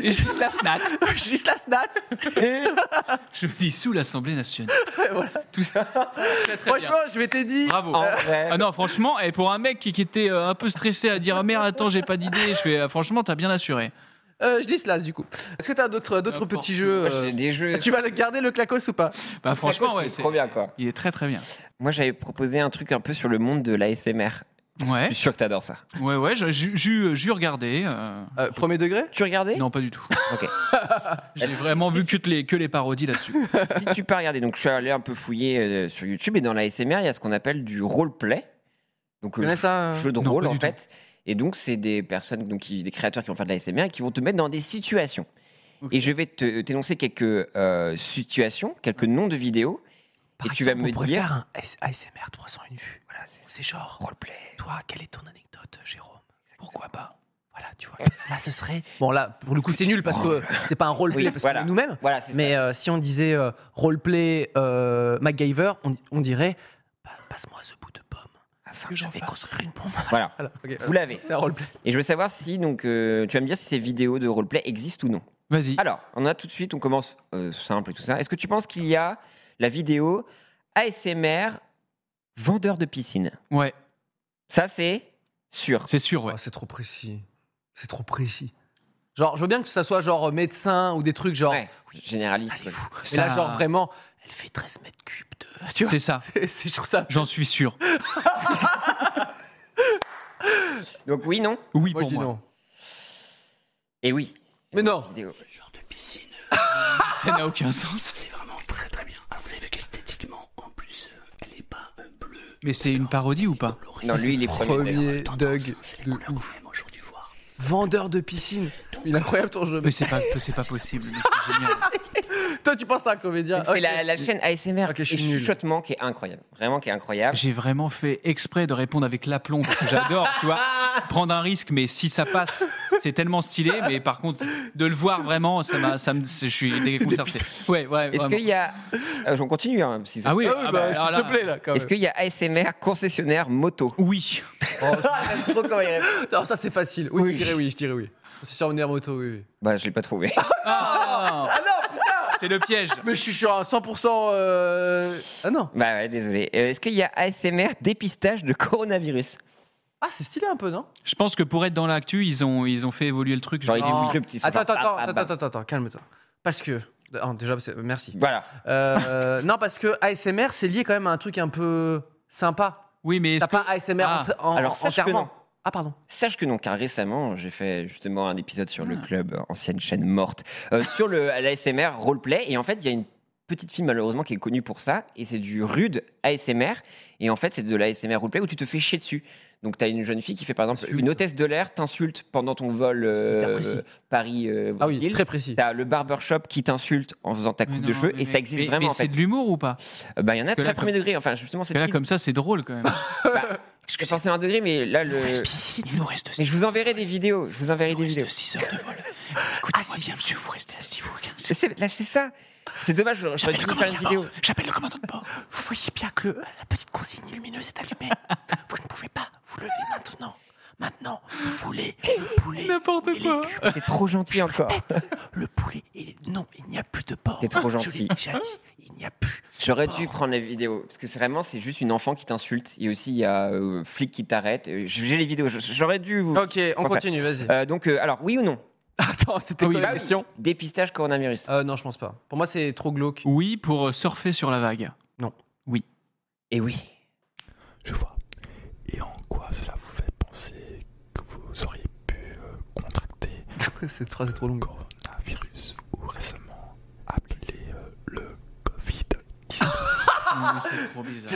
Speaker 3: Et Je dis slash nat.
Speaker 1: <laughs> Je dis slash nat.
Speaker 3: Je dis sous
Speaker 1: <laughs>
Speaker 3: l'Assemblée nationale. Tout ça. Très, très bien.
Speaker 1: Franchement, je m'étais dit.
Speaker 3: Bravo.
Speaker 2: En vrai.
Speaker 3: Ah non, franchement, et pour un mec qui, qui était euh, un peu stressé à dire merde, attends, j'ai pas d'idée, je fais ah, franchement, t'as bien assuré.
Speaker 1: Euh, je dis slash du coup. Est-ce que t'as d'autres d'autres
Speaker 3: N'importe
Speaker 1: petits jeux euh,
Speaker 2: J'ai des jeux.
Speaker 1: Tu vas le garder le clacos ou pas
Speaker 3: Bah franchement,
Speaker 2: Franchement,
Speaker 3: ouais,
Speaker 2: c'est
Speaker 3: c'est-
Speaker 2: trop bien quoi.
Speaker 3: il est très très bien.
Speaker 2: Moi, j'avais proposé un truc un peu sur le monde de l'ASMR. Je
Speaker 3: Ouais,
Speaker 2: suis sûr que t'adores ça.
Speaker 3: ouais, ouais, j'ai- j'ai j'ai- j'ai regardé. euh,
Speaker 1: Euh, Premier degré
Speaker 2: Tu regardais
Speaker 3: Non, pas du tout.
Speaker 2: Ok.
Speaker 3: <laughs> J'ai vraiment vu que, les, que les parodies là-dessus.
Speaker 2: si tu peux regarder, donc je suis allé un peu fouiller euh, sur YouTube et dans la SMR, il y a ce qu'on appelle du roleplay. Donc,
Speaker 1: Tu
Speaker 2: euh,
Speaker 1: connais ça euh
Speaker 2: jeu de
Speaker 3: Non,
Speaker 2: rôle
Speaker 3: pas
Speaker 2: en
Speaker 3: du
Speaker 2: fait. Et donc, c'est des personnes, donc, qui- des créateurs qui vont faire de la SMR et qui vont te mettre dans des situations.
Speaker 3: Ok.
Speaker 2: Et je vais te- t'énoncer quelques euh, situations, quelques noms de vidéos.
Speaker 1: Par
Speaker 2: et tu vas
Speaker 1: exemple,
Speaker 2: me
Speaker 1: on pourrait
Speaker 2: dire-
Speaker 1: faire un S- ASMR 301 vues.
Speaker 2: Voilà, c'est
Speaker 1: C'est genre.
Speaker 2: roleplay.
Speaker 1: Toi, quelle est ton anecdote, Jérôme Pourquoi pas Voilà, tu vois. Là, ce serait. Bon, là, pour le coup, c'est nul parce que c'est pas un roleplay
Speaker 2: Oui,
Speaker 1: parce
Speaker 2: voilà.
Speaker 1: qu'on est nous-mêmes.
Speaker 2: Voilà, c'est
Speaker 1: Mais euh, si on disait euh, roleplay euh, MacGyver, on, on dirait Bah, passe-moi ce bout de pomme.
Speaker 2: ça. Afin
Speaker 1: que
Speaker 2: que
Speaker 1: j'en
Speaker 2: j'en
Speaker 1: vais
Speaker 2: fasse.
Speaker 1: construire une bombe.
Speaker 2: Voilà,
Speaker 1: Voilà, ok.
Speaker 2: vous l'avez.
Speaker 1: C'est un roleplay.
Speaker 2: Et je veux savoir si, donc, euh, tu vas me dire si ces vidéos de roleplay existent ou non.
Speaker 3: Vas-y.
Speaker 2: Alors, on a tout de suite, on commence euh, simple et tout ça. Est-ce que tu penses qu'il y a la vidéo ASMR vendeur de piscine
Speaker 3: Ouais,
Speaker 2: Ça, c'est sûr.
Speaker 3: c'est sûr, ouais.
Speaker 1: Oh, c'est trop précis. C'est trop précis. Genre, je veux bien que ça soit genre euh, médecin ou des trucs genre.
Speaker 2: Ouais, généraliste.
Speaker 1: C'est fou.
Speaker 3: Ça-
Speaker 1: Et là, genre vraiment, elle fait 13 mètres cubes de. <laughs> Tu vois,
Speaker 3: C'est ça.
Speaker 1: c'est- c'est- je trouve ça.
Speaker 3: J'en suis
Speaker 6: <laughs>
Speaker 3: sûr.
Speaker 2: Donc oui, non
Speaker 3: Oui,
Speaker 1: Moi, je
Speaker 3: pour
Speaker 1: dis
Speaker 3: moi.
Speaker 1: non.
Speaker 2: Et oui.
Speaker 1: Mais non.
Speaker 2: Vidéo.
Speaker 3: Ça n'a aucun sens.
Speaker 6: C'est vraiment très très bien. Alors vous avez vu qu'esthétiquement, en plus, euh, elle est pas euh, bleue,
Speaker 3: Mais c'est une parodie ou pas
Speaker 6: colorée.
Speaker 2: Non, lui, il est premier.
Speaker 1: Premier
Speaker 2: d'ailleurs.
Speaker 6: Tendance,
Speaker 1: Doug
Speaker 6: hein, c'est les
Speaker 1: de
Speaker 6: couleurs qu'on
Speaker 1: ouf.
Speaker 6: aime aujourd'hui voir.
Speaker 1: Vendeur de piscine. Il est incroyable ton jeu.
Speaker 3: Mais c'est pas, c'est pas possible. mais c'est génial.
Speaker 1: Toi, tu penses à un comédien.
Speaker 2: C'est
Speaker 1: Ah, Ok.
Speaker 2: la, la chaîne ASMR
Speaker 1: Ok, je suis
Speaker 2: et
Speaker 1: nul.
Speaker 2: chuchotement qui est incroyable. Vraiment qui est incroyable.
Speaker 3: J'ai vraiment fait exprès de répondre avec l'aplomb parce que j'adore, tu vois. Prendre un risque, mais si ça passe, c'est tellement stylé. Mais par contre, de le voir vraiment, ça m'a, ça me, je suis déconcerté. Ouais, ouais.
Speaker 2: Est-ce
Speaker 3: vraiment.
Speaker 2: qu'il y a... euh, J'en continue. hein, si ça-
Speaker 3: Ah oui,
Speaker 1: Ah oui, bah,
Speaker 3: ah bah, alors
Speaker 1: s'il te
Speaker 3: là-
Speaker 1: plaît là. Quand
Speaker 2: Est-ce
Speaker 1: même.
Speaker 2: qu'il y a ASMR concessionnaire
Speaker 1: <laughs>
Speaker 2: moto
Speaker 3: Oui.
Speaker 1: Oh, Non, ça c'est facile. Oui, je dirais oui, je dirais oui. C'est sur une air moto, oui. oui.
Speaker 2: Bah, je l'ai pas trouvé.
Speaker 3: Ah,
Speaker 1: Ah non, putain
Speaker 3: c'est le piège.
Speaker 1: Mais je suis sur un 100%. euh, Ah non.
Speaker 2: bah ouais, désolé. Euh, Est-ce qu'il y a ASMR dépistage de coronavirus
Speaker 1: Ah, c'est stylé un peu, non
Speaker 3: Je pense que pour être dans l'actu, ils ont, ils ont fait évoluer le truc.
Speaker 2: Genre, il
Speaker 3: genre-
Speaker 2: est
Speaker 1: Non.
Speaker 2: micro, petit,
Speaker 1: Ah. Attends,
Speaker 2: genre,
Speaker 1: attends,
Speaker 2: bam,
Speaker 1: attends,
Speaker 2: bam,
Speaker 1: attends,
Speaker 2: bam.
Speaker 1: attends, attends, calme-toi. Parce que Ah, déjà, c'est- merci.
Speaker 2: Voilà.
Speaker 1: Euh, non, parce que ASMR, c'est lié quand même à un truc un peu sympa.
Speaker 3: Oui, mais est-ce
Speaker 1: T'as
Speaker 3: que-
Speaker 1: pas ASMR en-
Speaker 3: Ah,
Speaker 1: en,
Speaker 2: alors,
Speaker 1: en
Speaker 2: sache que
Speaker 1: servant.
Speaker 2: non.
Speaker 1: Ah, pardon.
Speaker 2: Sache que non, car récemment, j'ai fait justement un épisode sur le
Speaker 3: Ah.
Speaker 2: club, euh, ancienne chaîne morte,
Speaker 1: <laughs>
Speaker 2: euh, sur le l'ASMR roleplay. Et en fait, il y a une petite fille malheureusement qui est connue pour ça. Et c'est du rude ASMR. Et en fait, c'est de l'ASMR roleplay où tu te fais chier dessus. Donc, tu as une jeune fille qui fait par exemple
Speaker 1: Insulte.
Speaker 2: une hôtesse de l'air, t'insulte pendant ton vol
Speaker 1: C'est hyper
Speaker 2: euh,
Speaker 1: précis.
Speaker 2: Paris. euh,
Speaker 1: Ah oui,
Speaker 2: Brésil.
Speaker 1: très précis.
Speaker 2: T'as le barbershop qui t'insulte en faisant ta coupe
Speaker 3: Mais
Speaker 2: de
Speaker 3: non,
Speaker 2: cheveux
Speaker 3: mais-
Speaker 2: et ça existe
Speaker 3: mais-
Speaker 2: vraiment
Speaker 3: Mais
Speaker 2: en
Speaker 3: c'est
Speaker 2: fait.
Speaker 3: de l'humour ou pas
Speaker 2: Euh, Bah il y en a
Speaker 3: Parce que
Speaker 2: très
Speaker 3: là,
Speaker 2: premier degré. Enfin justement
Speaker 3: Parce
Speaker 2: cette
Speaker 3: que là,
Speaker 2: fille-
Speaker 3: comme ça, c'est drôle quand même.
Speaker 2: parce que c'est un degré mais là le.
Speaker 3: Il nous reste
Speaker 2: Mais je vous enverrai des vidéos. Je vous enverrai des vidéos.
Speaker 3: 6 heures de vol. Écoutez-moi bien, monsieur, vous restez assis, vous,
Speaker 2: Mais c'est- Là c'est ça. C'est dommage. J'aurais dû vous faire une vidéo.
Speaker 3: J'appelle le commandant de bord. Vous voyez bien que la petite consigne lumineuse est allumée. vous ne pouvez pas vous lever maintenant. Maintenant, vous voulez le poulet. N'importe quoi.
Speaker 2: T'es trop gentil encore.
Speaker 3: Le poulet. Non, il n'y a plus de porc.
Speaker 2: T'es trop gentil.
Speaker 3: il n'y a plus.
Speaker 2: J'aurais dû prendre la vidéo parce que c'est vraiment c'est juste une enfant qui t'insulte et aussi il y a euh, flic qui t'arrête. Euh, J'ai les vidéos. Je- J'aurais dû vous.
Speaker 1: Ok, on
Speaker 2: Enfin,
Speaker 1: continue, vas-y.
Speaker 2: Euh, donc euh, alors oui ou non
Speaker 1: <laughs> Attends, c'était
Speaker 3: oui,
Speaker 1: quoi la
Speaker 3: bah oui.
Speaker 2: Ah
Speaker 1: question
Speaker 2: Dépistage
Speaker 3: Ah,
Speaker 2: coronavirus.
Speaker 1: Euh, Non, je pense pas. Pour moi, c'est trop glauque.
Speaker 3: Oui, pour euh, surfer sur la vague.
Speaker 2: Et oui.
Speaker 7: Je vois. Et en quoi cela vous fait penser que vous auriez pu euh, contracter
Speaker 1: <laughs> Cette phrase est trop longue.
Speaker 7: un virus ou récemment appelé euh, le Covid
Speaker 1: Ah.
Speaker 3: Non, c'est trop bizarre.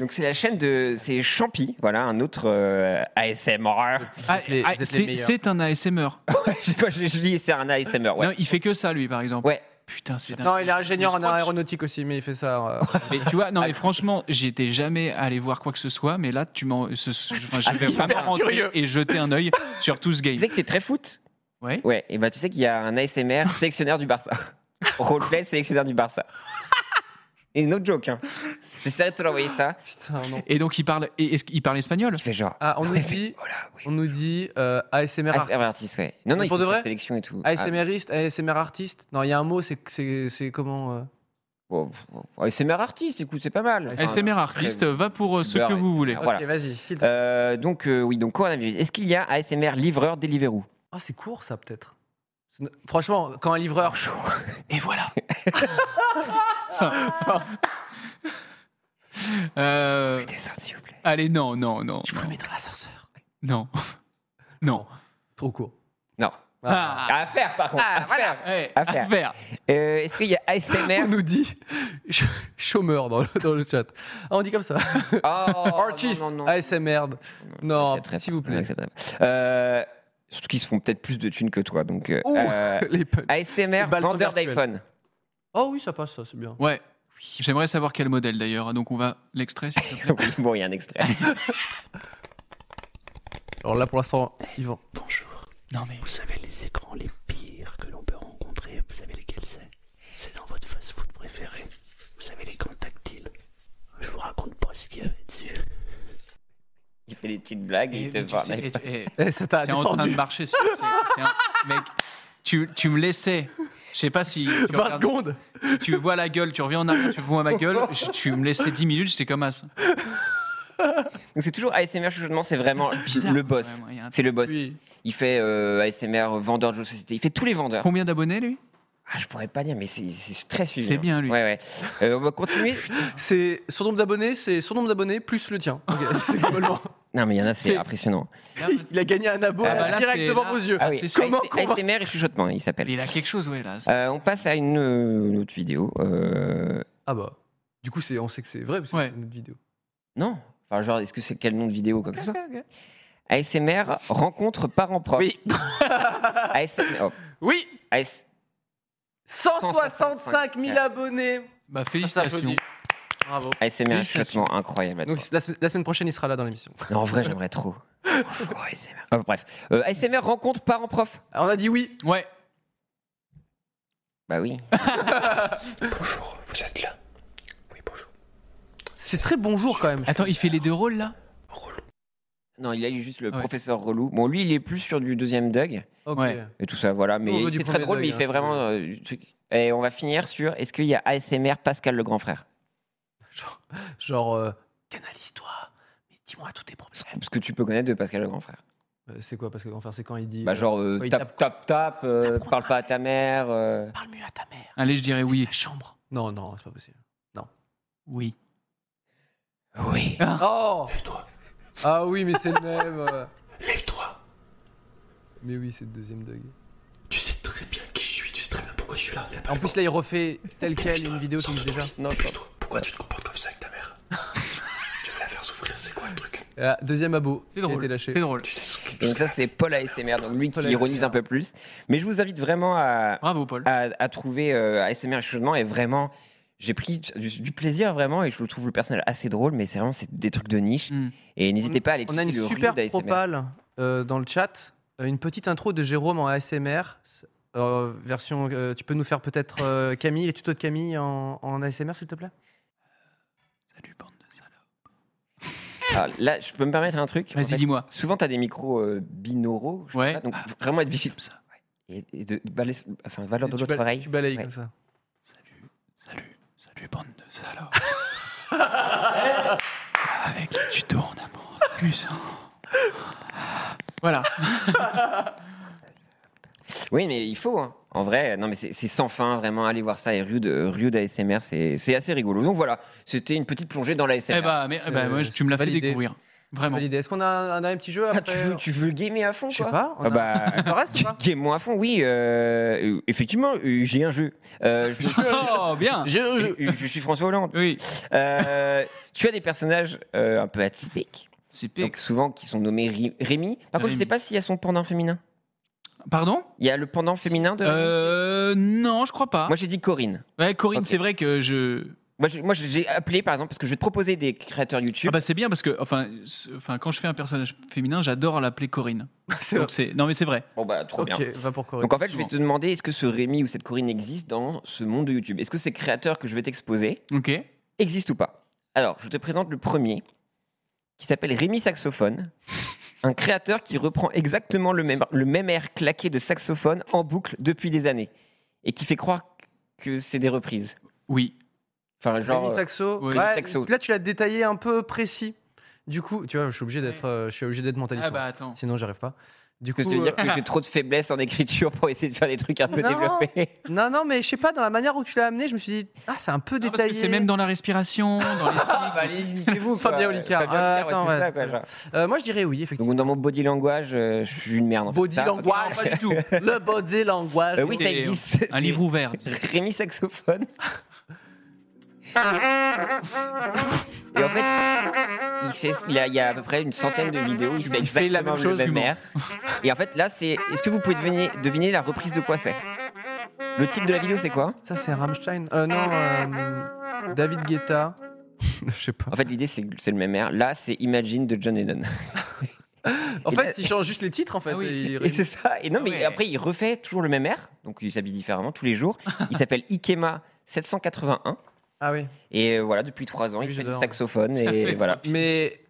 Speaker 2: Donc c'est la chaîne de c'est Champi, voilà un autre euh, ASMR.
Speaker 3: Ah,
Speaker 1: les-
Speaker 3: ah,
Speaker 1: vous êtes les
Speaker 3: c'est
Speaker 1: meilleurs.
Speaker 3: c'est un ASMR.
Speaker 2: je, sais <laughs> pas, je- je dis c'est un ASMR. Ouais.
Speaker 3: Non, il fait que ça, lui, par exemple.
Speaker 2: Ouais.
Speaker 3: Putain, c'est dingue.
Speaker 1: Non, il est ingénieur
Speaker 3: Mais
Speaker 1: en
Speaker 3: je crois que-
Speaker 1: aéronautique aussi, mais il fait ça. euh,
Speaker 3: Mais tu vois, non,
Speaker 2: Ah.
Speaker 3: mais franchement, j'étais jamais allé voir quoi que ce soit, mais là, tu m'en. ce- ce- enfin,
Speaker 2: Ah,
Speaker 3: je vais vraiment rentrer et jeter un œil sur tout ce
Speaker 2: Tu
Speaker 3: game.
Speaker 2: sais que t'es très foot.
Speaker 3: Ouais.
Speaker 2: Ouais. Et bah tu sais qu'il y a un <laughs> ASMR sélectionneur du Barça. Roleplay sélectionneur du Barça. <laughs> Et no joke. Hein. J'essaierai de te l'envoyer ça.
Speaker 1: <laughs> Putain, non.
Speaker 3: Et donc, il parle, et est-ce qu'il parle espagnol
Speaker 2: Je fais genre.
Speaker 1: Ah, on nous
Speaker 2: Ouais, mais-
Speaker 1: dit,
Speaker 2: Voilà. Oui. Ah,
Speaker 1: on nous dit euh, ASMR,
Speaker 2: ASMR
Speaker 1: artiste.
Speaker 2: artiste, ouais. Non non.
Speaker 1: Mais
Speaker 2: il
Speaker 1: pour
Speaker 2: fait
Speaker 1: de
Speaker 2: sa
Speaker 1: vrai
Speaker 2: Sélection
Speaker 1: Ah,
Speaker 2: et tout. Ah,
Speaker 1: ASMRiste, ASMR artiste. Non, il y a un mot, c'est- c'est c'est comment euh,
Speaker 2: Ah, bon, bon, bon, ASMR artiste. Écoute c'est pas mal. Enfin,
Speaker 3: SMR artiste, va pour euh, ce
Speaker 2: Beurre,
Speaker 3: que vous
Speaker 2: SMR.
Speaker 3: voulez.
Speaker 2: Ah, voilà.
Speaker 1: Ok, vas-y. s'il te plaît.
Speaker 2: euh, donc euh, oui donc coronavirus. Est-ce qu'il y a ASMR livreur Deliveroo
Speaker 1: Ah, c'est court, ça, peut-être. C'est- Franchement, quand un livreur. <laughs>
Speaker 3: Et voilà. Euh,
Speaker 2: Descends, s'il vous plaît.
Speaker 3: allez, non, non, non.
Speaker 1: Je me mettre dans l'ascenseur.
Speaker 3: Non. <laughs> Non.
Speaker 1: Trop court.
Speaker 2: Non.
Speaker 1: Ah.
Speaker 3: Ah, Eh,
Speaker 2: À faire par contre. à faire.
Speaker 3: ouais,
Speaker 2: à faire.
Speaker 3: à faire.
Speaker 2: Euh, Est-ce qu'il y a ASMR <laughs>
Speaker 1: On nous dit <laughs> ch- chômeur dans le, dans le chat. Ah, on dit comme ça.
Speaker 2: Oh,
Speaker 1: Artiste,
Speaker 2: Artiste.
Speaker 1: ASMR. Non, s'il vous plaît.
Speaker 2: Euh, surtout qu'ils se font peut-être plus de thunes que toi. Donc, euh,
Speaker 1: Ouh.
Speaker 2: euh,
Speaker 1: <laughs> Les pe-
Speaker 2: ASMR,
Speaker 1: Les balles sont
Speaker 2: vendeur
Speaker 1: virtuelles.
Speaker 3: <laughs>
Speaker 2: d'iPhone.
Speaker 1: Oh oui, ça passe, ça, c'est bien.
Speaker 3: Ouais. J'aimerais savoir quel modèle d'ailleurs. Donc, on va l'extrait, s'il te plaît.
Speaker 2: Oui, bon, il y a un extrait.
Speaker 1: Alors là, pour l'instant, ils vont.
Speaker 6: Bonjour.
Speaker 3: Non, mais.
Speaker 6: Vous savez les écrans les pires que l'on peut rencontrer, vous savez lesquels c'est C'est dans votre fast-food préféré. Vous savez l'écran tactile Je vous raconte pas ce qu'il y avait dessus.
Speaker 2: Il fait des petites blagues et
Speaker 3: Eh,
Speaker 2: il te
Speaker 3: mais tu
Speaker 2: vend un
Speaker 3: sais,
Speaker 2: iPhone.
Speaker 3: eh, eh,
Speaker 1: Eh, ça t'a
Speaker 3: C'est en train de
Speaker 1: détendu.
Speaker 3: marcher. c'est- c'est- c'est un- <laughs> Mec, tu, tu me laissais. Je sais pas si tu,
Speaker 1: 20
Speaker 3: regardes-
Speaker 1: secondes.
Speaker 3: si tu vois la gueule, tu reviens en arrière, tu vois ma gueule. je- tu me laissais 10 minutes, j'étais comme as.
Speaker 2: Donc, c'est toujours ASMR chuchotement, c'est vraiment
Speaker 3: C'est bizarre,
Speaker 2: le boss.
Speaker 3: vraiment, il y a un-
Speaker 2: C'est le boss.
Speaker 1: Oui.
Speaker 2: Il fait euh, ASMR vendeur de jeux de société. Il fait tous les vendeurs.
Speaker 3: Combien d'abonnés, lui
Speaker 2: Ah, je pourrais pas dire, mais c'est- c'est très suivi.
Speaker 3: C'est
Speaker 2: hein.
Speaker 3: bien, lui.
Speaker 2: Ouais, ouais. Euh, on va continuer.
Speaker 1: C'est son nombre d'abonnés, c'est son nombre d'abonnés plus le tien. Ok, <laughs> c'est globalement-
Speaker 2: non, mais il y en a, c'est
Speaker 3: C'est-
Speaker 2: impressionnant.
Speaker 1: Il a gagné un abo
Speaker 2: Ah bah
Speaker 3: là,
Speaker 1: direct
Speaker 3: c'est-
Speaker 1: devant
Speaker 3: là-
Speaker 1: vos yeux.
Speaker 3: Ah oui.
Speaker 1: C'est- Comment
Speaker 2: AS-
Speaker 1: convaincre
Speaker 2: ASMR et chuchotement, il s'appelle.
Speaker 3: Il a quelque chose, ouais, là.
Speaker 2: Euh, on passe à une, euh, une autre vidéo. Euh,
Speaker 1: Ah bah. Du coup, c'est on sait que c'est vrai parce que
Speaker 3: Ouais.
Speaker 1: c'est une autre vidéo.
Speaker 2: Non. Enfin, genre, est-ce que c'est quel nom de vidéo quoi que ce soit ASMR, rencontre parents propres. <laughs> Oui. ASMR. oh,
Speaker 1: Oui,
Speaker 2: AS
Speaker 1: 165 000
Speaker 2: Ouais.
Speaker 1: abonnés.
Speaker 3: Bah,
Speaker 1: Ça
Speaker 3: félicitations.
Speaker 1: s'applaudit. Bravo.
Speaker 2: ASMR,
Speaker 3: Félicitations.
Speaker 2: chuchotement incroyable.
Speaker 1: Donc
Speaker 2: attends.
Speaker 1: la, se- la semaine prochaine, il sera là dans l'émission.
Speaker 2: Non, en vrai, j'aimerais trop.
Speaker 1: <laughs>
Speaker 2: Bonjour, ASMR. Oh, bref. Euh, ASMR, rencontre parents prof.
Speaker 1: Alors, Ah, on a dit oui.
Speaker 3: Ouais.
Speaker 2: Bah oui.
Speaker 7: Bonjour, vous êtes là Oui, bonjour.
Speaker 1: C'est très bonjour quand même.
Speaker 3: Attends, il fait les deux rôles, là
Speaker 2: Non, il a eu juste le
Speaker 3: Ouais.
Speaker 2: professeur relou. Bon, lui, il est plus sur du deuxième Doug
Speaker 1: Ok.
Speaker 3: Ouais.
Speaker 2: et tout ça, voilà. Mais
Speaker 1: On veut
Speaker 2: c'est
Speaker 1: du
Speaker 2: très
Speaker 1: premier
Speaker 2: drôle,
Speaker 1: Doug,
Speaker 2: mais il
Speaker 1: hein.
Speaker 2: fait vraiment euh, du truc. Et on va finir sur est-ce qu'il y a ASMR Pascal le grand frère
Speaker 1: Genre, genre, euh, canalise-toi. Mais dis-moi tous tes problèmes.
Speaker 2: Ce que tu peux connaître de Pascal le grand frère.
Speaker 1: Euh, C'est quoi Pascal Grandfort C'est quand il dit.
Speaker 2: Bah,
Speaker 1: euh,
Speaker 2: genre, euh,
Speaker 1: ouais, il
Speaker 2: tape, tape, tape, euh, parle pas à ta mère. euh.
Speaker 1: Parle mieux à ta mère.
Speaker 3: Allez, je dirais
Speaker 1: C'est
Speaker 3: oui.
Speaker 1: ta chambre. Non, non, c'est pas possible.
Speaker 3: Oui.
Speaker 2: Oui.
Speaker 1: Oh
Speaker 7: Lève-toi,
Speaker 1: Ah oui, mais c'est le même.
Speaker 7: lève-toi.
Speaker 1: Mais oui, c'est le deuxième Doug.
Speaker 7: Tu sais très bien qui je suis, tu sais très bien pourquoi je suis là.
Speaker 1: En plus, là, il refait tel quel une vidéo qu'il faisait déjà.
Speaker 2: Non, je-
Speaker 7: Dépêche-toi. Pourquoi tu te comportes comme ça avec ta mère <laughs> Tu veux la faire souffrir, c'est quoi le truc
Speaker 1: Ah, deuxième abo.
Speaker 3: C'est
Speaker 1: Il a été
Speaker 3: drôle.
Speaker 1: lâché.
Speaker 3: C'est drôle.
Speaker 7: Tu sais ce que tu
Speaker 2: Donc ça, c'est Paul ASMR, donc lui qui
Speaker 1: Paul
Speaker 2: ironise
Speaker 1: ASMR.
Speaker 2: un peu plus. Mais je vous invite vraiment à,
Speaker 3: Bravo, Paul.
Speaker 2: à, à trouver euh, ASMR chaudement et vraiment, j'ai pris du, du plaisir vraiment et je trouve le personnage assez drôle, mais c'est vraiment c'est des trucs de niche.
Speaker 3: Mm.
Speaker 2: Et n'hésitez pas à aller
Speaker 1: On a une
Speaker 2: checker le
Speaker 1: super
Speaker 2: reel d'ASMR.
Speaker 1: propale euh, dans le chat. Euh, Une petite intro de Jérôme en ASMR. Euh, version, euh, tu peux nous faire peut-être euh, Camille, les tutos de Camille en, en ASMR, s'il te plaît
Speaker 3: Salut, bande de salopes.
Speaker 2: Alors, Ah, là, je peux me permettre un truc. En
Speaker 3: Vas-y,
Speaker 2: fait,
Speaker 3: dis-moi.
Speaker 2: Souvent, tu as des micros euh, binauraux, je sais
Speaker 3: Ouais.
Speaker 2: pas, donc
Speaker 3: Ah.
Speaker 2: vraiment être vigilant.
Speaker 3: Comme ça.
Speaker 2: Et, et de, balayer- enfin, valeur de
Speaker 1: Tu
Speaker 2: l'autre
Speaker 1: bala-
Speaker 2: oreille.
Speaker 1: Tu balayes
Speaker 2: Ouais.
Speaker 1: comme ça.
Speaker 3: Salut, salut, salut, bande de <laughs> salopes. Avec les tutos, on apprend en plus. hein. Voilà.
Speaker 2: Oui, mais il faut. hein. En vrai, non, mais c'est c'est sans fin, vraiment. Allez voir ça. Et Rude, Rude ASMR, c'est c'est assez rigolo. Donc voilà, c'était une petite plongée dans l'ASMR.
Speaker 3: Eh bah, mais, eh bah,
Speaker 1: Euh,
Speaker 3: moi, je- tu me l'as fait
Speaker 1: validé.
Speaker 3: découvrir. Vraiment.
Speaker 1: Validé. Est-ce qu'on a un dernier petit jeu
Speaker 2: Ah,
Speaker 1: après
Speaker 2: tu, veux, tu veux gamer à fond,
Speaker 1: Je sais
Speaker 2: quoi
Speaker 1: pas. on
Speaker 2: Ah
Speaker 1: a-
Speaker 2: <laughs> bah,
Speaker 1: <laughs> Ça reste ou pas
Speaker 2: Game à fond, oui. euh, euh, effectivement, euh, j'ai un jeu. Euh, je,
Speaker 3: <laughs>
Speaker 2: <laughs>
Speaker 3: Oh, bien.
Speaker 2: je- je suis François Hollande.
Speaker 3: Oui.
Speaker 2: Euh, tu as des personnages euh, un peu atypiques,
Speaker 3: C'est pique.
Speaker 2: donc souvent qui sont nommés Ri- Rémi. Par contre, je
Speaker 3: Rémi.
Speaker 2: sais pas s'il y a son pendant féminin.
Speaker 3: Pardon
Speaker 2: Il y a le pendant féminin de. Rémi
Speaker 3: euh, Non, je crois pas.
Speaker 2: Moi, j'ai dit Corinne.
Speaker 3: Ouais, Corinne,
Speaker 2: Ok.
Speaker 3: c'est vrai que je.
Speaker 2: Moi, je- moi, j'ai appelé, par exemple, parce que je vais te proposer des créateurs YouTube.
Speaker 3: Ah bah c'est bien parce que enfin, c'est- enfin quand je fais un personnage féminin, j'adore l'appeler Corinne.
Speaker 1: C'est
Speaker 3: Donc c'est non mais c'est vrai.
Speaker 2: Bon, bah, trop bien.
Speaker 1: Ok, va pour Corée.
Speaker 2: Donc en fait, je vais te demander est-ce que ce Rémi ou cette Corinne existe dans ce monde de YouTube Est-ce que ces créateurs que je vais t'exposer
Speaker 3: Ok.
Speaker 2: existent ou pas Alors, je te présente le premier qui s'appelle Rémi Saxophone, un créateur qui reprend exactement le même, le même air claqué de saxophone en boucle depuis des années et qui fait croire que c'est des reprises.
Speaker 3: Oui.
Speaker 2: Enfin, euh, genre.
Speaker 1: Rémi Saxo.
Speaker 3: ouais,
Speaker 1: Ouais,
Speaker 2: Saxo.
Speaker 1: Là, tu l'as détaillé un peu précis. Du coup, tu vois, je suis obligé d'être, euh, je suis obligé d'être mentaliste.
Speaker 3: Ah bah
Speaker 1: moi.
Speaker 3: attends.
Speaker 1: Sinon, j'arrive pas. Du
Speaker 2: que
Speaker 1: coup,
Speaker 2: te
Speaker 1: euh,
Speaker 2: dire que j'ai trop de faiblesses en écriture pour essayer de faire des trucs un peu
Speaker 1: Non.
Speaker 2: développés.
Speaker 1: euh, non, non, mais je sais pas. Dans la manière où tu l'as amené, je me suis dit, ah, c'est un peu
Speaker 3: Non, parce
Speaker 1: détaillé.
Speaker 3: que c'est même dans la respiration, dans
Speaker 1: <laughs>
Speaker 3: les
Speaker 2: Ah bah vous
Speaker 1: Fabien Olicard. Ah, attends, ouais, c'est très Euh, moi, je dirais oui, effectivement.
Speaker 2: Donc dans mon body language, euh, je suis une merde. en fait.
Speaker 1: Body
Speaker 2: Ça, ok.
Speaker 1: language.
Speaker 3: Non, pas du tout.
Speaker 1: Le body language.
Speaker 2: Euh, oui, ça
Speaker 3: C'est
Speaker 2: existe.
Speaker 3: Un livre ouvert.
Speaker 2: C'est Rémi Saxophone. Et en fait, il, fait, il, a, il y a à peu près une centaine de vidéos où il fait
Speaker 3: fait la
Speaker 2: exactement
Speaker 3: même chose,
Speaker 2: le même
Speaker 3: Hugo.
Speaker 2: air. Et en fait, là, c'est. Est-ce que vous pouvez deviner, deviner la reprise de quoi c'est Le titre de la vidéo, c'est quoi
Speaker 1: Ça, c'est Rammstein. Euh, non, euh, David Guetta. Je sais pas.
Speaker 2: En fait, l'idée, c'est que c'est le même air. Là, c'est Imagine de John Lennon.
Speaker 1: En
Speaker 2: Et
Speaker 1: fait,
Speaker 2: là-
Speaker 1: il change juste les titres, en fait.
Speaker 3: Ah oui.
Speaker 1: et il-
Speaker 2: Et c'est ça. Et non, mais
Speaker 3: Ah Ouais.
Speaker 2: après, il refait toujours le même air. Donc, il s'habille différemment tous les jours.
Speaker 3: <laughs>
Speaker 2: Il s'appelle Ikema 781.
Speaker 1: Ah oui.
Speaker 2: Et euh, voilà, depuis trois ans, il
Speaker 1: Oui,
Speaker 2: fait du
Speaker 1: j'adore.
Speaker 2: saxophone.
Speaker 3: Ça
Speaker 2: Et
Speaker 3: fait
Speaker 2: voilà.
Speaker 1: Mais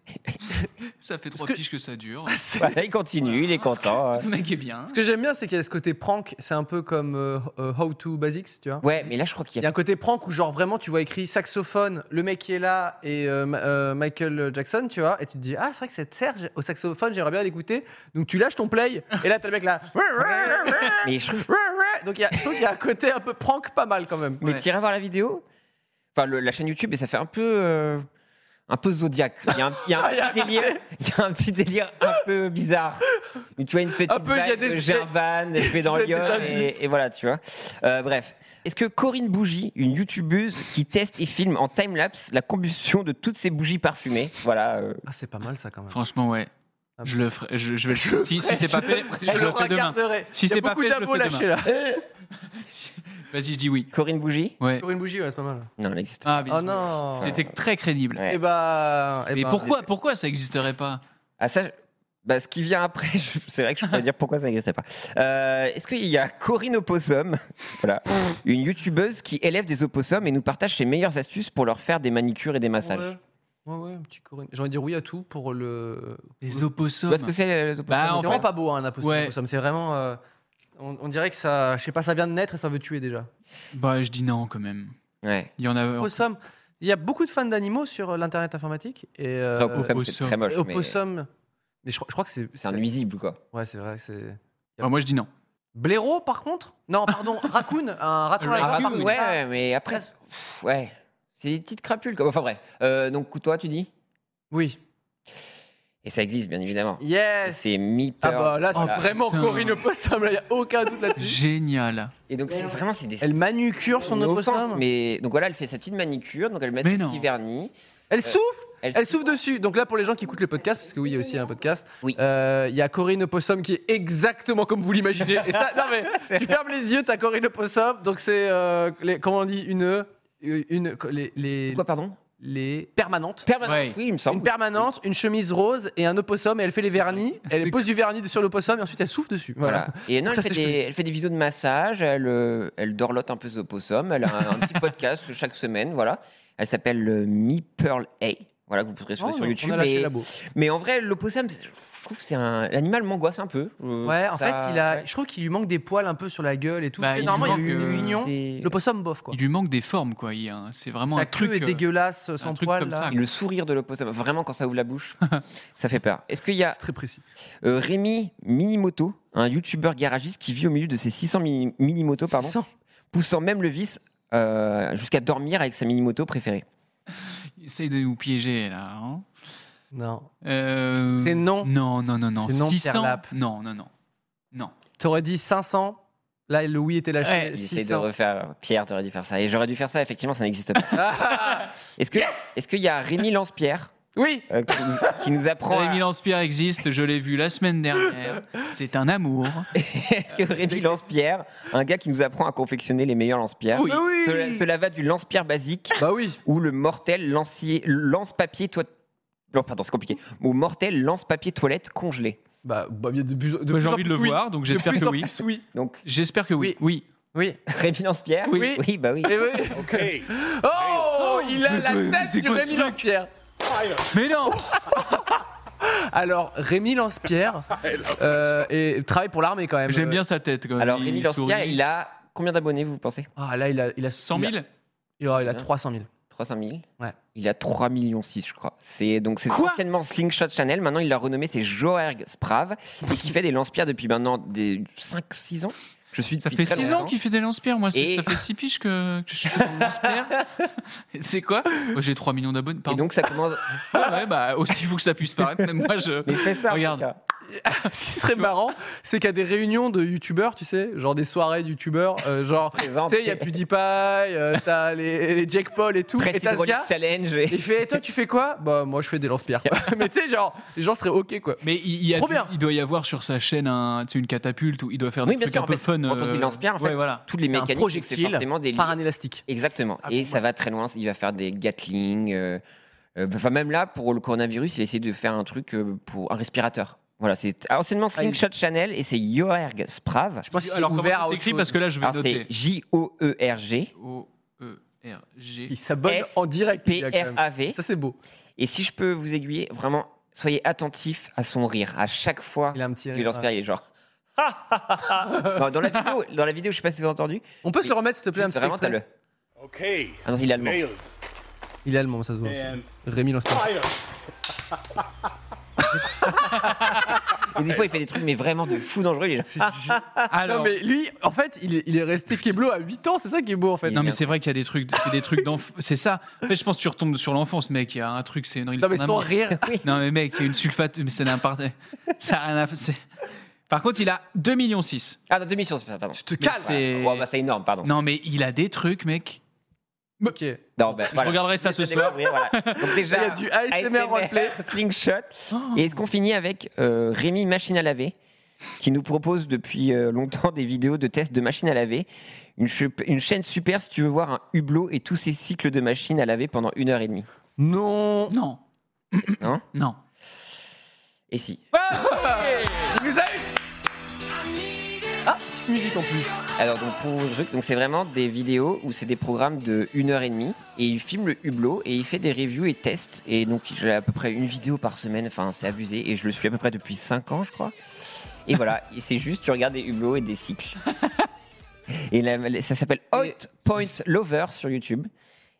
Speaker 3: Ça fait trois
Speaker 1: que-
Speaker 3: piges que ça
Speaker 1: <laughs>
Speaker 3: dure.
Speaker 2: Voilà, il continue, il est content. euh,
Speaker 3: Le mec est bien.
Speaker 1: ce que j'aime bien, c'est qu'il y a ce côté prank. C'est un peu comme euh, euh, How to Basics, tu vois.
Speaker 2: Ouais, mais là, je crois qu'il
Speaker 1: Il
Speaker 2: y
Speaker 1: y a
Speaker 2: a.
Speaker 1: un côté prank où genre vraiment tu vois écrit saxophone, le mec qui est là et euh, Ma- euh, Michael Jackson, tu vois, et tu te dis ah c'est vrai que cette serre j'ai- au saxophone j'aimerais bien l'écouter, donc tu lâches ton play et là t'as le mec là,
Speaker 2: Mais je trouve.
Speaker 1: donc il y a- je trouve qu'il y a un côté un peu prank pas mal quand même.
Speaker 2: Mais t'iras voir la vidéo Enfin, le- la chaîne YouTube, et ça fait un peu. euh, Un peu zodiac. Il y a un, il y a un petit
Speaker 1: <laughs>
Speaker 2: délire, il y a un petit délire un peu bizarre. Tu vois une petite
Speaker 1: Un peu, il y a
Speaker 2: vibe
Speaker 1: des- <laughs>
Speaker 2: de Gervan, je vais dans
Speaker 1: Il y
Speaker 2: Lyon,
Speaker 1: a des indices.
Speaker 2: et, et voilà, tu vois. Euh, bref. Est-ce que Corinne Bougie, une youtubeuse qui teste et filme en timelapse la combustion de toutes ses bougies parfumées, voilà, euh,
Speaker 1: Ah c'est pas mal ça quand même.
Speaker 3: Franchement ouais.
Speaker 1: Ah
Speaker 3: Je le ferai. Je, je vais le faire. Si, si c'est pas fait,
Speaker 1: Eh,
Speaker 3: je, le ferai demain.
Speaker 1: regarderai.
Speaker 3: Si
Speaker 1: Il y a
Speaker 3: c'est pas
Speaker 1: beaucoup
Speaker 3: fait, je le
Speaker 1: d'abos lâchés
Speaker 3: fais
Speaker 1: là.
Speaker 3: Vas-y, je dis oui.
Speaker 2: Corinne Bougie
Speaker 3: Ouais.
Speaker 1: Eh, Pour une bougie, ouais, c'est pas mal.
Speaker 2: Non, elle existe.
Speaker 3: Ah bien
Speaker 1: Oh
Speaker 3: joué.
Speaker 1: non.
Speaker 3: C'était très crédible.
Speaker 2: Ouais.
Speaker 1: Et bah. eh
Speaker 3: Mais
Speaker 1: bah,
Speaker 3: pourquoi, pourquoi ça n'existerait pas
Speaker 2: Ah ça, je- bah, ce qui vient après, <laughs> je- c'est vrai que je peux pas dire pourquoi ça n'existait pas. Euh, Est-ce qu'il y a Corinne Opossum, voilà, une youtubeuse qui élève des opossums et nous partage ses meilleures astuces pour leur faire des manicures et des massages.
Speaker 1: Ouais. Ouais, ouais, un petit Corinne. J'ai envie de dire oui à tout pour le.
Speaker 3: Les
Speaker 2: Tu
Speaker 3: opossums.
Speaker 2: vois ce que c'est les opossums
Speaker 3: Bah, en
Speaker 1: C'est vraiment
Speaker 3: fait-
Speaker 1: pas beau hein, un apostrophe.
Speaker 3: Ouais.
Speaker 1: opossum. C'est vraiment. euh, on, on dirait que ça. Je sais pas, ça vient de naître et ça veut tuer déjà.
Speaker 3: Bah, je dis non quand même.
Speaker 2: Ouais.
Speaker 3: Il y en a.
Speaker 1: Opossum. Il y a beaucoup de fans d'animaux sur euh, l'internet informatique. Et, euh,
Speaker 2: Enfin, opossum, c'est
Speaker 3: opossum.
Speaker 2: très moche. mais-
Speaker 1: opossum. Mais... Mais je, crois- je crois que c'est.
Speaker 2: C'est un nuisible, quoi.
Speaker 1: Ouais, c'est vrai. que C'est...
Speaker 3: Bah, moi, je dis non.
Speaker 1: Blaireau, par contre Non, <laughs> pardon, raccoon. Un raccoon. avec
Speaker 3: Ah,
Speaker 1: barbe.
Speaker 3: raccoon,
Speaker 2: ouais, ouais, mais après, pff, ouais. C'est des petites crapules, comme. Enfin, bref. Euh, donc, toi, tu dis
Speaker 1: Oui.
Speaker 2: Et ça existe, bien évidemment.
Speaker 1: Yes
Speaker 2: C'est mi
Speaker 1: Ah bah là, c'est
Speaker 3: Oh,
Speaker 1: vraiment
Speaker 3: putain.
Speaker 1: Corinne Possum, là, y a aucun doute là-dessus.
Speaker 3: Génial.
Speaker 2: Et donc, c'est vraiment, c'est des.
Speaker 1: Elle manucure son
Speaker 2: une
Speaker 1: autre
Speaker 2: offense,
Speaker 1: possum.
Speaker 2: mais donc voilà, elle fait sa petite manicure, donc elle met son
Speaker 3: Mais non.
Speaker 2: petit vernis.
Speaker 1: Elle souffle Elle
Speaker 2: euh, souffle
Speaker 1: souffle dessus. Donc là, pour les gens qui écoutent le podcast, parce que oui, il y a aussi un podcast,
Speaker 2: Oui.
Speaker 1: euh, il y a Corinne Opossum qui est exactement comme vous l'imaginez. Et ça, non
Speaker 2: <laughs>
Speaker 1: mais, tu fermes les yeux, t'as Corinne Opossum. Donc c'est, euh, les- comment on dit, une, une, les, les,
Speaker 2: Quoi, pardon
Speaker 1: les permanentes.
Speaker 2: Permanente.
Speaker 3: Ouais.
Speaker 2: Oui, il me
Speaker 1: Une
Speaker 2: semble.
Speaker 1: permanente, une chemise rose et un opossum, et elle fait les vernis. Elle pose du vernis sur l'opossum et ensuite elle souffle dessus. Voilà.
Speaker 2: Voilà. Et non,
Speaker 1: Ça,
Speaker 2: elle, fait
Speaker 1: c'est
Speaker 2: des,
Speaker 1: joli.
Speaker 2: elle fait des vidéos de massage, elle, euh, elle dorlote un peu ce possum, elle a
Speaker 1: <laughs>
Speaker 2: un, un petit podcast chaque semaine, voilà. Elle s'appelle euh, Me Pearl A, voilà, que vous pourrez trouver
Speaker 1: Oh,
Speaker 2: sur
Speaker 1: on
Speaker 2: YouTube.
Speaker 1: a lâché le
Speaker 2: Mais,
Speaker 1: labo.
Speaker 2: mais en vrai, l'opossum, c'est- je trouve que c'est un. L'animal m'angoisse un peu. Euh,
Speaker 1: Bah, Ouais, en fait,
Speaker 2: ça-
Speaker 1: il a,
Speaker 2: ouais.
Speaker 1: je trouve qu'il lui manque des poils un peu sur la gueule et tout.
Speaker 3: Bah,
Speaker 1: Tu sais,
Speaker 3: il
Speaker 1: normalement, il y a
Speaker 3: manque,
Speaker 1: eu une
Speaker 3: euh,
Speaker 1: union.
Speaker 2: C'est-
Speaker 1: L'opossum, bof, quoi.
Speaker 3: Il lui manque des formes, quoi. Il y a un- C'est vraiment
Speaker 1: Sa
Speaker 3: un truc.
Speaker 1: queue est
Speaker 3: euh,
Speaker 1: dégueulasse, sans
Speaker 3: truc
Speaker 1: poils,
Speaker 3: comme
Speaker 1: là.
Speaker 3: ça,
Speaker 2: Le sourire de l'opossum, vraiment quand ça ouvre la bouche,
Speaker 1: <laughs>
Speaker 2: ça fait peur. Est-ce qu'il y a
Speaker 1: C'est très précis.
Speaker 2: euh, Rémi Minimoto, un youtubeur garagiste qui vit au milieu de ses 600 mini- minimotos, pardon,
Speaker 1: Sans-
Speaker 2: poussant même le vice euh, jusqu'à dormir avec sa minimoto préférée
Speaker 3: Il essaye de nous piéger, là. hein.
Speaker 1: Non.
Speaker 3: Euh,
Speaker 1: C'est non.
Speaker 3: Non, non, non, non.
Speaker 1: C'est non,
Speaker 3: 600.
Speaker 1: Perlap.
Speaker 3: Non, non, non. Non.
Speaker 1: T'aurais dit 500. Là, le oui était lâché.
Speaker 3: Ouais,
Speaker 2: Il essaie de
Speaker 1: 600.
Speaker 2: refaire. euh, Pierre, t'aurais dû faire ça. Et j'aurais dû faire ça, effectivement, ça n'existe pas.
Speaker 1: Ah,
Speaker 2: Est-ce que, est-ce qu'il y a Rémi Lance-Pierre
Speaker 1: oui.
Speaker 2: euh, qui, nous- qui nous apprend. à-
Speaker 3: Rémi Lance-Pierre existe, je l'ai vu la
Speaker 2: <laughs>
Speaker 3: semaine dernière. C'est un amour.
Speaker 2: Est-ce que Rémi Lance-Pierre, un gars qui nous apprend à confectionner les meilleurs lance-pierres,
Speaker 3: Oui.
Speaker 1: Oui.
Speaker 2: cela, cela va du lance-pierre basique
Speaker 1: Bah oui.
Speaker 2: ou le mortel lancier- lance-papier toilette. Non, pardon, c'est compliqué. Ou mortel lance-papier toilette congelé.
Speaker 1: Bah, bah, il y a de plus- de
Speaker 3: Bah,
Speaker 1: plus
Speaker 3: J'ai
Speaker 1: en
Speaker 3: envie de
Speaker 1: plus
Speaker 3: le
Speaker 1: oui.
Speaker 3: voir, donc j'espère
Speaker 1: plus
Speaker 3: que
Speaker 1: en
Speaker 3: oui.
Speaker 1: plus, oui.
Speaker 2: Donc, <laughs>
Speaker 3: J'espère que oui. Oui.
Speaker 1: Oui.
Speaker 2: Rémi Lance-Pierre
Speaker 1: Oui.
Speaker 2: oui, bah oui.
Speaker 1: Et oui.
Speaker 4: Ok.
Speaker 1: Oh, il a
Speaker 3: Mais
Speaker 1: la
Speaker 3: c'est
Speaker 1: tête du
Speaker 3: quoi ce
Speaker 1: Rémi
Speaker 3: truc
Speaker 1: Lance-Pierre.
Speaker 3: Mais non
Speaker 2: Oh,
Speaker 1: Alors, Rémi
Speaker 2: <laughs>
Speaker 1: Lance-Pierre
Speaker 2: Ah,
Speaker 1: euh, et travaille pour l'armée quand même.
Speaker 3: J'aime bien sa tête. Quand
Speaker 2: euh, Alors, Rémi Lance-Pierre,
Speaker 3: sourit.
Speaker 2: il a combien d'abonnés, vous pensez
Speaker 1: Ah, là, il a, il a
Speaker 3: 100 000
Speaker 1: Il a, il a 300
Speaker 3: <laughs>
Speaker 1: 000.
Speaker 2: 300 000
Speaker 1: Ouais.
Speaker 2: Il a 3 millions 6, je crois. C'est donc c'est
Speaker 3: Quoi
Speaker 2: anciennement Slingshot Channel. Maintenant, il l'a renommé c'est Joerg Sprave et qui fait des lance-pierres depuis maintenant des 5 6 ans. Je suis
Speaker 3: Ça
Speaker 2: depuis
Speaker 3: fait
Speaker 2: très
Speaker 3: 6
Speaker 2: longtemps.
Speaker 3: ans qu'il fait des lance-pierres, moi. c'est-
Speaker 2: Et-
Speaker 3: Ça fait 6 piges que, que je suis dans le lance-pierre.
Speaker 2: <laughs>
Speaker 3: C'est quoi Oh, J'ai 3 millions d'abonnés.
Speaker 2: Et
Speaker 3: Pardon.
Speaker 2: donc ça commence
Speaker 3: Ah ouais, bah aussi, il faut que ça puisse paraître. Même moi, je.
Speaker 2: mais c'est ça en tout
Speaker 3: Regarde.
Speaker 2: cas.
Speaker 3: Ah,
Speaker 1: Ce qui serait marrant, c'est qu'à des réunions de youtubeurs, tu sais, genre des soirées de youtubeurs, euh, genre, tu
Speaker 2: Présente.
Speaker 1: sais, il y a PewDiePie, euh, t'as les, les Jake Paul et tout,
Speaker 2: Presse
Speaker 1: et t'as ce
Speaker 2: Hydraulique
Speaker 1: gars,
Speaker 2: challenge. et-
Speaker 1: il fait, toi, tu fais quoi Bah, moi, je fais des lance-pierres. quoi. <laughs> Mais tu sais, genre, les gens seraient OK, quoi.
Speaker 3: Mais il, il y a
Speaker 1: Trop
Speaker 3: dû-
Speaker 1: bien.
Speaker 3: il doit y avoir sur sa chaîne un, tu sais, une catapulte où il doit faire
Speaker 2: Oui, bien
Speaker 3: des trucs
Speaker 2: sûr,
Speaker 3: un
Speaker 2: en
Speaker 3: peu
Speaker 2: fait,
Speaker 3: fun. euh,
Speaker 2: en tant qu'il lance-pierre, en fait,
Speaker 3: ouais, voilà.
Speaker 2: Toutes les
Speaker 1: C'est un
Speaker 2: mécaniques donc c'est
Speaker 1: projectile
Speaker 2: forcément des
Speaker 1: Par
Speaker 2: liens.
Speaker 1: un élastique.
Speaker 2: Exactement.
Speaker 1: Ah bon,
Speaker 2: et ça va très loin. Il va faire des Gatling. euh, euh, Enfin, même là, pour le coronavirus, il a essayé de faire un truc euh, pour un respirateur. Voilà, c'est anciennement
Speaker 1: Ah, il-
Speaker 2: Slingshot Channel et c'est Joerg Sprave.
Speaker 1: Je pense que c'est
Speaker 3: Alors,
Speaker 1: ouvert à
Speaker 3: comment ça
Speaker 1: autre
Speaker 3: s'écrit
Speaker 1: chose.
Speaker 3: Parce que là, je vais
Speaker 2: Alors Ah, c'est E
Speaker 3: noter.
Speaker 2: J-O-E-R-G,
Speaker 3: O-E-R-G.
Speaker 1: Il s'abonne
Speaker 2: S-
Speaker 1: en direct. il y a quand même.
Speaker 2: P-R-A-V.
Speaker 1: Ça, c'est beau.
Speaker 2: Et si je peux vous aiguiller, vraiment, soyez attentifs à son rire. À chaque fois
Speaker 1: Il a un petit
Speaker 2: que
Speaker 1: rire,
Speaker 2: Lance Pierre, il est genre. Non, <laughs> dans, la vidéo, dans la vidéo, je sais pas si vous avez entendu.
Speaker 1: On peut se le remettre, s'il te plaît, un
Speaker 2: juste
Speaker 1: petit
Speaker 2: vraiment, t'as
Speaker 1: extrait
Speaker 2: le.
Speaker 8: Okay,
Speaker 2: Ah non, il est allemand.
Speaker 8: nails,
Speaker 1: Il est allemand, ça se voit. aussi.
Speaker 8: And-
Speaker 1: Rémi Lance-Pierre.
Speaker 8: fire.
Speaker 2: Et des fois, il fait des trucs, mais vraiment de fou dangereux. Il est genre,
Speaker 1: <laughs> Non,
Speaker 3: Alors,
Speaker 1: mais lui, en fait, il est, il est resté Keblo à 8 ans, c'est ça qui est beau, en fait.
Speaker 3: Non mais c'est vrai qu'il y a des trucs, c'est des trucs d'enf- <laughs> c'est ça. En fait, je pense que tu retombes sur l'enfance, mec. Il y a un truc, c'est une.
Speaker 1: Non, mais sans rire.
Speaker 3: <laughs> Non mais mec, il y a une sulfate, mais ça n'a pas. Ça a rien à- c'est- Par contre, il a 2 millions 6.
Speaker 2: Ah, non, demi sur pardon.
Speaker 1: Tu te hein.
Speaker 3: Mais
Speaker 1: calmes.
Speaker 3: c'est-
Speaker 2: Ouais, bah, c'est énorme, pardon.
Speaker 3: Non mais il a des trucs, mec.
Speaker 1: Ok.
Speaker 2: Non, bah, voilà.
Speaker 3: Je regarderai ça ce
Speaker 2: Désolé,
Speaker 3: soir.
Speaker 2: oui, voilà.
Speaker 1: <laughs>
Speaker 2: Donc déjà,
Speaker 1: Il y a du ASMR roleplay.
Speaker 2: slingshot.
Speaker 1: Oh.
Speaker 2: Et est-ce qu'on finit avec euh, Rémi Machine à laver, qui nous propose depuis euh, longtemps des vidéos de tests de machines à laver. Une, chu- une chaîne super si tu veux voir un hublot et tous ses cycles de machines à laver pendant une heure et demie.
Speaker 1: Non.
Speaker 3: Non.
Speaker 2: Hein
Speaker 3: <coughs> Non.
Speaker 2: Et si.
Speaker 1: Vous avez- Ah, petite musique en plus.
Speaker 2: Alors donc pour le truc, donc c'est vraiment des vidéos où c'est des programmes de 1 heure et demie et il filme le hublot et il fait des reviews et tests et donc j'ai à peu près une vidéo par semaine, enfin c'est abusé et je le suis à peu près depuis 5 ans je crois.
Speaker 1: <laughs>
Speaker 2: Et voilà, et c'est juste tu regardes des hublots et des cycles. Et la- ça s'appelle Hot Point Lover sur YouTube.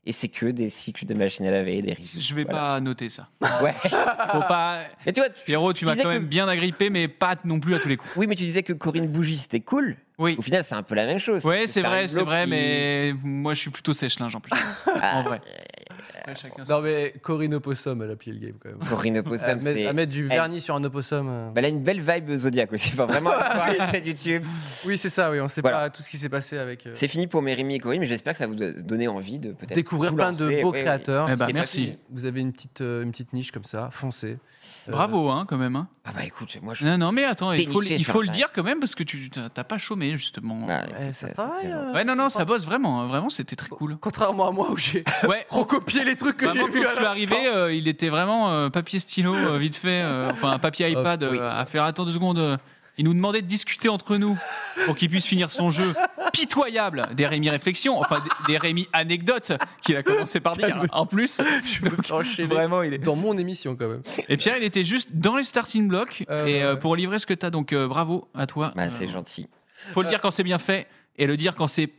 Speaker 2: Et c'est que des cycles de machines à laver,
Speaker 1: <laughs>
Speaker 2: des rideaux.
Speaker 3: Je vais
Speaker 2: Voilà.
Speaker 3: pas noter ça.
Speaker 2: Ouais.
Speaker 3: Faut pas.
Speaker 2: Et tu vois, tu-
Speaker 3: Pierrot, tu m'as
Speaker 2: disais
Speaker 3: quand même
Speaker 2: que-
Speaker 3: bien agrippé, mais pas non plus à tous les coups.
Speaker 2: Oui, mais tu disais que Corinne Bougie, c'était cool.
Speaker 3: Oui.
Speaker 2: Au final, c'est un peu la même chose.
Speaker 3: Ouais, c'est
Speaker 2: Faire
Speaker 3: vrai,
Speaker 2: une
Speaker 3: c'est
Speaker 2: bloc
Speaker 3: vrai,
Speaker 2: qui-
Speaker 3: mais moi je suis plutôt sèche-linge en plus. en vrai. Après, Ah. chacun son-
Speaker 1: Non, mais Corinne Opossum, elle a plié le game quand même.
Speaker 2: Corinne
Speaker 1: à,
Speaker 2: Opossum,
Speaker 1: mettre,
Speaker 2: c'est.
Speaker 1: à mettre du vernis sur un opossum. euh.
Speaker 2: Bah, elle a une belle vibe Zodiac aussi. Enfin, vraiment, elle fait du tube.
Speaker 1: Oui, c'est ça, oui, on sait
Speaker 2: Voilà.
Speaker 1: pas tout ce qui s'est passé avec. euh,
Speaker 2: C'est fini pour Mérimie et Corinne, mais j'espère que ça vous a donné envie de peut-être.
Speaker 1: Découvrir
Speaker 2: vous
Speaker 1: plein de
Speaker 2: lancer.
Speaker 1: beaux
Speaker 2: Oui, oui.
Speaker 1: créateurs.
Speaker 3: Eh ben,
Speaker 2: C'est
Speaker 3: merci.
Speaker 2: pas fini.
Speaker 1: Vous avez une petite, euh, une petite niche comme ça, foncez. Euh,
Speaker 3: Bravo, hein, quand même. hein.
Speaker 2: Ah, bah écoute, moi je.
Speaker 3: Non, non, mais attends, il faut,
Speaker 2: Déniché
Speaker 3: il
Speaker 2: sur
Speaker 3: faut le
Speaker 2: Internet.
Speaker 3: dire quand même parce que tu t'as t'as pas chômé justement.
Speaker 2: Bah, écoute,
Speaker 1: eh, ça
Speaker 2: ça- ça
Speaker 1: travaille,
Speaker 2: fait
Speaker 1: euh,
Speaker 3: Ouais, non, non, ça bosse vraiment. hein, Vraiment, c'était très cool.
Speaker 1: Contrairement à moi où j'ai <laughs>
Speaker 3: <laughs> Ouais.
Speaker 1: recopié les trucs que
Speaker 3: Bah, moi,
Speaker 1: j'ai
Speaker 3: quand
Speaker 1: vus.
Speaker 3: je suis arrivé, euh, il était vraiment euh, papier stylo, euh, vite
Speaker 1: <laughs>
Speaker 3: fait, euh, enfin un papier
Speaker 1: Hop,
Speaker 3: iPad euh,
Speaker 1: Ah, oui.
Speaker 3: à faire. Attends deux secondes. euh, il nous demandait de discuter entre nous pour qu'il puisse finir son jeu pitoyable. Des Rémi réflexions, enfin des, des Rémi anecdotes qu'il a commencé par dire. En plus, Donc, vraiment, il est.
Speaker 1: Dans mon émission quand même.
Speaker 3: Et Pierre, il était juste dans les starting blocks
Speaker 1: Euh,
Speaker 3: et euh,
Speaker 1: ouais.
Speaker 3: pour livrer ce que t'as. Donc euh, bravo à toi.
Speaker 2: Bah, c'est
Speaker 3: Euh,
Speaker 2: gentil.
Speaker 3: Faut le dire quand c'est bien fait et le dire quand c'est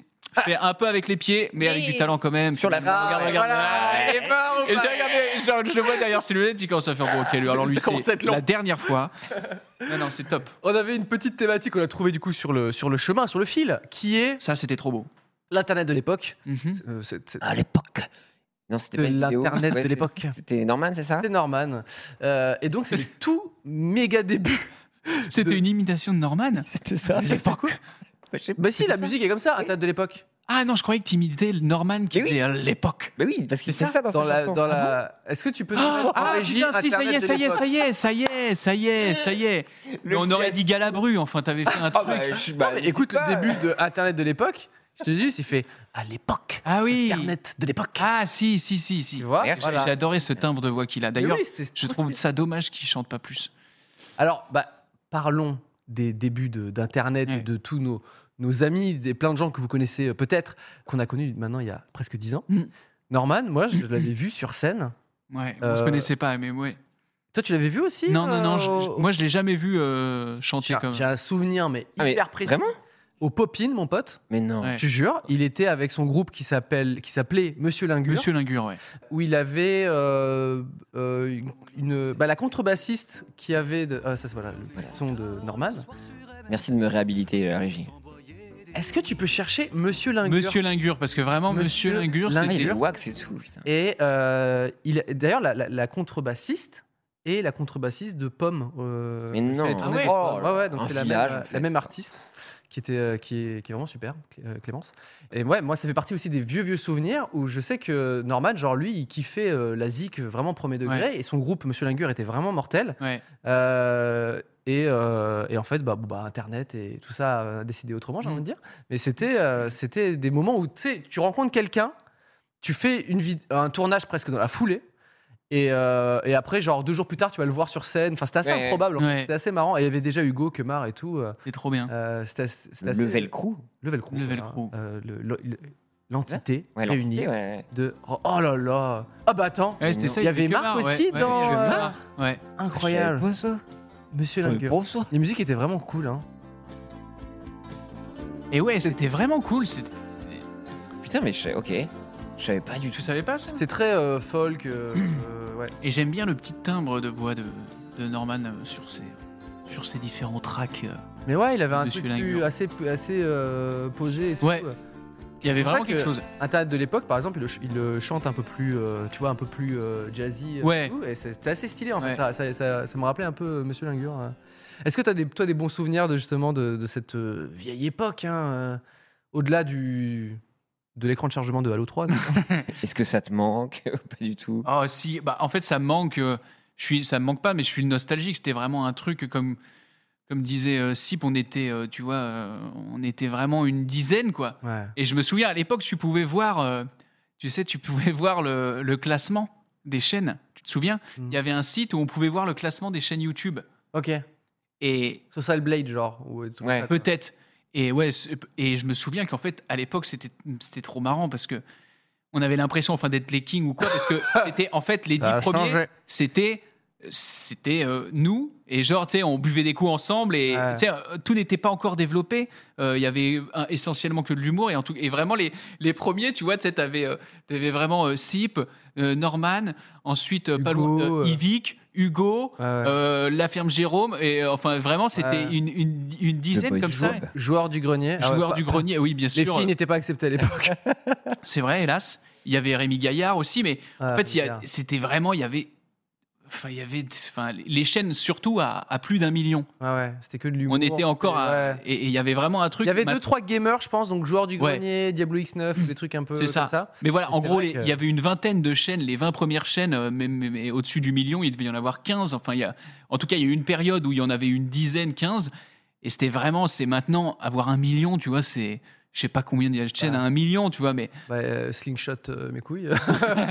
Speaker 3: fait un peu avec les pieds, mais avec du talent quand même.
Speaker 2: Sur la
Speaker 3: Regarde, regarde, regarde.
Speaker 1: Voilà, elle est mort,
Speaker 3: Et j'ai regardé, je, je le vois derrière ses lunettes, il commence à faire bon, ok, lui, alors
Speaker 1: <laughs>
Speaker 3: lui,
Speaker 1: Ça commence à
Speaker 3: c'est
Speaker 1: être long.
Speaker 3: la dernière fois. Non, non, c'est top.
Speaker 1: On avait une petite thématique qu'on a trouvée du coup sur le, sur le chemin, sur le fil, qui est
Speaker 3: Ça, c'était trop beau.
Speaker 1: l'internet de l'époque.
Speaker 3: Mhm.
Speaker 1: Euh, c'est- c'est-
Speaker 2: À l'époque. Non, c'était
Speaker 1: De
Speaker 2: pas une vidéo.
Speaker 1: l'Internet de
Speaker 2: c'est-
Speaker 1: l'époque.
Speaker 2: C'était Norman, c'est ça
Speaker 1: C'était Norman. Euh, et donc, c'est <laughs> le tout méga début.
Speaker 3: C'était
Speaker 1: De-
Speaker 3: une imitation de Norman.
Speaker 2: C'était ça.
Speaker 3: L'époque.
Speaker 1: Bah, si, la musique est comme ça, Internet de l'époque.
Speaker 3: Ah non, je croyais que t'imitais le Norman qui
Speaker 2: Mais oui.
Speaker 3: était à l'époque.
Speaker 2: Mais Bah oui, parce qu'il
Speaker 3: C'est
Speaker 2: fait ça dans,
Speaker 1: Dans
Speaker 2: sa
Speaker 1: la,
Speaker 2: chanson.
Speaker 1: dans la... Est-ce que tu peux nous
Speaker 3: Ah,
Speaker 1: mettre en régie
Speaker 3: putain, si, ça y est,
Speaker 1: Internet de
Speaker 3: ça y est,
Speaker 1: l'époque
Speaker 3: ça y est, ça y est, ça y est, ça y est. Mais on aurait dit Galabru, enfin, t'avais fait un
Speaker 2: Ah
Speaker 3: truc.
Speaker 2: bah, je suis- bah,
Speaker 1: Mais Écoute,
Speaker 2: pas,
Speaker 1: le début de Internet de l'époque, je te dis, il fait à l'époque.
Speaker 3: Ah oui.
Speaker 1: Internet de l'époque.
Speaker 3: Ah si, si, si, si.
Speaker 1: Tu vois
Speaker 3: J'ai-
Speaker 1: Voilà.
Speaker 3: J'ai adoré ce timbre de voix qu'il a. D'ailleurs,
Speaker 1: Mais oui, c'était-
Speaker 3: je trouve ça dommage qu'il chante pas plus.
Speaker 1: Alors, bah, parlons des débuts de- d'Internet,
Speaker 3: Ouais.
Speaker 1: de tous nos, nos amis, des plein de gens que vous connaissez euh, peut-être, qu'on a connus maintenant il y a presque 10 ans.
Speaker 3: Mm.
Speaker 1: Norman, moi, je l'avais vu sur scène.
Speaker 3: Ouais, on se
Speaker 1: Euh,
Speaker 3: connaissait pas, mais ouais.
Speaker 1: Toi, tu l'avais vu aussi
Speaker 3: Non, non, non,
Speaker 1: euh,
Speaker 3: je-
Speaker 1: au-
Speaker 3: je- moi je l'ai jamais vu euh, chanter
Speaker 1: J'ai
Speaker 3: comme
Speaker 1: j'ai un souvenir, mais
Speaker 2: Ah, mais
Speaker 1: hyper précis.
Speaker 2: vraiment
Speaker 1: Au Popin, mon pote,
Speaker 2: Mais non.
Speaker 3: Ouais.
Speaker 1: je te jure, il était avec son groupe qui s'appelle, qui s'appelait Monsieur Lingur,
Speaker 3: Monsieur Lingur, ouais.
Speaker 1: où il avait euh, euh, une, une- bah, la contrebassiste qui avait, de, ah, ça c'est voilà, le son de Norman.
Speaker 2: Merci de me réhabiliter, euh, la régie.
Speaker 1: Est-ce que tu peux chercher Monsieur Lingur
Speaker 3: Monsieur Lingur, parce que vraiment
Speaker 1: Monsieur
Speaker 3: Monsieur, Lingur,
Speaker 2: Ah, il
Speaker 3: c'était.
Speaker 2: est wax et tout, putain.
Speaker 1: Et euh, il, d'ailleurs, la, la- la contrebassiste est la contrebassiste de Pomme. euh,
Speaker 2: Mais
Speaker 1: elle fait
Speaker 2: non.
Speaker 1: les tournées
Speaker 3: Ah ouais.
Speaker 1: de Pomme.
Speaker 2: Oh là
Speaker 1: ouais, ouais,
Speaker 2: là,
Speaker 1: donc
Speaker 2: un
Speaker 1: c'est la,
Speaker 2: village,
Speaker 1: même, euh,
Speaker 2: en fait.
Speaker 1: la même artiste qui, était, euh, qui, est, qui est vraiment super, Clé- euh, Clémence. Et ouais, moi, ça fait partie aussi des vieux, vieux souvenirs où je sais que Norman, genre lui, il kiffait euh, la zik vraiment premier degré et son groupe, Monsieur Lingur, était vraiment mortel.
Speaker 3: Ouais.
Speaker 1: Euh, et, euh, et en fait, bah, bon, bah, Internet et tout ça a décidé autrement, j'ai
Speaker 3: Mm.
Speaker 1: envie de dire. Mais c'était euh, c'était des moments où tu sais, tu rencontres quelqu'un, tu fais une vid- un tournage presque dans la foulée. Et, euh, et après, genre deux jours plus tard, tu vas le voir sur scène. Enfin, c'était assez
Speaker 2: Ouais.
Speaker 1: improbable. en fait.
Speaker 3: Ouais.
Speaker 1: C'était assez marrant. Et il y avait déjà Hugo, Kemar et tout. euh,
Speaker 3: C'est trop bien.
Speaker 1: euh, c'était assez- c'était assez-
Speaker 2: Le Velcro.
Speaker 1: Le Velcro.
Speaker 3: Le
Speaker 1: voilà.
Speaker 3: Velcro.
Speaker 1: Euh, le- le- le- L'entité
Speaker 2: Ouais,
Speaker 1: réunie
Speaker 2: l'entité, ouais.
Speaker 1: de. Oh là là Ah bah attends
Speaker 3: Ouais, c'était ça.
Speaker 1: Il y avait
Speaker 3: fait que
Speaker 1: Marc aussi
Speaker 3: ouais, ouais,
Speaker 1: dans,
Speaker 3: il y avait
Speaker 1: euh,
Speaker 3: Marc, Ouais.
Speaker 1: Incroyable
Speaker 2: J'avais pas ça.
Speaker 1: Monsieur
Speaker 2: J'avais
Speaker 1: Lingueur.
Speaker 2: pas ça.
Speaker 1: Les musiques étaient vraiment cool. Hein.
Speaker 3: Et ouais, c'était vraiment cool. c'était-
Speaker 2: Putain, mais je sais- ok. Je savais pas du tout
Speaker 3: Tu
Speaker 2: ça.
Speaker 3: savais pas ça
Speaker 1: C'était très euh, folk.
Speaker 3: <clears throat>
Speaker 1: euh, euh, ouais.
Speaker 3: Et j'aime bien le petit timbre de voix de, de Norman euh, sur ses sur ses différents tracks. euh.
Speaker 1: Mais ouais, il avait un
Speaker 3: Monsieur
Speaker 1: truc plus
Speaker 3: Lingueur.
Speaker 1: assez, assez euh, posé et tout.
Speaker 3: Ouais. Il y avait
Speaker 1: C'est pour
Speaker 3: vraiment
Speaker 1: ça que-
Speaker 3: quelque chose.
Speaker 1: Internet de l'époque, par exemple, il le, ch- il le chante un peu plus, euh, tu vois, un peu plus euh, jazzy. euh,
Speaker 3: Ouais.
Speaker 1: et tout, Et c'est- c'était assez stylé en
Speaker 3: Ouais.
Speaker 1: fait. Ça, ça- ça- ça me rappelait un peu euh, Monsieur Lingueur. euh. Est-ce que tu as des, toi des bons souvenirs de justement de, de cette euh, vieille époque, hein, euh, au-delà du de l'écran de chargement de Halo 3 non
Speaker 3: <laughs>
Speaker 2: Est-ce que ça te manque <laughs> Pas du tout.
Speaker 3: Ah si, bah en fait ça me manque. euh, je suis, ça me manque pas, mais je suis nostalgique. C'était vraiment un truc comme, comme disait euh, Sip, on était, euh, tu vois, euh, on était vraiment une dizaine quoi.
Speaker 1: Ouais.
Speaker 3: Et je me souviens à l'époque, tu pouvais voir, euh, tu sais, tu pouvais <laughs> voir le, le classement des chaînes. Tu te souviens Il
Speaker 1: Mm.
Speaker 3: y avait un site où on pouvait voir le classement des chaînes YouTube.
Speaker 1: Ok.
Speaker 3: Et
Speaker 1: Social Blade, genre. ou des trucs
Speaker 2: Ouais.
Speaker 1: comme ça, quoi.
Speaker 3: peut-être. Et ouais, c'est- et je me souviens qu'en fait, à l'époque, c'était c'était trop marrant parce que
Speaker 1: <laughs>
Speaker 3: on avait l'impression, enfin, d'être les kings ou quoi, parce que c'était en fait les
Speaker 1: Ça
Speaker 3: dix
Speaker 1: a
Speaker 3: premiers,
Speaker 1: changé.
Speaker 3: c'était c'était euh, nous et genre tu sais on buvait des coups ensemble et
Speaker 1: Ouais.
Speaker 3: tu sais euh, tout n'était pas encore développé Euh, il y avait euh, essentiellement que de l'humour et en tout et vraiment les les premiers tu vois tu sais t'avais euh, t'avais vraiment euh, Sip euh, Norman ensuite euh, pas
Speaker 1: Hugo,
Speaker 3: loin- euh,
Speaker 1: euh.
Speaker 3: Yvick, Hugo
Speaker 1: Ouais, ouais.
Speaker 3: euh, la ferme Jérôme et euh, enfin vraiment c'était
Speaker 1: Ouais.
Speaker 3: une, une une dizaine
Speaker 2: Boys
Speaker 3: comme ça
Speaker 2: Club.
Speaker 1: Joueur du grenier. Ah ouais,
Speaker 3: joueur
Speaker 1: pas-
Speaker 3: du grenier oui bien
Speaker 1: Les
Speaker 3: sûr
Speaker 1: filles n'étaient pas acceptées à l'époque.
Speaker 3: c'est vrai hélas il y avait Rémi Gaillard aussi mais
Speaker 1: Ah,
Speaker 3: en fait, il y a- c'était vraiment, il y avait, enfin, il y avait, enfin, les chaînes surtout à, à plus d'un million.
Speaker 1: Ouais, ouais, c'était que de l'humour.
Speaker 3: On était encore à,
Speaker 1: c'était- ouais.
Speaker 3: et et il y avait vraiment un truc.
Speaker 1: Il y avait
Speaker 3: ma-
Speaker 1: deux trois gamers, je pense, donc joueurs du
Speaker 3: Ouais.
Speaker 1: grenier, Diablo X9, des trucs un peu
Speaker 3: C'est ça.
Speaker 1: comme ça.
Speaker 3: Mais voilà,
Speaker 1: Mais
Speaker 3: en
Speaker 1: c'est
Speaker 3: gros,
Speaker 1: vrai
Speaker 3: les-
Speaker 1: que-
Speaker 3: il y avait une vingtaine de chaînes, les 20 premières chaînes, euh, mais, mais- mais au-dessus du million, il devait y en avoir 15. Enfin, il y a, en tout cas, il y a eu une période où il y en avait une dizaine, 15. Et c'était vraiment, c'est maintenant, avoir un million, tu vois, c'est, je sais pas combien il y a de chaînes à un million, tu vois, mais,
Speaker 1: Bah, euh, slingshot euh, mes couilles.
Speaker 3: <laughs>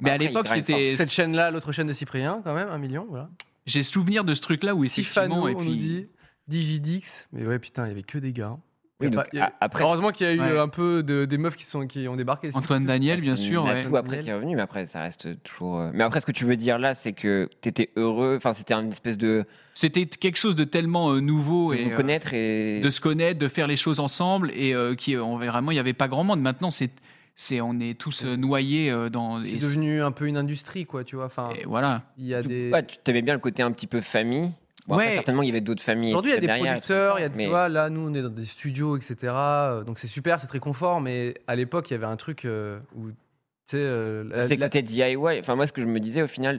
Speaker 3: mais à l'époque,
Speaker 1: <laughs>
Speaker 3: c'était.
Speaker 1: Cette chaîne-là, l'autre chaîne de Cyprien, quand même, un million, voilà.
Speaker 3: J'ai souvenir de ce truc-là où effectivement.
Speaker 1: Sifano,
Speaker 3: et
Speaker 1: on nous
Speaker 3: puis-
Speaker 1: dit, Digidix, mais ouais, putain, il y avait que des gars. hein. Il y
Speaker 2: Oui,
Speaker 1: a
Speaker 2: donc,
Speaker 1: pas- il y a-
Speaker 2: a- après-
Speaker 1: Heureusement qu'il y a eu
Speaker 3: Ouais.
Speaker 1: un peu de- des meufs qui, sont, qui ont débarqué. c'est-
Speaker 3: Antoine
Speaker 1: c'est-
Speaker 3: Daniel, bien sûr. ouais.
Speaker 2: Natou après qui est revenu, mais après ça reste toujours. euh, Mais après, ce que tu veux dire là, c'est que t'étais heureux. Enfin, c'était une espèce de
Speaker 3: C'était quelque chose de tellement euh, nouveau
Speaker 2: de
Speaker 3: et
Speaker 2: vous
Speaker 3: euh,
Speaker 2: connaître et
Speaker 3: de se connaître, de faire les choses ensemble et euh, qui euh, on, vraiment il n'y avait pas grand monde. Maintenant c'est c'est on est tous euh, noyés euh, dans
Speaker 1: C'est
Speaker 3: et-
Speaker 1: devenu un peu une industrie, quoi, tu vois. Enfin,
Speaker 3: et voilà.
Speaker 1: il y a
Speaker 2: Tu-
Speaker 1: des.
Speaker 2: ouais, tu t'aimais bien le côté un petit peu famille. Bon, après,
Speaker 3: Ouais.
Speaker 2: certainement, il y avait d'autres familles.
Speaker 1: Aujourd'hui, il y a des
Speaker 2: derrière,
Speaker 1: producteurs, il y a,
Speaker 2: tout ça,
Speaker 1: tu
Speaker 2: mais-
Speaker 1: vois, là, nous, on est dans des studios, etc. euh, Donc, c'est super, c'est très confort, mais à l'époque, il y avait un truc euh, où, tu sais, euh, la-
Speaker 2: C'est
Speaker 1: la-
Speaker 2: côté DIY. Enfin, moi, ce que je me disais au final,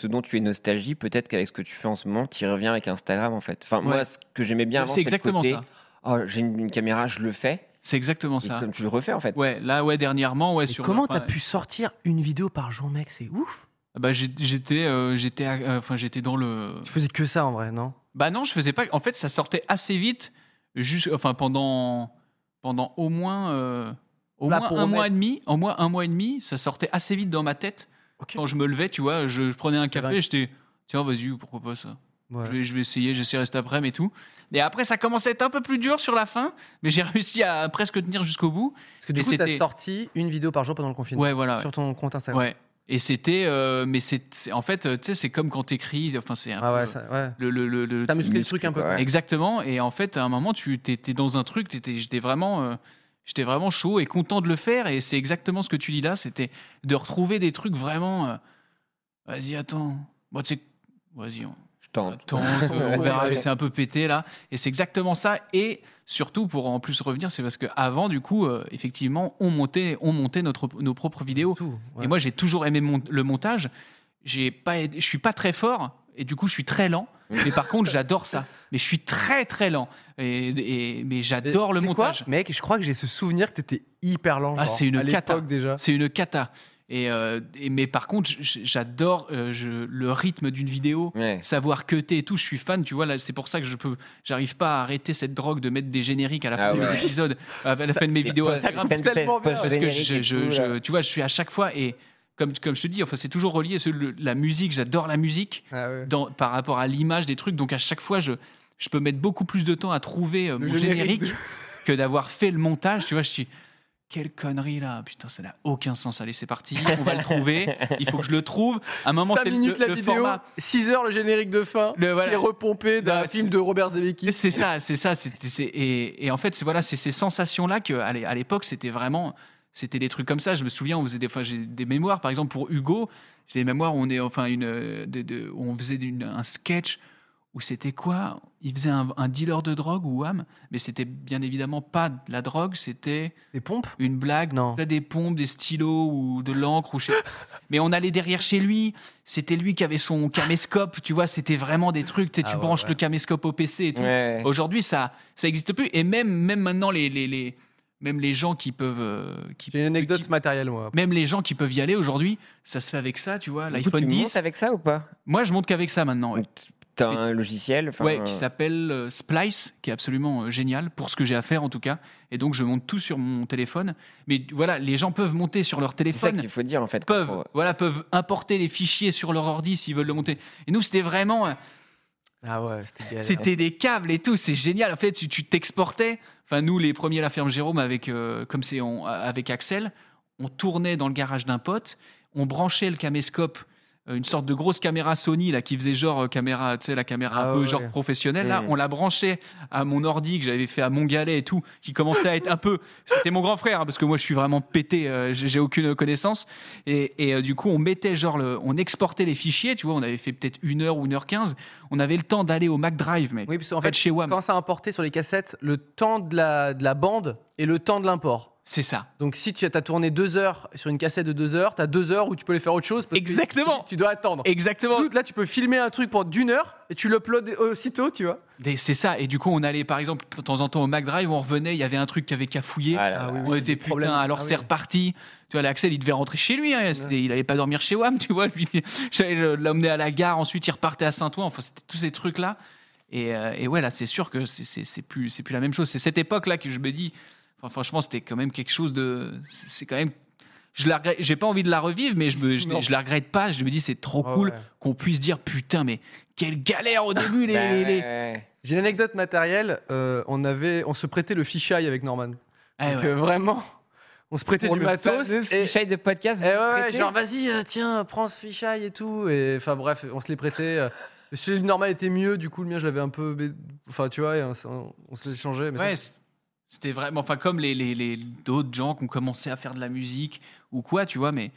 Speaker 2: ce dont tu es nostalgie, peut-être qu'avec ce que tu fais en ce moment, tu reviens avec Instagram en fait. Enfin,
Speaker 3: Ouais.
Speaker 2: moi, ce que j'aimais bien avant,
Speaker 3: C'est
Speaker 2: c'est le
Speaker 3: exactement
Speaker 2: côté,
Speaker 3: ça.
Speaker 2: Oh, j'ai une, une caméra, je le fais.
Speaker 3: C'est exactement
Speaker 2: Et
Speaker 3: ça.
Speaker 2: comme tu le refais en fait.
Speaker 3: Ouais, là ouais dernièrement ouais
Speaker 1: Mais
Speaker 3: sur
Speaker 1: comment
Speaker 3: enfin,
Speaker 1: t'as pu sortir une vidéo par jour, mec C'est ouf
Speaker 3: bah, j'ai- j'étais euh, j'étais à- euh, enfin j'étais dans le
Speaker 1: Tu faisais que ça, en vrai, non
Speaker 3: Bah non, je faisais pas. En fait, ça sortait assez vite, juste, enfin pendant pendant au moins euh, au
Speaker 1: Là,
Speaker 3: moins
Speaker 1: pour
Speaker 3: un mois et
Speaker 1: remettre.
Speaker 3: demi. En moins un mois et demi, ça sortait assez vite dans ma tête.
Speaker 1: Ok.
Speaker 3: Quand je me levais, tu vois, je, je prenais un café,
Speaker 1: vrai.
Speaker 3: et j'étais tiens vas-y pourquoi pas ça.
Speaker 1: Ouais.
Speaker 3: Je, vais, je vais essayer, j'essaierai cet après-midi et tout. Et après, ça commençait à être un peu plus dur sur la fin, mais j'ai <laughs> réussi à presque tenir jusqu'au bout.
Speaker 1: Parce que du
Speaker 3: Et
Speaker 1: coup, t'as
Speaker 3: c'était-
Speaker 1: sorti une vidéo par jour pendant le confinement
Speaker 3: Ouais, voilà. ouais.
Speaker 1: sur ton compte Instagram.
Speaker 3: Ouais. Et c'était, euh, mais c'est, c'est- en fait, euh, tu sais, c'est comme quand t'écris, enfin c'est un
Speaker 1: Ah ouais,
Speaker 3: peu euh,
Speaker 1: ça, ouais.
Speaker 3: le le le, le
Speaker 1: T'as musclé le
Speaker 2: muscle,
Speaker 1: truc un peu.
Speaker 2: quoi,
Speaker 1: quoi.
Speaker 2: ouais.
Speaker 3: Exactement. Et en fait, à un moment, tu étais dans un truc, t'étais- j'étais vraiment, euh, j'étais vraiment chaud et content de le faire. Et c'est exactement ce que tu dis là, c'était de retrouver des trucs vraiment. euh, vas-y, attends. Bon, tu sais, vas-y, on,
Speaker 2: Je tente.
Speaker 1: <laughs>
Speaker 3: attends, on verra. C'est un peu pété là. Et c'est exactement ça. Et surtout, pour en plus revenir, c'est parce que avant, du coup, euh, effectivement, on montait, on montait notre, nos propres vidéos.
Speaker 1: Tout, ouais.
Speaker 3: Et moi, j'ai toujours aimé mon- le montage. J'ai pas, aidé- je suis pas très fort et du coup, je suis très lent. Mais par contre, j'adore ça. Mais je suis très très lent. Et, et- mais
Speaker 1: Mais
Speaker 3: j'adore le
Speaker 1: c'est quoi,
Speaker 3: montage.
Speaker 1: Mec, je crois que j'ai ce souvenir que t'étais hyper lent.
Speaker 3: Ah,
Speaker 1: genre,
Speaker 3: c'est une
Speaker 1: à
Speaker 3: cata.
Speaker 1: l'époque, déjà.
Speaker 3: C'est une cata. Et, euh, et- mais par contre, j- j- j'adore euh, je- le rythme d'une vidéo.
Speaker 2: Ouais.
Speaker 3: Savoir cuter et tout, je suis fan, tu vois, là, c'est pour ça que je peux, j'arrive pas à arrêter cette drogue de mettre des génériques à la fin
Speaker 2: Ah
Speaker 3: de mes
Speaker 2: ouais.
Speaker 3: épisodes, à la fin de mes
Speaker 2: Les
Speaker 3: vidéos
Speaker 2: posts-
Speaker 3: Instagram,
Speaker 2: les scènes
Speaker 1: tellement bien.
Speaker 2: post-
Speaker 3: parce que
Speaker 2: post-génériques
Speaker 3: je,
Speaker 2: et
Speaker 3: je-
Speaker 2: tout,
Speaker 3: je-
Speaker 2: là.
Speaker 3: tu vois, je suis à chaque fois et comme, comme je te dis, enfin, c'est toujours relié. c'est le- la musique, j'adore la musique
Speaker 1: Ah ouais.
Speaker 3: dans, par rapport à l'image des trucs. Donc à chaque fois, je, je peux mettre beaucoup plus de temps à trouver euh,
Speaker 1: Le
Speaker 3: mon
Speaker 1: générique
Speaker 3: générique, <laughs> que d'avoir fait le montage. Tu vois, je dis. Quelle connerie là, putain, ça n'a aucun sens. Allez, c'est parti, on va le trouver. Il faut que je le trouve. À un moment,
Speaker 1: 5
Speaker 3: c'est le,
Speaker 1: minutes la
Speaker 3: le- le
Speaker 1: vidéo,
Speaker 3: format.
Speaker 1: 6 heures le générique de fin,
Speaker 3: Le- voilà.
Speaker 1: et repompé d'un
Speaker 3: Non,
Speaker 1: film
Speaker 3: c'est-
Speaker 1: de Robert Zemeckis.
Speaker 3: C'est ça, c'est ça. c'est- c'est- et, et en fait, c'est voilà, c'est ces sensations-là que à l'é- à l'époque, c'était vraiment, c'était des trucs comme ça. Je me souviens, on faisait des fois, j'ai des mémoires, par exemple pour Hugo, j'ai des mémoires où on est enfin une, euh, de- de- où on faisait une- un sketch où c'était quoi Il faisait un, un dealer de drogue ou ham, mais c'était bien évidemment pas de la drogue, c'était
Speaker 1: Des pompes
Speaker 3: une blague,
Speaker 1: Non.
Speaker 3: Là, des pompes, des stylos ou de l'encre
Speaker 1: <laughs>
Speaker 3: ou je sais- Mais on allait derrière chez lui. C'était lui qui avait son caméscope, tu vois. C'était vraiment des trucs. Tu, sais,
Speaker 1: Ah
Speaker 3: tu
Speaker 1: ouais,
Speaker 3: branches
Speaker 1: ouais.
Speaker 3: le caméscope au PC et tout.
Speaker 2: Ouais.
Speaker 3: Aujourd'hui, ça ça existe plus. Et même, même maintenant, les, les, les- même les gens qui peuvent. euh, qui,
Speaker 1: J'ai une anecdote
Speaker 3: qui-
Speaker 1: matérielle, moi.
Speaker 3: même les gens qui peuvent y aller aujourd'hui, ça se fait avec ça, tu vois,
Speaker 2: Du coup,
Speaker 3: l'iPhone
Speaker 2: tu
Speaker 3: 10.
Speaker 2: montes avec ça ou pas
Speaker 3: Moi, je monte qu'avec ça maintenant. Ouais,
Speaker 2: Donc, T'as un logiciel enfin,
Speaker 3: Ouais,
Speaker 2: euh,
Speaker 3: qui s'appelle euh, Splice, qui est absolument euh, génial pour ce que j'ai à faire en tout cas. Et donc, je monte tout sur mon téléphone. Mais voilà, les gens peuvent monter sur leur
Speaker 2: C'est ça
Speaker 3: téléphone
Speaker 2: qu'il faut dire en fait.
Speaker 3: peuvent,
Speaker 2: Pour- euh,
Speaker 3: voilà, peuvent importer les fichiers sur leur ordi s'ils veulent le monter. Et nous, c'était vraiment, euh,
Speaker 1: Ah ouais, c'était galère.
Speaker 3: c'était des câbles et tout, c'est génial. En fait, tu tu t'exportais. Enfin, nous, les premiers à la ferme Jérôme, avec, euh, comme c'est on- avec Axel, on tournait dans le garage d'un pote, on branchait le caméscope euh, une sorte de grosse caméra Sony là qui faisait genre euh, caméra, tu sais, la caméra
Speaker 1: Ah
Speaker 3: un peu
Speaker 1: ouais. Hmm.
Speaker 3: genre professionnelle. Là,
Speaker 2: Mm.
Speaker 3: on l'a branchée à mon ordi que j'avais fait à mon galet et tout, qui commençait à être un peu. C'était mon grand frère hein, parce que moi je suis vraiment pété, euh, j'ai j'ai aucune connaissance. Et, et, euh, du coup, on mettait genre le, on exportait les fichiers, tu vois, on avait fait peut-être une heure ou une heure quinze. On avait le temps d'aller au Mac Drive, mec.
Speaker 1: Oui, parce qu'en
Speaker 3: en fait,
Speaker 1: fait,
Speaker 3: chez WAM,
Speaker 1: quand ça importait sur les cassettes, le temps de la, de la bande et le temps de l'import.
Speaker 3: c'est ça.
Speaker 1: Donc si tu as tourné deux heures sur une cassette de deux heures, tu as deux heures où tu peux les faire autre chose parce que
Speaker 3: Exactement.
Speaker 1: tu dois attendre.
Speaker 3: Exactement.
Speaker 1: Écoute, là, tu peux filmer un truc pour d'une heure et tu l'uploades aussitôt, tu vois.
Speaker 3: Des- C'est ça. Et du coup, on allait par exemple de temps en temps au Mac Drive, on revenait, il y avait un truc qui avait qu'à fouiller.
Speaker 2: Ah là
Speaker 1: Ah
Speaker 2: là.
Speaker 1: oui,
Speaker 3: On était putain,
Speaker 1: problème.
Speaker 3: alors
Speaker 1: Ah
Speaker 3: c'est
Speaker 1: oui.
Speaker 3: reparti. Tu vois, l'Axel, il devait rentrer chez lui. hein, c'était- Il allait pas dormir chez WAM, tu vois. Lui, <laughs> j'allais le- l'emmener à la gare, ensuite il repartait à Saint-Ouen. Enfin, c'était tous ces trucs-là. Et, euh, et ouais, là, c'est sûr que c'est- c'est c'est plus, c'est plus la même chose. C'est cette époque-là que je me dis, enfin, franchement, c'était quand même quelque chose de. C'est c'est quand même. Je la regrette- j'ai pas envie de la revivre, mais je, me, je,
Speaker 1: Non.
Speaker 3: je la regrette pas. Je me dis, c'est trop
Speaker 1: Ah
Speaker 3: cool
Speaker 1: ouais.
Speaker 3: qu'on puisse dire, putain, mais quelle galère au début, les-
Speaker 2: Bah,
Speaker 3: les- les,
Speaker 2: ouais, ouais.
Speaker 1: J'ai une anecdote matérielle. euh, on, avait, on se prêtait le fichaille avec Norman.
Speaker 3: Ah ouais.
Speaker 1: Donc, euh, vraiment, on se prêtait
Speaker 2: Pour
Speaker 1: du
Speaker 2: le
Speaker 1: matos.
Speaker 2: fameux
Speaker 1: et-
Speaker 2: fichier de podcast.
Speaker 1: Eh ouais, ouais, genre vas-y, euh, tiens, prends ce fichaille et tout. Et enfin bref, on se les prêtait. euh. Celui du normal était mieux, du coup le mien je l'avais un peu. bé- Enfin tu vois, et on, s'est- on s'est échangé. Mais
Speaker 3: Ouais, c- c'était vraiment. Enfin, comme les, les, les- d'autres gens qui ont commencé à faire de la musique ou quoi, tu vois. Mais,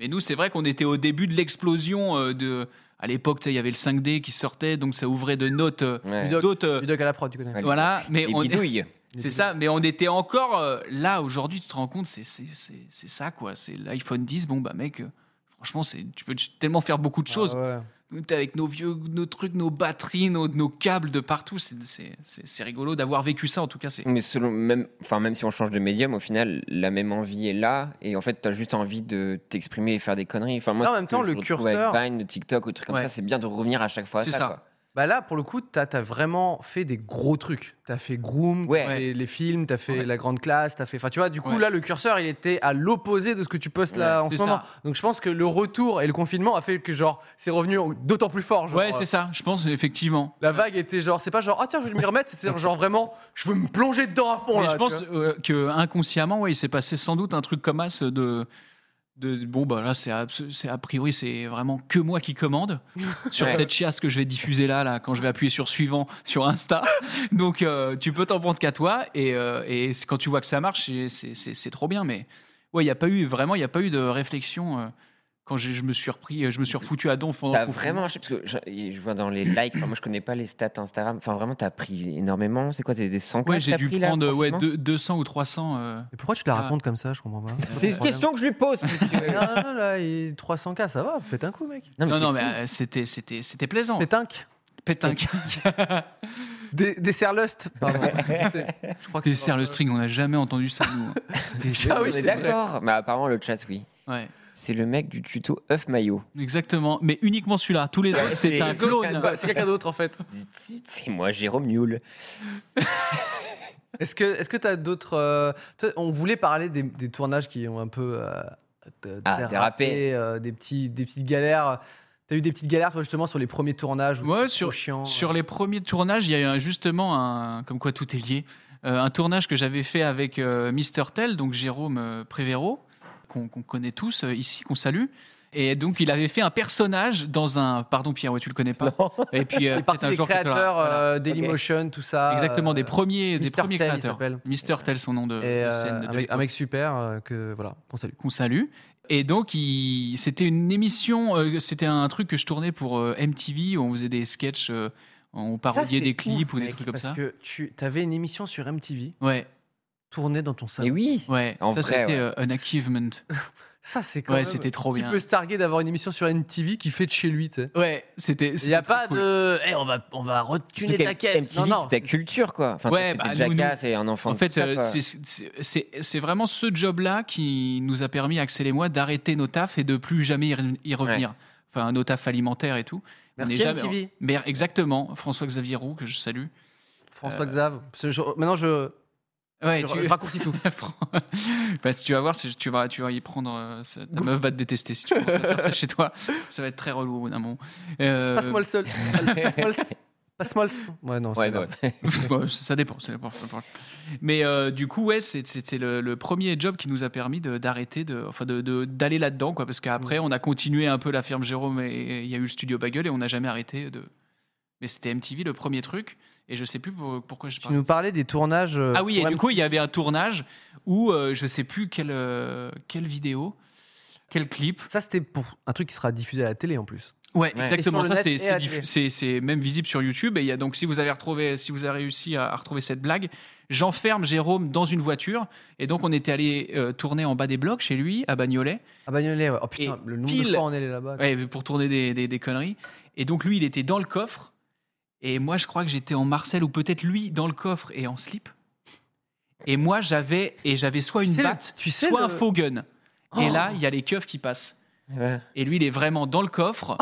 Speaker 3: mais nous, c'est vrai qu'on était au début de l'explosion euh, de. À l'époque, tu sais, il y avait le 5D qui sortait, donc ça ouvrait de notes. euh,
Speaker 2: Ouais.
Speaker 1: Ludoc.
Speaker 3: d'autres, euh,
Speaker 1: ça, Ludoc à la prod, tu connais.
Speaker 2: Ouais.
Speaker 3: voilà, mais
Speaker 2: Les
Speaker 3: on,
Speaker 2: bidouilles.
Speaker 3: <laughs> c'est ça, mais on était encore euh, là aujourd'hui. Tu te rends compte, c'est, c'est, c'est, c'est ça quoi. C'est l'iPhone 10. Bon bah mec, euh, franchement, c'est, tu peux tellement faire beaucoup de choses.
Speaker 1: Ah ouais.
Speaker 3: Nous, t'es avec nos vieux, nos trucs, nos batteries, nos, nos câbles de partout. C'est, c'est, c'est, c'est rigolo d'avoir vécu ça. En tout cas, c'est
Speaker 2: Mais selon même, enfin même si on change de médium, au final la même envie est là et en fait t'as juste envie de t'exprimer et faire des conneries. Enfin moi,
Speaker 1: Non, en
Speaker 2: ce
Speaker 1: même
Speaker 2: que
Speaker 1: temps,
Speaker 2: je
Speaker 1: le
Speaker 2: retrouve avec
Speaker 1: curseur-
Speaker 2: Vine, le TikTok ou trucs comme
Speaker 3: Ouais.
Speaker 2: ça, c'est bien de revenir à chaque fois. à
Speaker 3: C'est
Speaker 2: ça.
Speaker 3: ça.
Speaker 2: quoi.
Speaker 1: Bah là pour le coup, t'as as vraiment fait des gros trucs. T'as fait Groom,
Speaker 2: Ouais.
Speaker 1: t'as fait les films, t'as fait
Speaker 3: Ouais.
Speaker 1: la grande classe, t'as fait. Enfin tu vois, du coup
Speaker 3: Ouais.
Speaker 1: là le curseur il était à l'opposé de ce que tu postes là en ce
Speaker 3: c'est
Speaker 1: moment.
Speaker 3: ça.
Speaker 1: Donc je pense que le retour et le confinement a fait que genre c'est revenu d'autant plus fort. Genre,
Speaker 3: Ouais, c'est ça, je pense, effectivement.
Speaker 1: La vague était genre, c'est pas genre, ah tiens, je vais m'y remettre, c'était genre vraiment, je veux me plonger dedans à fond Oh
Speaker 3: Mais
Speaker 1: là.
Speaker 3: je
Speaker 1: tu
Speaker 3: pense
Speaker 1: vois.
Speaker 3: euh, que inconsciemment, ouais, il s'est passé sans doute un truc comme as de. De, bon bah là c'est abs- c'est- a priori c'est vraiment que moi qui commande sur
Speaker 2: Ouais.
Speaker 3: cette chiasse que je vais diffuser là là quand je vais appuyer sur suivant sur Insta <laughs> donc euh, tu peux t'en prendre qu'à toi et, euh, et c'est- quand tu vois que ça marche c'est- c'est c'est- c'est trop bien mais ouais il y a pas eu vraiment il y a pas eu de réflexion euh, quand j'ai- je me suis repris je me suis refoutu à donf pendant
Speaker 2: T'as
Speaker 3: le confinement.
Speaker 2: vraiment, je, parce que je, je vois dans les likes, enfin, moi je connais pas les stats Instagram. Enfin vraiment t'as pris énormément. C'est quoi, t'es des 100
Speaker 3: ouais
Speaker 2: que
Speaker 3: j'ai
Speaker 2: t'as
Speaker 3: dû
Speaker 2: pris, là,
Speaker 3: prendre ouais
Speaker 2: franchement
Speaker 3: deux- 200 ou 300 euh,
Speaker 1: Mais pourquoi tu te la
Speaker 3: Ah.
Speaker 1: racontes comme ça Je comprends pas.
Speaker 2: C'est une question que je lui pose. monsieur.
Speaker 1: <laughs> Non, non, là, il- 300K, ça va, faites un coup, mec.
Speaker 2: non mais,
Speaker 3: non
Speaker 2: c'est
Speaker 3: non mais
Speaker 2: fou.
Speaker 3: euh, c'était c'était c'était plaisant
Speaker 1: Pétinque.
Speaker 3: Pétinque. <laughs>
Speaker 1: Des, des serlust, pardon. <laughs> Ah C'est- je crois que
Speaker 3: Des serres le string, on n'a jamais entendu ça,
Speaker 1: <laughs>
Speaker 3: nous. hein.
Speaker 1: Ah oui,
Speaker 2: on est
Speaker 1: c'est vrai.
Speaker 2: d'accord. Mais apparemment le chat oui.
Speaker 3: Ouais,
Speaker 2: C'est le mec du tuto œuf maillot.
Speaker 3: exactement. Mais uniquement celui-là. Tous les autres, c'est
Speaker 2: c'est-
Speaker 3: un
Speaker 2: les autres,
Speaker 3: clone.
Speaker 1: Bah, C'est quelqu'un d'autre en fait.
Speaker 2: C'est moi Jérôme Nioul.
Speaker 1: Est-ce que est-ce que t'as d'autres euh, toi, On voulait parler des, des tournages qui ont un peu euh, t-
Speaker 2: Ah, dérapé.
Speaker 1: euh, des petits des petites galères. T'as eu des petites galères toi justement sur les premiers tournages. où
Speaker 3: Ouais,
Speaker 1: c'était
Speaker 3: sur-
Speaker 1: trop chiant.
Speaker 3: Sur les premiers tournages, il y a eu un- justement un. Comme quoi tout est lié. euh, un tournage que j'avais fait avec euh, Mister Tell, donc Jérôme euh, Prévéro, qu'on qu'on connaît tous euh, ici, qu'on salue. Et donc, il avait fait un personnage dans un. Pardon, Pierre, ouais, tu le connais pas. Et puis,
Speaker 1: <laughs> Il est
Speaker 3: euh, peut-être
Speaker 1: parti
Speaker 3: un
Speaker 1: des
Speaker 3: jour que tu l'auras.
Speaker 1: créateurs
Speaker 3: Voilà.
Speaker 1: euh, Dailymotion, tout ça.
Speaker 3: Exactement,
Speaker 1: euh,
Speaker 3: des premiers, des
Speaker 1: Mr.
Speaker 3: premiers
Speaker 1: Tell, il
Speaker 3: créateurs.
Speaker 1: s'appelle.
Speaker 3: Mister Tell, son nom de,
Speaker 1: Et,
Speaker 3: de
Speaker 1: euh,
Speaker 3: scène. de
Speaker 1: un, mec,
Speaker 3: l'époque.
Speaker 1: un mec super euh, que voilà qu'on salue.
Speaker 3: qu'on salue. Et donc, il- c'était une émission, euh, c'était un truc que je tournais pour euh, MTV, où on faisait des sketchs, euh, on parodiait des clips ou des trucs comme
Speaker 1: parce
Speaker 3: ça.
Speaker 1: que tu avais une émission sur MTV
Speaker 3: Ouais,
Speaker 1: tournée dans ton
Speaker 2: Mais
Speaker 1: salon.
Speaker 2: oui.
Speaker 3: ouais.
Speaker 2: En
Speaker 3: ça,
Speaker 2: vrai,
Speaker 3: c'était
Speaker 2: ouais.
Speaker 3: euh, un achievement.
Speaker 1: Ça c'est <laughs> quand
Speaker 3: Ouais,
Speaker 1: même-
Speaker 3: c'était trop
Speaker 1: Qui
Speaker 3: bien.
Speaker 1: peut se targuer d'avoir une émission sur MTV qui fait de chez lui, tu sais.
Speaker 3: Ouais, c'était.
Speaker 1: Il n'y a pas de. Eh, on va, on va retuner
Speaker 2: Surtout
Speaker 1: ta
Speaker 2: qu'à-
Speaker 1: caisse.
Speaker 2: MTV,
Speaker 1: non, non.
Speaker 2: c'est ta culture, quoi. Enfin,
Speaker 3: Ouais,
Speaker 2: ouais,
Speaker 3: bah,
Speaker 2: t'es
Speaker 3: nous,
Speaker 2: jackass et un enfant.
Speaker 3: En
Speaker 2: de
Speaker 3: fait,
Speaker 2: tout ça,
Speaker 3: euh,
Speaker 2: quoi.
Speaker 3: c'est- c'est c'est- c'est vraiment ce job-là qui nous a permis, Axel et moi, d'arrêter nos tafs et de plus jamais y re- y revenir. Enfin, nos tafs alimentaires et tout. On
Speaker 1: Merci
Speaker 3: est jamais-
Speaker 1: MTV.
Speaker 3: Mais exactement, François-Xavier Roux, que je salue.
Speaker 1: François Xav. Parce que je- maintenant, je,
Speaker 3: Ouais,
Speaker 1: je-
Speaker 3: Euh, tu- Euh,
Speaker 1: je <laughs> raccourcis
Speaker 3: <laughs>
Speaker 1: tout.
Speaker 3: Fran- Parce que tu vas voir, c'est- tu vas, tu vas y prendre. euh, ça- ta meuf va te détester si tu commences à faire ça chez toi. Ça va être très relou au bout d'un moment. Euh, <laughs>
Speaker 1: Passe-moi le seul. Passe-moi le seul. Pas Smalls. Ouais, non, c'est
Speaker 2: Ouais,
Speaker 1: pas
Speaker 2: bah
Speaker 1: grave.
Speaker 2: ouais.
Speaker 3: Bon, ça dépend. ça dépend, ça dépend. Mais euh, du coup, ouais, c'est- c'était le, le premier job qui nous a permis de- d'arrêter, de, enfin, de- de- d'aller là-dedans, quoi. Parce qu'après, on a continué un peu la ferme Jérôme et- et il y a eu le studio Bagel et on n'a jamais arrêté de. Mais c'était MTV le premier truc et je sais plus pour- pourquoi je
Speaker 1: Tu
Speaker 3: parle.
Speaker 1: nous parlais des tournages. euh,
Speaker 3: Ah oui, et
Speaker 1: pour
Speaker 3: du coup, il y avait un tournage où euh, je sais plus quelle, euh, quelle vidéo, quel clip.
Speaker 1: Ça, c'était pour un truc qui sera diffusé à la télé en plus.
Speaker 3: Ouais,
Speaker 2: Ouais.
Speaker 3: exactement.
Speaker 1: Et sur
Speaker 3: Ça,
Speaker 1: le
Speaker 3: c'est
Speaker 1: net et à
Speaker 3: c'est
Speaker 1: la
Speaker 3: diffu-
Speaker 1: télé.
Speaker 3: c'est- c'est même visible sur YouTube. Et il y a donc, si vous avez retrouvé, si vous avez réussi à, à retrouver cette blague, j'enferme Jérôme dans une voiture. Et donc, on était allé euh, tourner en bas des blocs chez lui, à Bagnolet,
Speaker 1: Ah Bagnolet, ouais. Oh putain,
Speaker 3: Et
Speaker 1: le nombre
Speaker 3: pile-
Speaker 1: de fois on est allé là-bas.
Speaker 3: ouais, pour tourner des, des- des conneries. Et donc, lui, il était dans le coffre. Et moi, je crois que j'étais en Marcel ou peut-être lui dans le coffre et en slip. Et moi, j'avais et j'avais soit
Speaker 1: Tu
Speaker 3: une
Speaker 1: sais le-
Speaker 3: batte,
Speaker 1: tu sais
Speaker 3: soit
Speaker 1: le-
Speaker 3: un faux gun. Et
Speaker 1: Oh.
Speaker 3: là, il y a les keufs qui passent.
Speaker 1: Ouais.
Speaker 3: Et lui, il est vraiment dans le coffre.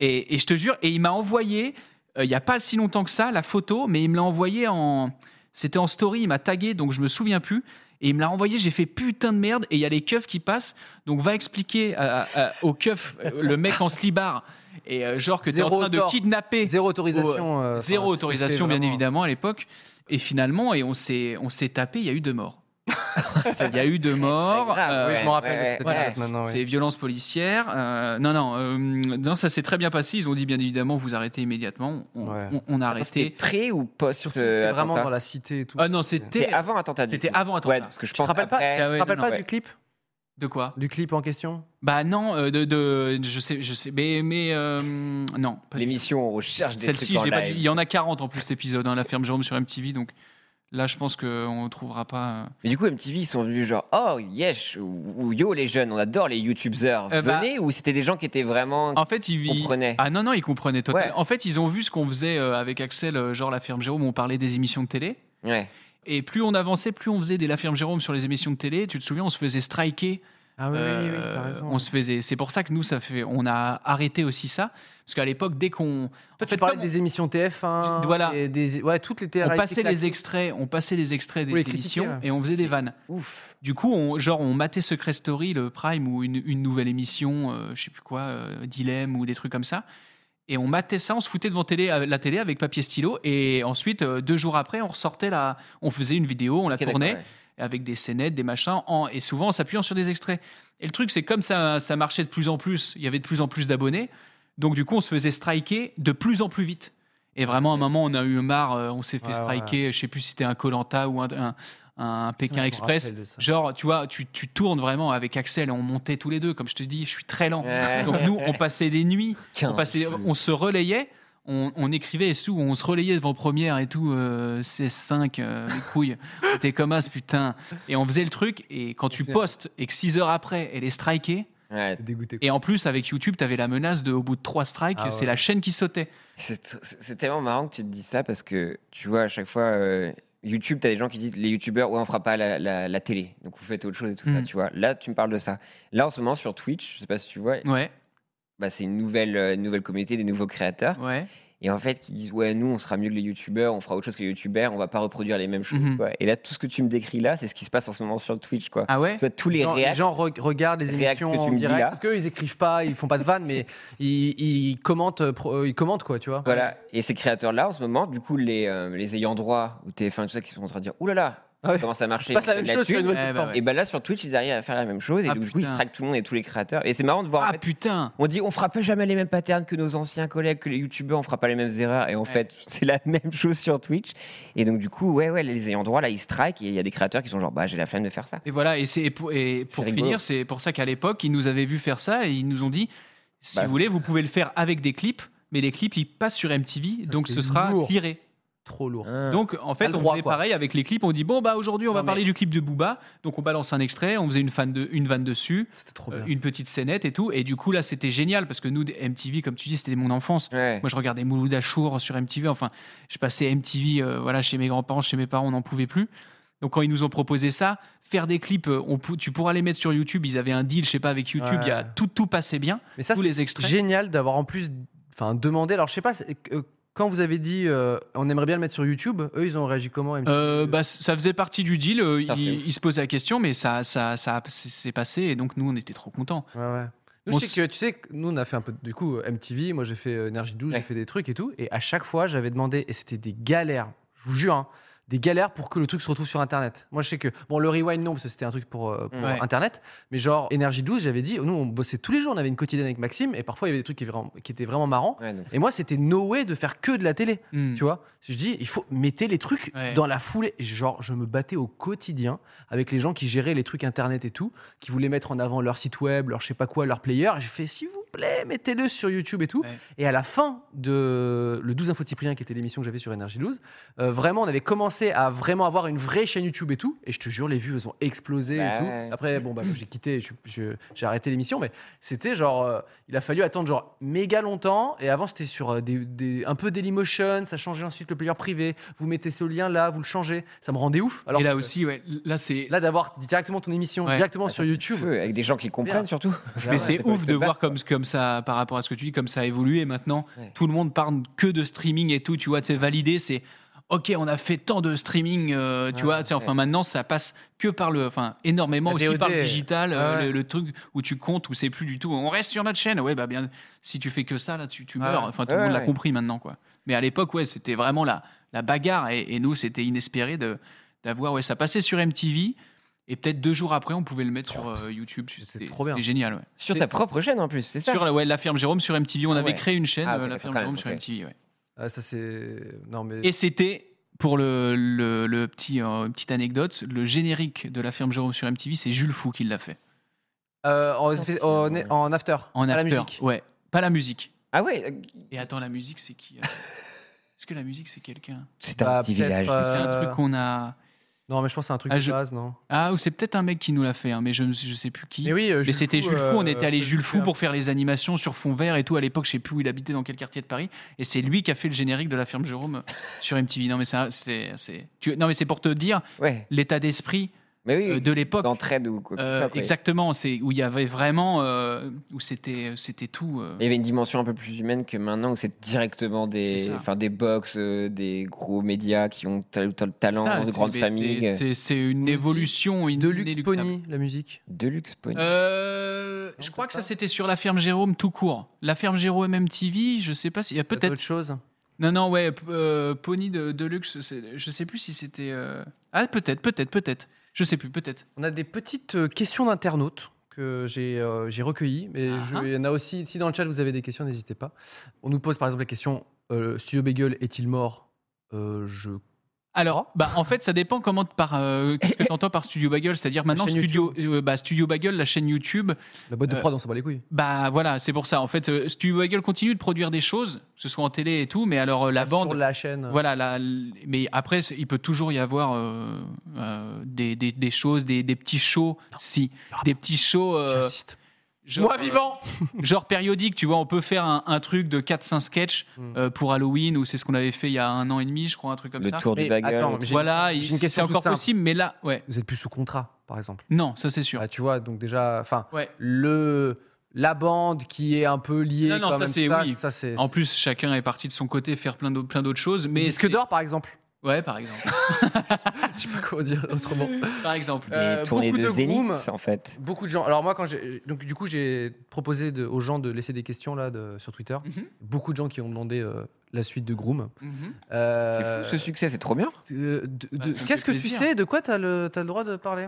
Speaker 3: Et, et je te jure, et il m'a envoyé, euh, il n'y a pas si longtemps que ça, la photo, mais il me l'a envoyé en. C'était en story, il m'a tagué, donc je me souviens plus. Et il me l'a envoyé, j'ai fait putain de merde, et il y a les keufs qui passent. Donc va expliquer à- à- à- au keuf, euh, le mec en slibard, et euh, genre que t'es en
Speaker 1: Zéro
Speaker 3: train de
Speaker 1: tort.
Speaker 3: kidnapper.
Speaker 1: Zéro autorisation. euh,
Speaker 3: Zéro
Speaker 1: enfin,
Speaker 3: autorisation,
Speaker 1: c'était
Speaker 3: bien
Speaker 1: vraiment-
Speaker 3: évidemment, à l'époque. Et finalement, et on s'est on s'est tapé, il y a eu
Speaker 1: <laughs>
Speaker 3: deux morts. Il y a eu deux morts.
Speaker 2: grave,
Speaker 3: euh,
Speaker 1: Oui, je me rappelle
Speaker 2: Ouais,
Speaker 1: de
Speaker 2: ouais,
Speaker 1: cette
Speaker 2: ouais.
Speaker 1: époque maintenant. ouais.
Speaker 3: c'est violences policières. euh, non, non, euh, non, ça s'est très bien passé. Ils ont dit bien évidemment, vous arrêtez immédiatement. On,
Speaker 1: Ouais.
Speaker 3: on- on a
Speaker 2: Attends, C'était
Speaker 3: arrêté.
Speaker 2: pré ou post
Speaker 1: Surtout,
Speaker 2: euh,
Speaker 1: c'est vraiment
Speaker 2: attentat
Speaker 1: dans la cité et tout.
Speaker 3: Ah non,
Speaker 2: C'était
Speaker 3: c'était
Speaker 2: avant attentat. du
Speaker 3: c'était
Speaker 2: coup.
Speaker 3: avant attentat.
Speaker 2: Ouais, parce que je
Speaker 1: Tu te
Speaker 2: pense
Speaker 1: rappelles pas,
Speaker 2: après-
Speaker 3: Ah ouais,
Speaker 1: Tu te rappelles
Speaker 3: non,
Speaker 1: pas
Speaker 2: non, ouais.
Speaker 1: du clip
Speaker 3: de quoi
Speaker 1: Du clip en question
Speaker 3: Bah non, euh, de, de- je sais, je sais, mais mais euh, non. pas du-
Speaker 2: L'émission, on recherche des trucs
Speaker 3: Celle-ci, je
Speaker 2: en
Speaker 3: l'ai pas.
Speaker 2: live.
Speaker 3: dit. Il y en a 40 en plus d'épisodes. hein, la ferme Jérôme sur MTV, donc là, je pense qu'on ne trouvera pas. euh.
Speaker 2: Mais du coup, MTV, ils sont venus genre, oh yes, ou, ou yo les jeunes, on adore les youtubeurs.
Speaker 3: Euh, bah-
Speaker 2: Venez, ou c'était des gens qui étaient vraiment.
Speaker 3: En fait, ils ils-
Speaker 2: Comprenaient.
Speaker 3: Ah non non, ils comprenaient totalement.
Speaker 2: Ouais.
Speaker 3: En fait, ils ont vu ce qu'on faisait euh, avec Axel, euh, genre la ferme Jérôme, où on parlait des émissions de télé.
Speaker 2: Ouais.
Speaker 3: Et plus on avançait, plus on faisait des La Firme Jérôme sur les émissions de télé. Tu te souviens, on se faisait striker.
Speaker 1: Ah oui, oui, oui,
Speaker 3: Euh,
Speaker 1: t'as raison.
Speaker 3: on se faisait. C'est pour ça que nous, ça fait. On a arrêté aussi ça, parce qu'à l'époque, dès qu'on.
Speaker 1: Toi,
Speaker 3: en fait,
Speaker 1: tu parlais
Speaker 3: comme
Speaker 1: des émissions TF1.
Speaker 3: Je- voilà.
Speaker 1: et des... Ouais, toutes les
Speaker 3: on-
Speaker 1: télé
Speaker 3: on passait les extraits, on passait les extraits des
Speaker 1: Pour les critiquer,
Speaker 3: émissions
Speaker 1: ouais.
Speaker 3: et on faisait des vannes.
Speaker 2: Ouf.
Speaker 3: Du coup, on, genre, on matait Secret Story, le Prime, ou une, une nouvelle émission, euh, je sais plus quoi, euh, Dilemme, ou des trucs comme ça. Et on matait ça, on se foutait devant télé, euh, la télé avec papier stylo. Et ensuite, euh, deux jours après, on ressortait la. On faisait une vidéo, on la
Speaker 2: Ok,
Speaker 3: tournait.
Speaker 2: d'accord, ouais.
Speaker 3: avec des scénettes, des machins, en- et souvent en s'appuyant sur des extraits. Et le truc, c'est comme ça, ça marchait de plus en plus, il y avait de plus en plus d'abonnés, donc du coup, on se faisait striker de plus en plus vite. Et vraiment, à un moment, on a eu marre, euh, on s'est fait
Speaker 1: Ouais,
Speaker 3: striker, je sais plus si c'était un Colanta ou un, un- un
Speaker 1: Je
Speaker 3: Pékin
Speaker 1: me
Speaker 3: Express.
Speaker 1: rappelle de ça.
Speaker 3: Genre, tu vois, tu, tu tournes vraiment avec Axel, et on montait tous les deux, comme je te dis, je suis très lent.
Speaker 2: Ouais.
Speaker 3: Donc nous, on passait des nuits, on,
Speaker 2: Quinze.
Speaker 3: passait, on se relayait. On, on écrivait et tout, on se relayait devant première et tout, euh, CS5, euh, les
Speaker 1: <laughs>
Speaker 3: couilles, on était comme as, putain. Et on faisait le truc, et quand tu postes et que 6 heures après, elle est strikée,
Speaker 2: Ouais.
Speaker 1: Dégoûté.
Speaker 3: et en plus avec YouTube, t'avais la menace de, au bout de 3 strikes,
Speaker 1: Ah ouais.
Speaker 3: c'est la chaîne qui sautait.
Speaker 2: C'est tr- c'est- c'est tellement marrant que tu te dis ça parce que tu vois, à chaque fois, euh, YouTube, tu as des gens qui disent les YouTubeurs, ouais, on fera pas la, la- la télé, donc vous faites autre chose et tout ça,
Speaker 3: Mm.
Speaker 2: tu vois. Là, tu me parles de ça. Là, en ce moment, sur Twitch, je sais pas si tu vois,
Speaker 3: Ouais,
Speaker 2: bah, c'est une nouvelle, euh, une nouvelle communauté, des nouveaux créateurs.
Speaker 3: ouais.
Speaker 2: Et en fait, qui disent, ouais, nous, on sera mieux que les youtubeurs, on fera autre chose que les youtubeurs, on va pas reproduire les mêmes choses.
Speaker 3: Mhm.
Speaker 2: quoi. Et là, tout ce que tu me décris là, c'est ce qui se passe en ce moment sur Twitch, quoi.
Speaker 3: Ah ouais
Speaker 2: Tu vois, tous les,
Speaker 1: les gens, les
Speaker 2: réacts,
Speaker 1: gens re- regardent les
Speaker 2: réacts que
Speaker 1: émissions
Speaker 2: tu
Speaker 1: en
Speaker 2: me dis là.
Speaker 1: direct parce qu'eux ils écrivent pas, ils font pas de vannes, mais ils, ils commentent, euh, pro- euh, ils commentent quoi, tu vois.
Speaker 2: voilà. Et ces créateurs-là, en ce moment, du coup, les, euh, les ayants droit ou TF1, tout ça, qui sont en train de dire, oulala, là
Speaker 1: Ah
Speaker 2: là,
Speaker 1: ouais.
Speaker 2: comment ça marche
Speaker 1: Je passe la même chose sur une
Speaker 3: thune.
Speaker 1: autre
Speaker 3: Eh ben
Speaker 1: plateforme.
Speaker 3: ouais.
Speaker 2: Et ben là, sur Twitch, ils arrivent à faire la même chose. Et
Speaker 3: Ah,
Speaker 2: donc, du coup, ils
Speaker 3: putain.
Speaker 2: traquent tout le monde et tous les créateurs. Et c'est marrant de voir. en
Speaker 3: Ah
Speaker 2: fait,
Speaker 3: putain
Speaker 2: on dit, on fera pas jamais les mêmes patterns que nos anciens collègues, que les youtubeurs, on fera pas les mêmes erreurs. Et en fait, <laughs> c'est la même chose sur Twitch. Et donc, du coup, ouais, ouais, les ayants droit, là, ils strike. Et il y a des créateurs qui sont genre, bah, j'ai la flemme de faire ça.
Speaker 3: Et voilà, et, c'est- et pour, et pour
Speaker 2: C'est rigolo.
Speaker 3: finir, c'est pour ça qu'à l'époque, ils nous avaient vu faire ça et ils nous ont dit si
Speaker 2: Bah,
Speaker 3: vous voulez, vous pouvez le faire avec des clips, mais les clips, ils passent sur MTV,
Speaker 1: Ça,
Speaker 3: donc
Speaker 1: c'est
Speaker 3: ce sera
Speaker 1: lourd.
Speaker 3: tiré.
Speaker 1: Trop lourd.
Speaker 3: Ah.
Speaker 2: Ah.
Speaker 3: Donc en
Speaker 1: T'as
Speaker 3: fait,
Speaker 1: le
Speaker 3: on
Speaker 1: droit,
Speaker 3: faisait
Speaker 1: quoi.
Speaker 3: pareil avec les clips. On dit bon bah aujourd'hui on
Speaker 1: Non,
Speaker 3: va
Speaker 1: mais-
Speaker 3: parler du clip de Booba. Donc on balance un extrait, on faisait une fan de une vanne dessus,
Speaker 1: C'était trop
Speaker 3: euh,
Speaker 1: bien.
Speaker 3: une petite scénette et tout. Et du coup là c'était génial parce que nous des MTV comme tu dis c'était mon enfance.
Speaker 2: Ouais.
Speaker 3: Moi je regardais Mouloud Achour sur MTV. Enfin je passais MTV euh, voilà chez mes grands-parents, chez mes parents on n'en pouvait plus. Donc quand ils nous ont proposé ça, faire des clips, euh, on, pou- tu pourras les mettre sur YouTube. Ils avaient un deal je sais pas avec YouTube.
Speaker 1: Ouais.
Speaker 3: Il y a tout tout passait bien.
Speaker 1: Mais ça,
Speaker 3: tous
Speaker 1: c'est
Speaker 3: les extraits.
Speaker 1: génial d'avoir en plus enfin, demandé. Alors, je sais pas, c'est- euh, quand vous avez dit euh, on aimerait bien le mettre sur YouTube, eux, ils ont réagi comment MTV?
Speaker 3: Euh, bah, ça faisait partie du deal. euh,
Speaker 2: Putain, c'est
Speaker 3: ils,
Speaker 2: ouf.
Speaker 3: ils se posaient la question, mais ça, ça, ça, c'est passé. Et donc, nous, on était trop contents.
Speaker 1: Ouais, ouais. Euh. Nous,
Speaker 3: Bon,
Speaker 1: je sais que, tu sais que nous, on a fait un peu, du coup, MTV, moi j'ai fait euh, Energy 12,
Speaker 2: Ouais.
Speaker 1: j'ai fait des trucs et tout. Et à chaque fois, j'avais demandé, et c'était des galères, je vous jure, hein, des galères pour que le truc se retrouve sur Internet. Moi, je sais que, bon, le rewind, non, parce que c'était un truc pour, euh, pour
Speaker 3: Ouais.
Speaker 1: Internet, mais genre, Energy 12, j'avais dit, nous, on bossait tous les jours, on avait une quotidienne avec Maxime, et parfois, il y avait des trucs qui, vraiment- qui étaient vraiment marrants.
Speaker 2: Ouais, donc c'est-
Speaker 1: Et moi, c'était no way de faire que de la télé.
Speaker 3: Hmm.
Speaker 1: Tu vois, je dis, il faut mettez les trucs
Speaker 3: Ouais.
Speaker 1: dans la foulée. Et Genre, je me battais au quotidien avec les gens qui géraient les trucs internet et tout, qui voulaient mettre en avant leur site web, leur je sais pas quoi, leur player. J'ai fait, s'il vous plaît, mettez-le sur YouTube et tout.
Speaker 3: Ouais.
Speaker 1: Et à la fin de le 12 Info de Cyprien, qui était l'émission que j'avais sur Energy 12, euh, vraiment, on avait commencé à vraiment avoir une vraie chaîne YouTube et tout. Et je te jure, les vues, elles ont explosé
Speaker 2: Bah
Speaker 1: et tout.
Speaker 2: ouais.
Speaker 1: Après, bon, bah, j'ai quitté, je- je- j'ai arrêté l'émission, mais c'était genre, euh, il a fallu attendre genre méga longtemps. Et avant, c'était sur euh, des, des- un peu Dailymotion, ça changeait ensuite le player privé. Vous mettez ce lien là, vous le changez. Ça me rendait ouf. Alors
Speaker 3: Et là
Speaker 1: que-
Speaker 3: aussi, ouais, là c'est.
Speaker 1: Là, d'avoir directement ton émission
Speaker 3: Ouais.
Speaker 2: Ah,
Speaker 1: directement sur YouTube. Ah
Speaker 2: Feu, avec des gens qui comprennent
Speaker 3: <laughs>
Speaker 2: surtout.
Speaker 3: Mais c'est
Speaker 2: t'as pas
Speaker 3: ouf
Speaker 2: envie de
Speaker 3: de
Speaker 2: te
Speaker 3: voir
Speaker 2: battre,
Speaker 3: comme, comme ça, par rapport à ce que tu dis, comme ça a évolué maintenant.
Speaker 2: Ouais.
Speaker 3: Tout le monde parle que de streaming et tout, tu vois, c'est validé, c'est ok, on a fait tant de streaming, euh, tu
Speaker 1: Ouais,
Speaker 3: vois, tu sais, enfin
Speaker 2: ouais.
Speaker 3: maintenant ça passe que par le, enfin énormément
Speaker 1: La
Speaker 3: aussi
Speaker 1: VOD,
Speaker 3: par le digital, euh,
Speaker 1: ouais.
Speaker 3: le, le truc où tu comptes, où c'est plus du tout, on reste sur notre chaîne, ouais, bah bien, si tu fais que ça, là, tu, tu
Speaker 1: Ouais.
Speaker 3: meurs, enfin tout le
Speaker 2: Ouais,
Speaker 3: monde l'a
Speaker 2: ouais.
Speaker 3: compris maintenant, quoi. Mais à l'époque, ouais, c'était vraiment la, la bagarre et, et nous, c'était inespéré de d'avoir, ouais, ça passait sur MTV. Et peut-être deux jours après, on pouvait le mettre sur euh, YouTube. C'était
Speaker 1: trop bien.
Speaker 3: c'était génial. Ouais.
Speaker 2: Sur
Speaker 1: C'est-
Speaker 2: ta propre chaîne en plus, c'est ça
Speaker 3: Sur la, ouais, la ferme Jérôme sur MTV, on
Speaker 2: Ah
Speaker 3: avait
Speaker 2: ouais.
Speaker 3: créé une chaîne,
Speaker 2: Ah,
Speaker 3: euh,
Speaker 2: ok,
Speaker 3: la
Speaker 2: d'accord,
Speaker 3: ferme
Speaker 2: quand
Speaker 3: Jérôme
Speaker 2: même,
Speaker 3: sur
Speaker 2: ok.
Speaker 3: MTV. ouais.
Speaker 1: Ah, ça c'est non mais.
Speaker 3: Et c'était pour le, le, le petit euh, petite anecdote, le générique de la ferme Jérôme sur MTV, c'est Jules Fou qui l'a fait
Speaker 1: Euh, on fait- on est- en after.
Speaker 3: en
Speaker 1: à la
Speaker 3: after.
Speaker 1: musique.
Speaker 3: ouais, pas la musique.
Speaker 2: Ah ouais, euh,
Speaker 3: Et attends, la musique, c'est qui euh <laughs> Est-ce que la musique, c'est quelqu'un
Speaker 2: c'est un
Speaker 1: Bah,
Speaker 2: petit
Speaker 1: peut-être,
Speaker 2: village.
Speaker 1: euh,
Speaker 3: C'est un truc qu'on a.
Speaker 1: Non mais je pense que c'est un truc
Speaker 3: Ah,
Speaker 1: de
Speaker 3: je-
Speaker 1: base non.
Speaker 3: Ah, ou c'est peut-être un mec qui nous l'a fait, hein, mais je ne je sais plus qui.
Speaker 1: Mais oui, euh,
Speaker 3: Mais
Speaker 1: Jules
Speaker 3: c'était
Speaker 1: Fou,
Speaker 3: Jules Fou, on
Speaker 1: euh,
Speaker 3: était allé
Speaker 1: faisait
Speaker 3: Jules Fou
Speaker 1: un-
Speaker 3: pour faire les animations sur fond vert et tout. À l'époque, je sais plus où il habitait, dans quel quartier de Paris. Et c'est lui qui a fait le générique de la ferme Jérôme <laughs> sur MTV. Non, mais ça, c'était, c'est, tu- non, mais c'est pour te dire
Speaker 2: Ouais,
Speaker 3: l'état d'esprit
Speaker 2: mais oui,
Speaker 3: euh, de l'époque.
Speaker 2: d'entraide ou quoi que ce
Speaker 3: Euh,
Speaker 2: soit, après.
Speaker 3: exactement, c'est où il y avait vraiment, euh, où c'était, c'était tout. euh,
Speaker 2: Il y avait une dimension un peu plus humaine que maintenant où c'est directement
Speaker 3: C'est
Speaker 2: des,
Speaker 3: ça.
Speaker 2: enfin des box, euh, des gros médias qui ont tel ou tel talent,
Speaker 3: ça,
Speaker 2: de
Speaker 3: c'est-
Speaker 2: grandes
Speaker 3: c'est-
Speaker 2: familles.
Speaker 3: C'est, c'est une
Speaker 1: Ponzi.
Speaker 3: évolution, une
Speaker 1: De Lux
Speaker 3: inéluctable.
Speaker 1: Pony, la musique.
Speaker 2: Deluxe Pony.
Speaker 3: Euh, je crois que ça c'était sur la ferme Jérôme tout court. La ferme Jérôme MTV, je sais pas s'il y a peut-être
Speaker 1: Autre chose.
Speaker 3: Non, non, ouais, p- euh, Pony de, de luxe, c'est- je sais plus si c'était. euh, Ah, peut-être, peut-être, peut-être. Je sais plus, peut-être.
Speaker 1: On a des petites euh, questions d'internautes que j'ai euh, j'ai recueillies. Mais
Speaker 3: Ah,
Speaker 1: je-
Speaker 3: hein.
Speaker 1: il y en a aussi. Si dans le chat vous avez des questions, n'hésitez pas. On nous pose par exemple la question euh, Studio Bagel est-il mort Euh, Je.
Speaker 3: Alors, bah, en fait, ça dépend comment t- par euh, qu'est-ce que t'entends par Studio Bagel, c'est-à-dire maintenant
Speaker 1: chaîne
Speaker 3: Studio, euh, bah, Studio Bagel, la chaîne YouTube,
Speaker 1: La boîte de
Speaker 3: Euh,
Speaker 1: prod, on s'en bat les couilles.
Speaker 3: bah voilà, c'est pour ça. En fait, euh, Studio Bagel continue de produire des choses, que ce soit en télé et tout, mais alors euh, la
Speaker 1: Ah, Sur
Speaker 3: bande,
Speaker 1: la chaîne.
Speaker 3: Voilà, la- l- mais après, c'est- il peut toujours y avoir euh, euh, des, des- des choses, des, des petits shows, si,
Speaker 1: Ah.
Speaker 3: des petits shows. euh,
Speaker 1: J'insiste.
Speaker 3: genre- <laughs> genre périodique, tu vois, on peut faire un, un truc de 4-5 sketchs
Speaker 1: Mm.
Speaker 3: euh, pour Halloween, ou c'est ce qu'on avait fait il y a un an et demi, je crois, un truc comme
Speaker 2: le
Speaker 3: ça.
Speaker 2: tour du
Speaker 1: Mais
Speaker 2: bagel.
Speaker 1: attends, mais j'ai-
Speaker 3: Voilà,
Speaker 1: j'ai
Speaker 3: il-
Speaker 1: une question
Speaker 3: c'est
Speaker 1: toute
Speaker 3: encore
Speaker 1: simple.
Speaker 3: possible, mais là, ouais.
Speaker 1: Vous êtes plus sous contrat, par exemple.
Speaker 3: Non, ça c'est sûr.
Speaker 1: Bah, tu vois, donc déjà, enfin,
Speaker 3: Ouais.
Speaker 1: le la bande qui est un peu liée.
Speaker 3: Non, non,
Speaker 1: quand
Speaker 3: ça,
Speaker 1: même,
Speaker 3: c'est- oui.
Speaker 1: ça c'est.
Speaker 3: En plus, chacun est parti de son côté faire plein d'autres, plein d'autres choses, mais
Speaker 1: Disque
Speaker 3: c'est-
Speaker 1: d'or, par exemple.
Speaker 3: Ouais, par exemple.
Speaker 1: <laughs> Je sais pas comment dire autrement.
Speaker 3: par exemple.
Speaker 2: Des
Speaker 1: euh,
Speaker 2: tournées
Speaker 1: beaucoup
Speaker 2: de,
Speaker 1: de
Speaker 2: Zénith,
Speaker 1: grooms.
Speaker 2: en fait.
Speaker 1: Beaucoup de gens. Alors moi, quand j'ai donc du coup j'ai proposé de- aux gens de laisser des questions là de- sur Twitter.
Speaker 3: Mhm.
Speaker 1: Beaucoup de gens qui ont demandé euh, la suite de Groom.
Speaker 3: Mhm.
Speaker 2: C'est
Speaker 1: Euh,
Speaker 2: fou ce succès, c'est trop bien.
Speaker 1: euh, de-
Speaker 3: Bah,
Speaker 1: de-
Speaker 3: ça me
Speaker 1: Qu'est-ce que
Speaker 3: fait
Speaker 1: tu
Speaker 3: plaisir.
Speaker 1: sais De quoi t'as le t'as le droit de parler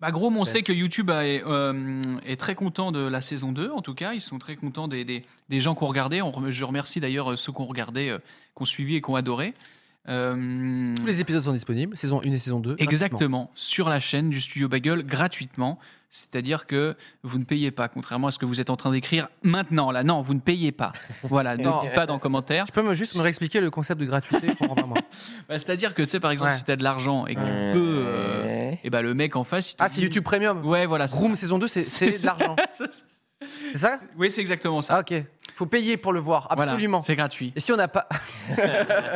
Speaker 3: Bah, gros, on
Speaker 1: Suspense.
Speaker 3: sait que YouTube a- est, euh, est très content de la saison 2, en tout cas. Ils sont très contents des, des, des gens qui ont regardé. On rem- je remercie d'ailleurs euh, ceux qui ont regardé, euh, qui ont suivi et qui ont adoré. Euh,
Speaker 1: Tous les épisodes sont disponibles, saison 1 et saison 2. gratuitement.
Speaker 3: Exactement, sur la chaîne du Studio Bagel gratuitement. C'est-à-dire que vous ne payez pas, contrairement à ce que vous êtes en train d'écrire maintenant. Là, non, vous ne payez pas.
Speaker 1: <laughs>
Speaker 3: Voilà, ne
Speaker 1: Non.
Speaker 3: dites pas dans le commentaire.
Speaker 1: Tu peux me juste me réexpliquer le concept de gratuité pour moi
Speaker 3: Bah, C'est-à-dire que, tu sais, par exemple,
Speaker 1: Ouais.
Speaker 3: si tu as de l'argent et que
Speaker 2: Ouais.
Speaker 3: tu peux. et bah, le mec en face. il te
Speaker 1: Ah, c'est
Speaker 3: dit-
Speaker 1: YouTube Premium.
Speaker 3: Ouais, voilà. c'est
Speaker 1: Groom saison 2, c'est
Speaker 3: C'est
Speaker 1: c'est de l'argent.
Speaker 3: ça. <laughs>
Speaker 1: C'est ça
Speaker 3: Oui, c'est exactement ça.
Speaker 1: Ah, ok. Faut payer pour le voir,
Speaker 3: Voilà,
Speaker 1: Ah, absolument.
Speaker 3: c'est gratuit.
Speaker 1: et si on n'a pas. <laughs>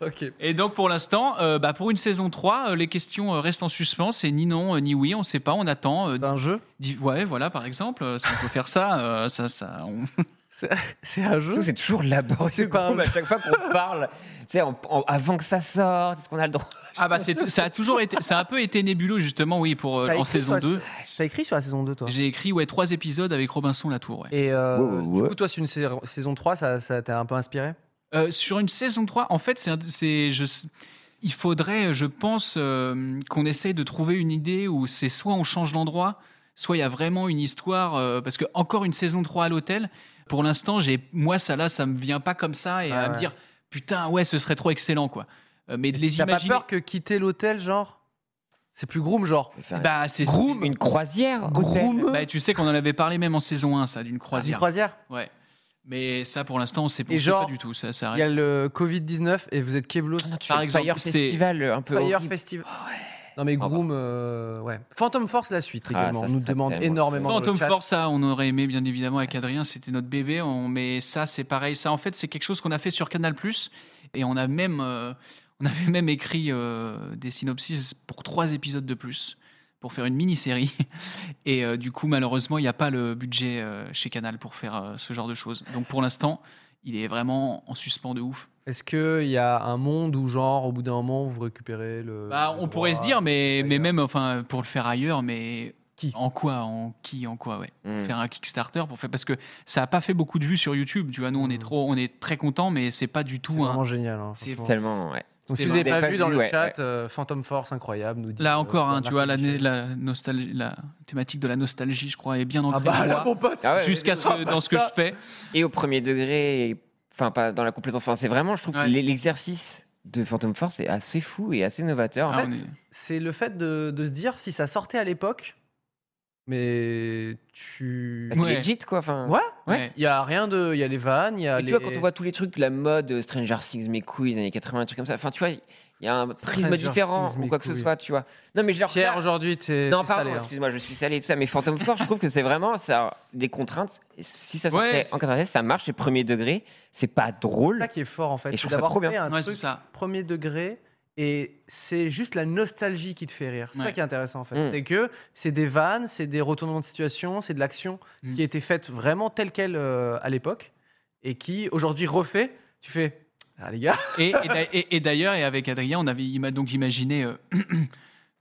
Speaker 1: ok.
Speaker 3: Et donc pour l'instant, euh, bah, pour une saison 3, euh, les questions euh, restent en suspens, c'est ni non euh, ni oui, on ne sait pas, on attend. euh,
Speaker 1: C'est un jeu
Speaker 3: dis- ouais, voilà, par exemple, euh, si on peut faire ça, euh, ça, ça, on-
Speaker 1: C'est c'est un jeu.
Speaker 2: Surtout, C'est toujours laborieux.
Speaker 1: C'est pas un
Speaker 2: comme à chaque fois qu'on <laughs> parle, tu sais, en- en- avant que ça sorte, est-ce qu'on a le droit
Speaker 3: Ah bah c'est tout- ça a toujours été ça a un peu été nébuleux justement oui pour euh,
Speaker 1: T'as
Speaker 3: en
Speaker 1: écrit
Speaker 3: saison
Speaker 1: sur la-
Speaker 3: 2.
Speaker 1: T'as écrit sur la saison 2, toi
Speaker 3: J'ai écrit ouais trois épisodes avec Robinson Latour. ouais.
Speaker 1: Et euh,
Speaker 2: Ouais, ouais, ouais.
Speaker 1: du coup, toi, sur une saison, saison 3, ça, ça t'a un peu inspiré
Speaker 3: Euh, sur une saison 3 en fait c'est un- c'est je il faudrait je pense euh, qu'on essaye de trouver une idée où c'est soit on change d'endroit soit il y a vraiment une histoire euh, parce que encore une saison 3 à l'hôtel pour l'instant j'ai moi ça là ça me vient pas comme ça et
Speaker 1: Ah
Speaker 3: à me
Speaker 1: ouais.
Speaker 3: dire putain ouais ce serait trop excellent quoi. Euh, mais de les
Speaker 1: T'as pas
Speaker 3: imaginer
Speaker 1: peur que quitter l'hôtel, genre C'est plus groom, genre
Speaker 2: Faire
Speaker 3: bah c'est
Speaker 1: Groom
Speaker 2: Une croisière
Speaker 1: Groom
Speaker 3: Bah, tu sais qu'on en avait parlé même en saison 1 ça d'une
Speaker 1: Une
Speaker 3: croisière.
Speaker 1: croisière
Speaker 3: Ouais. Mais ça, pour l'instant, on sait on
Speaker 1: Et
Speaker 3: sait
Speaker 1: genre,
Speaker 3: pas du tout. Ça, ça
Speaker 1: Il y a
Speaker 3: reste.
Speaker 1: le Covid-19 et vous êtes Keblos.
Speaker 3: Par exemple,
Speaker 2: Ah, Fire
Speaker 3: Ah, c'est- Ah
Speaker 2: Festival euh, un peu.
Speaker 1: Fire
Speaker 2: horrible.
Speaker 1: Festival. Non mais
Speaker 2: bah.
Speaker 1: Groom, euh, ouais. Phantom Force la suite
Speaker 2: Ah,
Speaker 1: également.
Speaker 2: ça,
Speaker 1: on nous
Speaker 2: ça,
Speaker 1: demande
Speaker 2: tellement.
Speaker 1: énormément. dans le
Speaker 3: Phantom
Speaker 1: chat.
Speaker 3: Force, ça, on aurait aimé, bien évidemment, avec Adrien. C'était notre bébé. On... Mais ça, c'est pareil. Ça, en fait, c'est quelque chose qu'on a fait sur Canal Et on a même. euh, On avait même écrit euh, des synopsis pour trois épisodes de plus, pour faire une mini-série. <laughs> Et euh, du coup, malheureusement, il n'y a pas le budget euh, chez Canal pour faire euh, ce genre de choses. Donc pour l'instant, il est vraiment en suspens de ouf.
Speaker 1: Est-ce que il y a un monde où genre au bout d'un moment vous récupérez le
Speaker 3: Bah,
Speaker 1: le
Speaker 3: on pourrait
Speaker 1: droit
Speaker 3: se dire, mais, mais
Speaker 1: ailleurs.
Speaker 3: même enfin, pour le faire ailleurs, mais
Speaker 1: Qui
Speaker 3: en quoi En qui En quoi ouais.
Speaker 1: Hmm.
Speaker 2: Mm.
Speaker 3: Faire un Kickstarter pour faire parce que ça a pas fait beaucoup de vues sur YouTube. Tu vois, nous on est
Speaker 1: Mm.
Speaker 3: trop, on est très content, mais c'est pas du
Speaker 1: C'est
Speaker 3: tout. un-
Speaker 1: vraiment génial. hein,
Speaker 3: C'est
Speaker 1: franchement.
Speaker 2: Tellement, ouais.
Speaker 1: Donc, si
Speaker 3: c'est
Speaker 1: vous n'avez
Speaker 2: vraiment-
Speaker 1: pas vu dans le
Speaker 2: ouais,
Speaker 1: chat,
Speaker 2: ouais.
Speaker 1: euh, Phantom Force incroyable nous dit.
Speaker 3: Là encore,
Speaker 1: euh,
Speaker 3: hein, tu vois, la,
Speaker 1: Bernard Pichet.
Speaker 3: la nostalgie, la thématique de la nostalgie, je crois, est bien
Speaker 1: Ah
Speaker 3: ancrée
Speaker 1: bah
Speaker 3: en
Speaker 1: là
Speaker 3: moi,
Speaker 1: mon pote.
Speaker 2: Ah ouais,
Speaker 3: jusqu'à ce que, dans ce que
Speaker 1: ça.
Speaker 3: je fais.
Speaker 2: Et au premier degré, et- enfin, pas dans la complaisance. Enfin, c'est vraiment, je trouve, que
Speaker 3: Ouais.
Speaker 2: l'e- l'exercice de Phantom Force est assez fou et assez novateur.
Speaker 3: Ah,
Speaker 1: fait,
Speaker 3: on est-
Speaker 1: C'est le fait de, de se dire si ça sortait à l'époque, mais tu.
Speaker 2: Bah, C'est
Speaker 3: Ouais.
Speaker 2: legit, quoi. Enfin,
Speaker 1: Ouais.
Speaker 3: ouais.
Speaker 1: Il y a rien de, il y a les vannes, il y a
Speaker 2: Et
Speaker 1: les.
Speaker 2: tu vois, quand on voit tous les trucs, la mode, euh, Stranger Things, mes couilles, les années 80, des trucs comme ça, enfin, tu vois, il y a un prisme
Speaker 1: Stranger
Speaker 2: différent
Speaker 1: Things,
Speaker 2: ou
Speaker 1: mes
Speaker 2: quoi que ce
Speaker 1: couilles.
Speaker 2: soit, tu vois. Non, mais je leur
Speaker 1: Pierre
Speaker 2: parle-
Speaker 1: aujourd'hui, t'es
Speaker 2: Non,
Speaker 1: t'es
Speaker 2: pardon,
Speaker 1: salé, hein.
Speaker 2: excuse-moi, je suis salé et tout ça, mais Phantom Force, je trouve que c'est vraiment ça, des contraintes. Et Si ça sortait
Speaker 3: Ouais,
Speaker 2: en
Speaker 3: c'est-
Speaker 2: 96, ça marche, c'est premier degré, c'est pas
Speaker 1: C'est
Speaker 2: drôle.
Speaker 1: ça qui est fort en fait.
Speaker 2: Et je
Speaker 1: c'est
Speaker 2: trouve ça
Speaker 1: d'avoir
Speaker 2: trop bien.
Speaker 1: fait un
Speaker 3: Ouais, c'est
Speaker 1: truc
Speaker 3: ça.
Speaker 1: premier degré et c'est juste la nostalgie qui te fait rire. C'est ça
Speaker 3: Ouais.
Speaker 1: qui est intéressant en fait.
Speaker 2: Mm.
Speaker 1: C'est que c'est des vannes, c'est des retournements de situation, c'est de l'action
Speaker 3: Mm.
Speaker 1: qui était faite vraiment telle qu'elle euh, à l'époque et qui aujourd'hui refait. Tu fais ah les gars.
Speaker 3: Et, et d'a- et- et d'ailleurs, et avec Adrien, on avait, il m'a donc imaginé euh, <clears throat>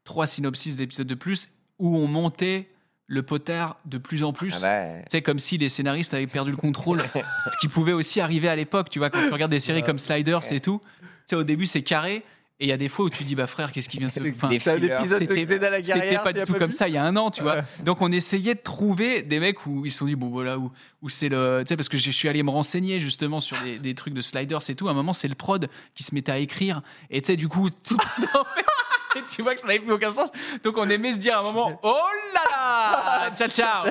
Speaker 3: trois synopsis d'épisodes de plus où on montait le potard de plus en plus.
Speaker 2: Ah bah,
Speaker 3: C'est comme si les scénaristes avaient perdu le contrôle, ce qui pouvait aussi arriver à l'époque, tu vois, quand tu regardes des séries comme Sliders et tout. Tu sais, au début, c'est carré, et il y a des fois où tu dis, bah frère, qu'est-ce qui vient de se enfin,
Speaker 2: des
Speaker 1: C'est un
Speaker 2: fillers,
Speaker 1: épisode de
Speaker 3: c'était-
Speaker 1: Xena la
Speaker 3: C'était
Speaker 1: guerrière.
Speaker 3: pas
Speaker 1: tu
Speaker 3: du
Speaker 1: as
Speaker 3: tout comme
Speaker 1: vu
Speaker 3: ça il y a un an, tu vois. Donc on essayait de trouver des mecs où ils se sont dit, bon voilà, où, où c'est le. Tu sais, parce que je suis allé me renseigner justement sur des, des trucs de Sliders et tout. À un moment, c'est le prod qui se mettait à écrire, et tu sais, du coup, tout. Et <laughs> tu vois que ça n'avait plus aucun sens. Donc on aimait se dire à un moment Oh là là
Speaker 1: <laughs>
Speaker 3: Ciao, ciao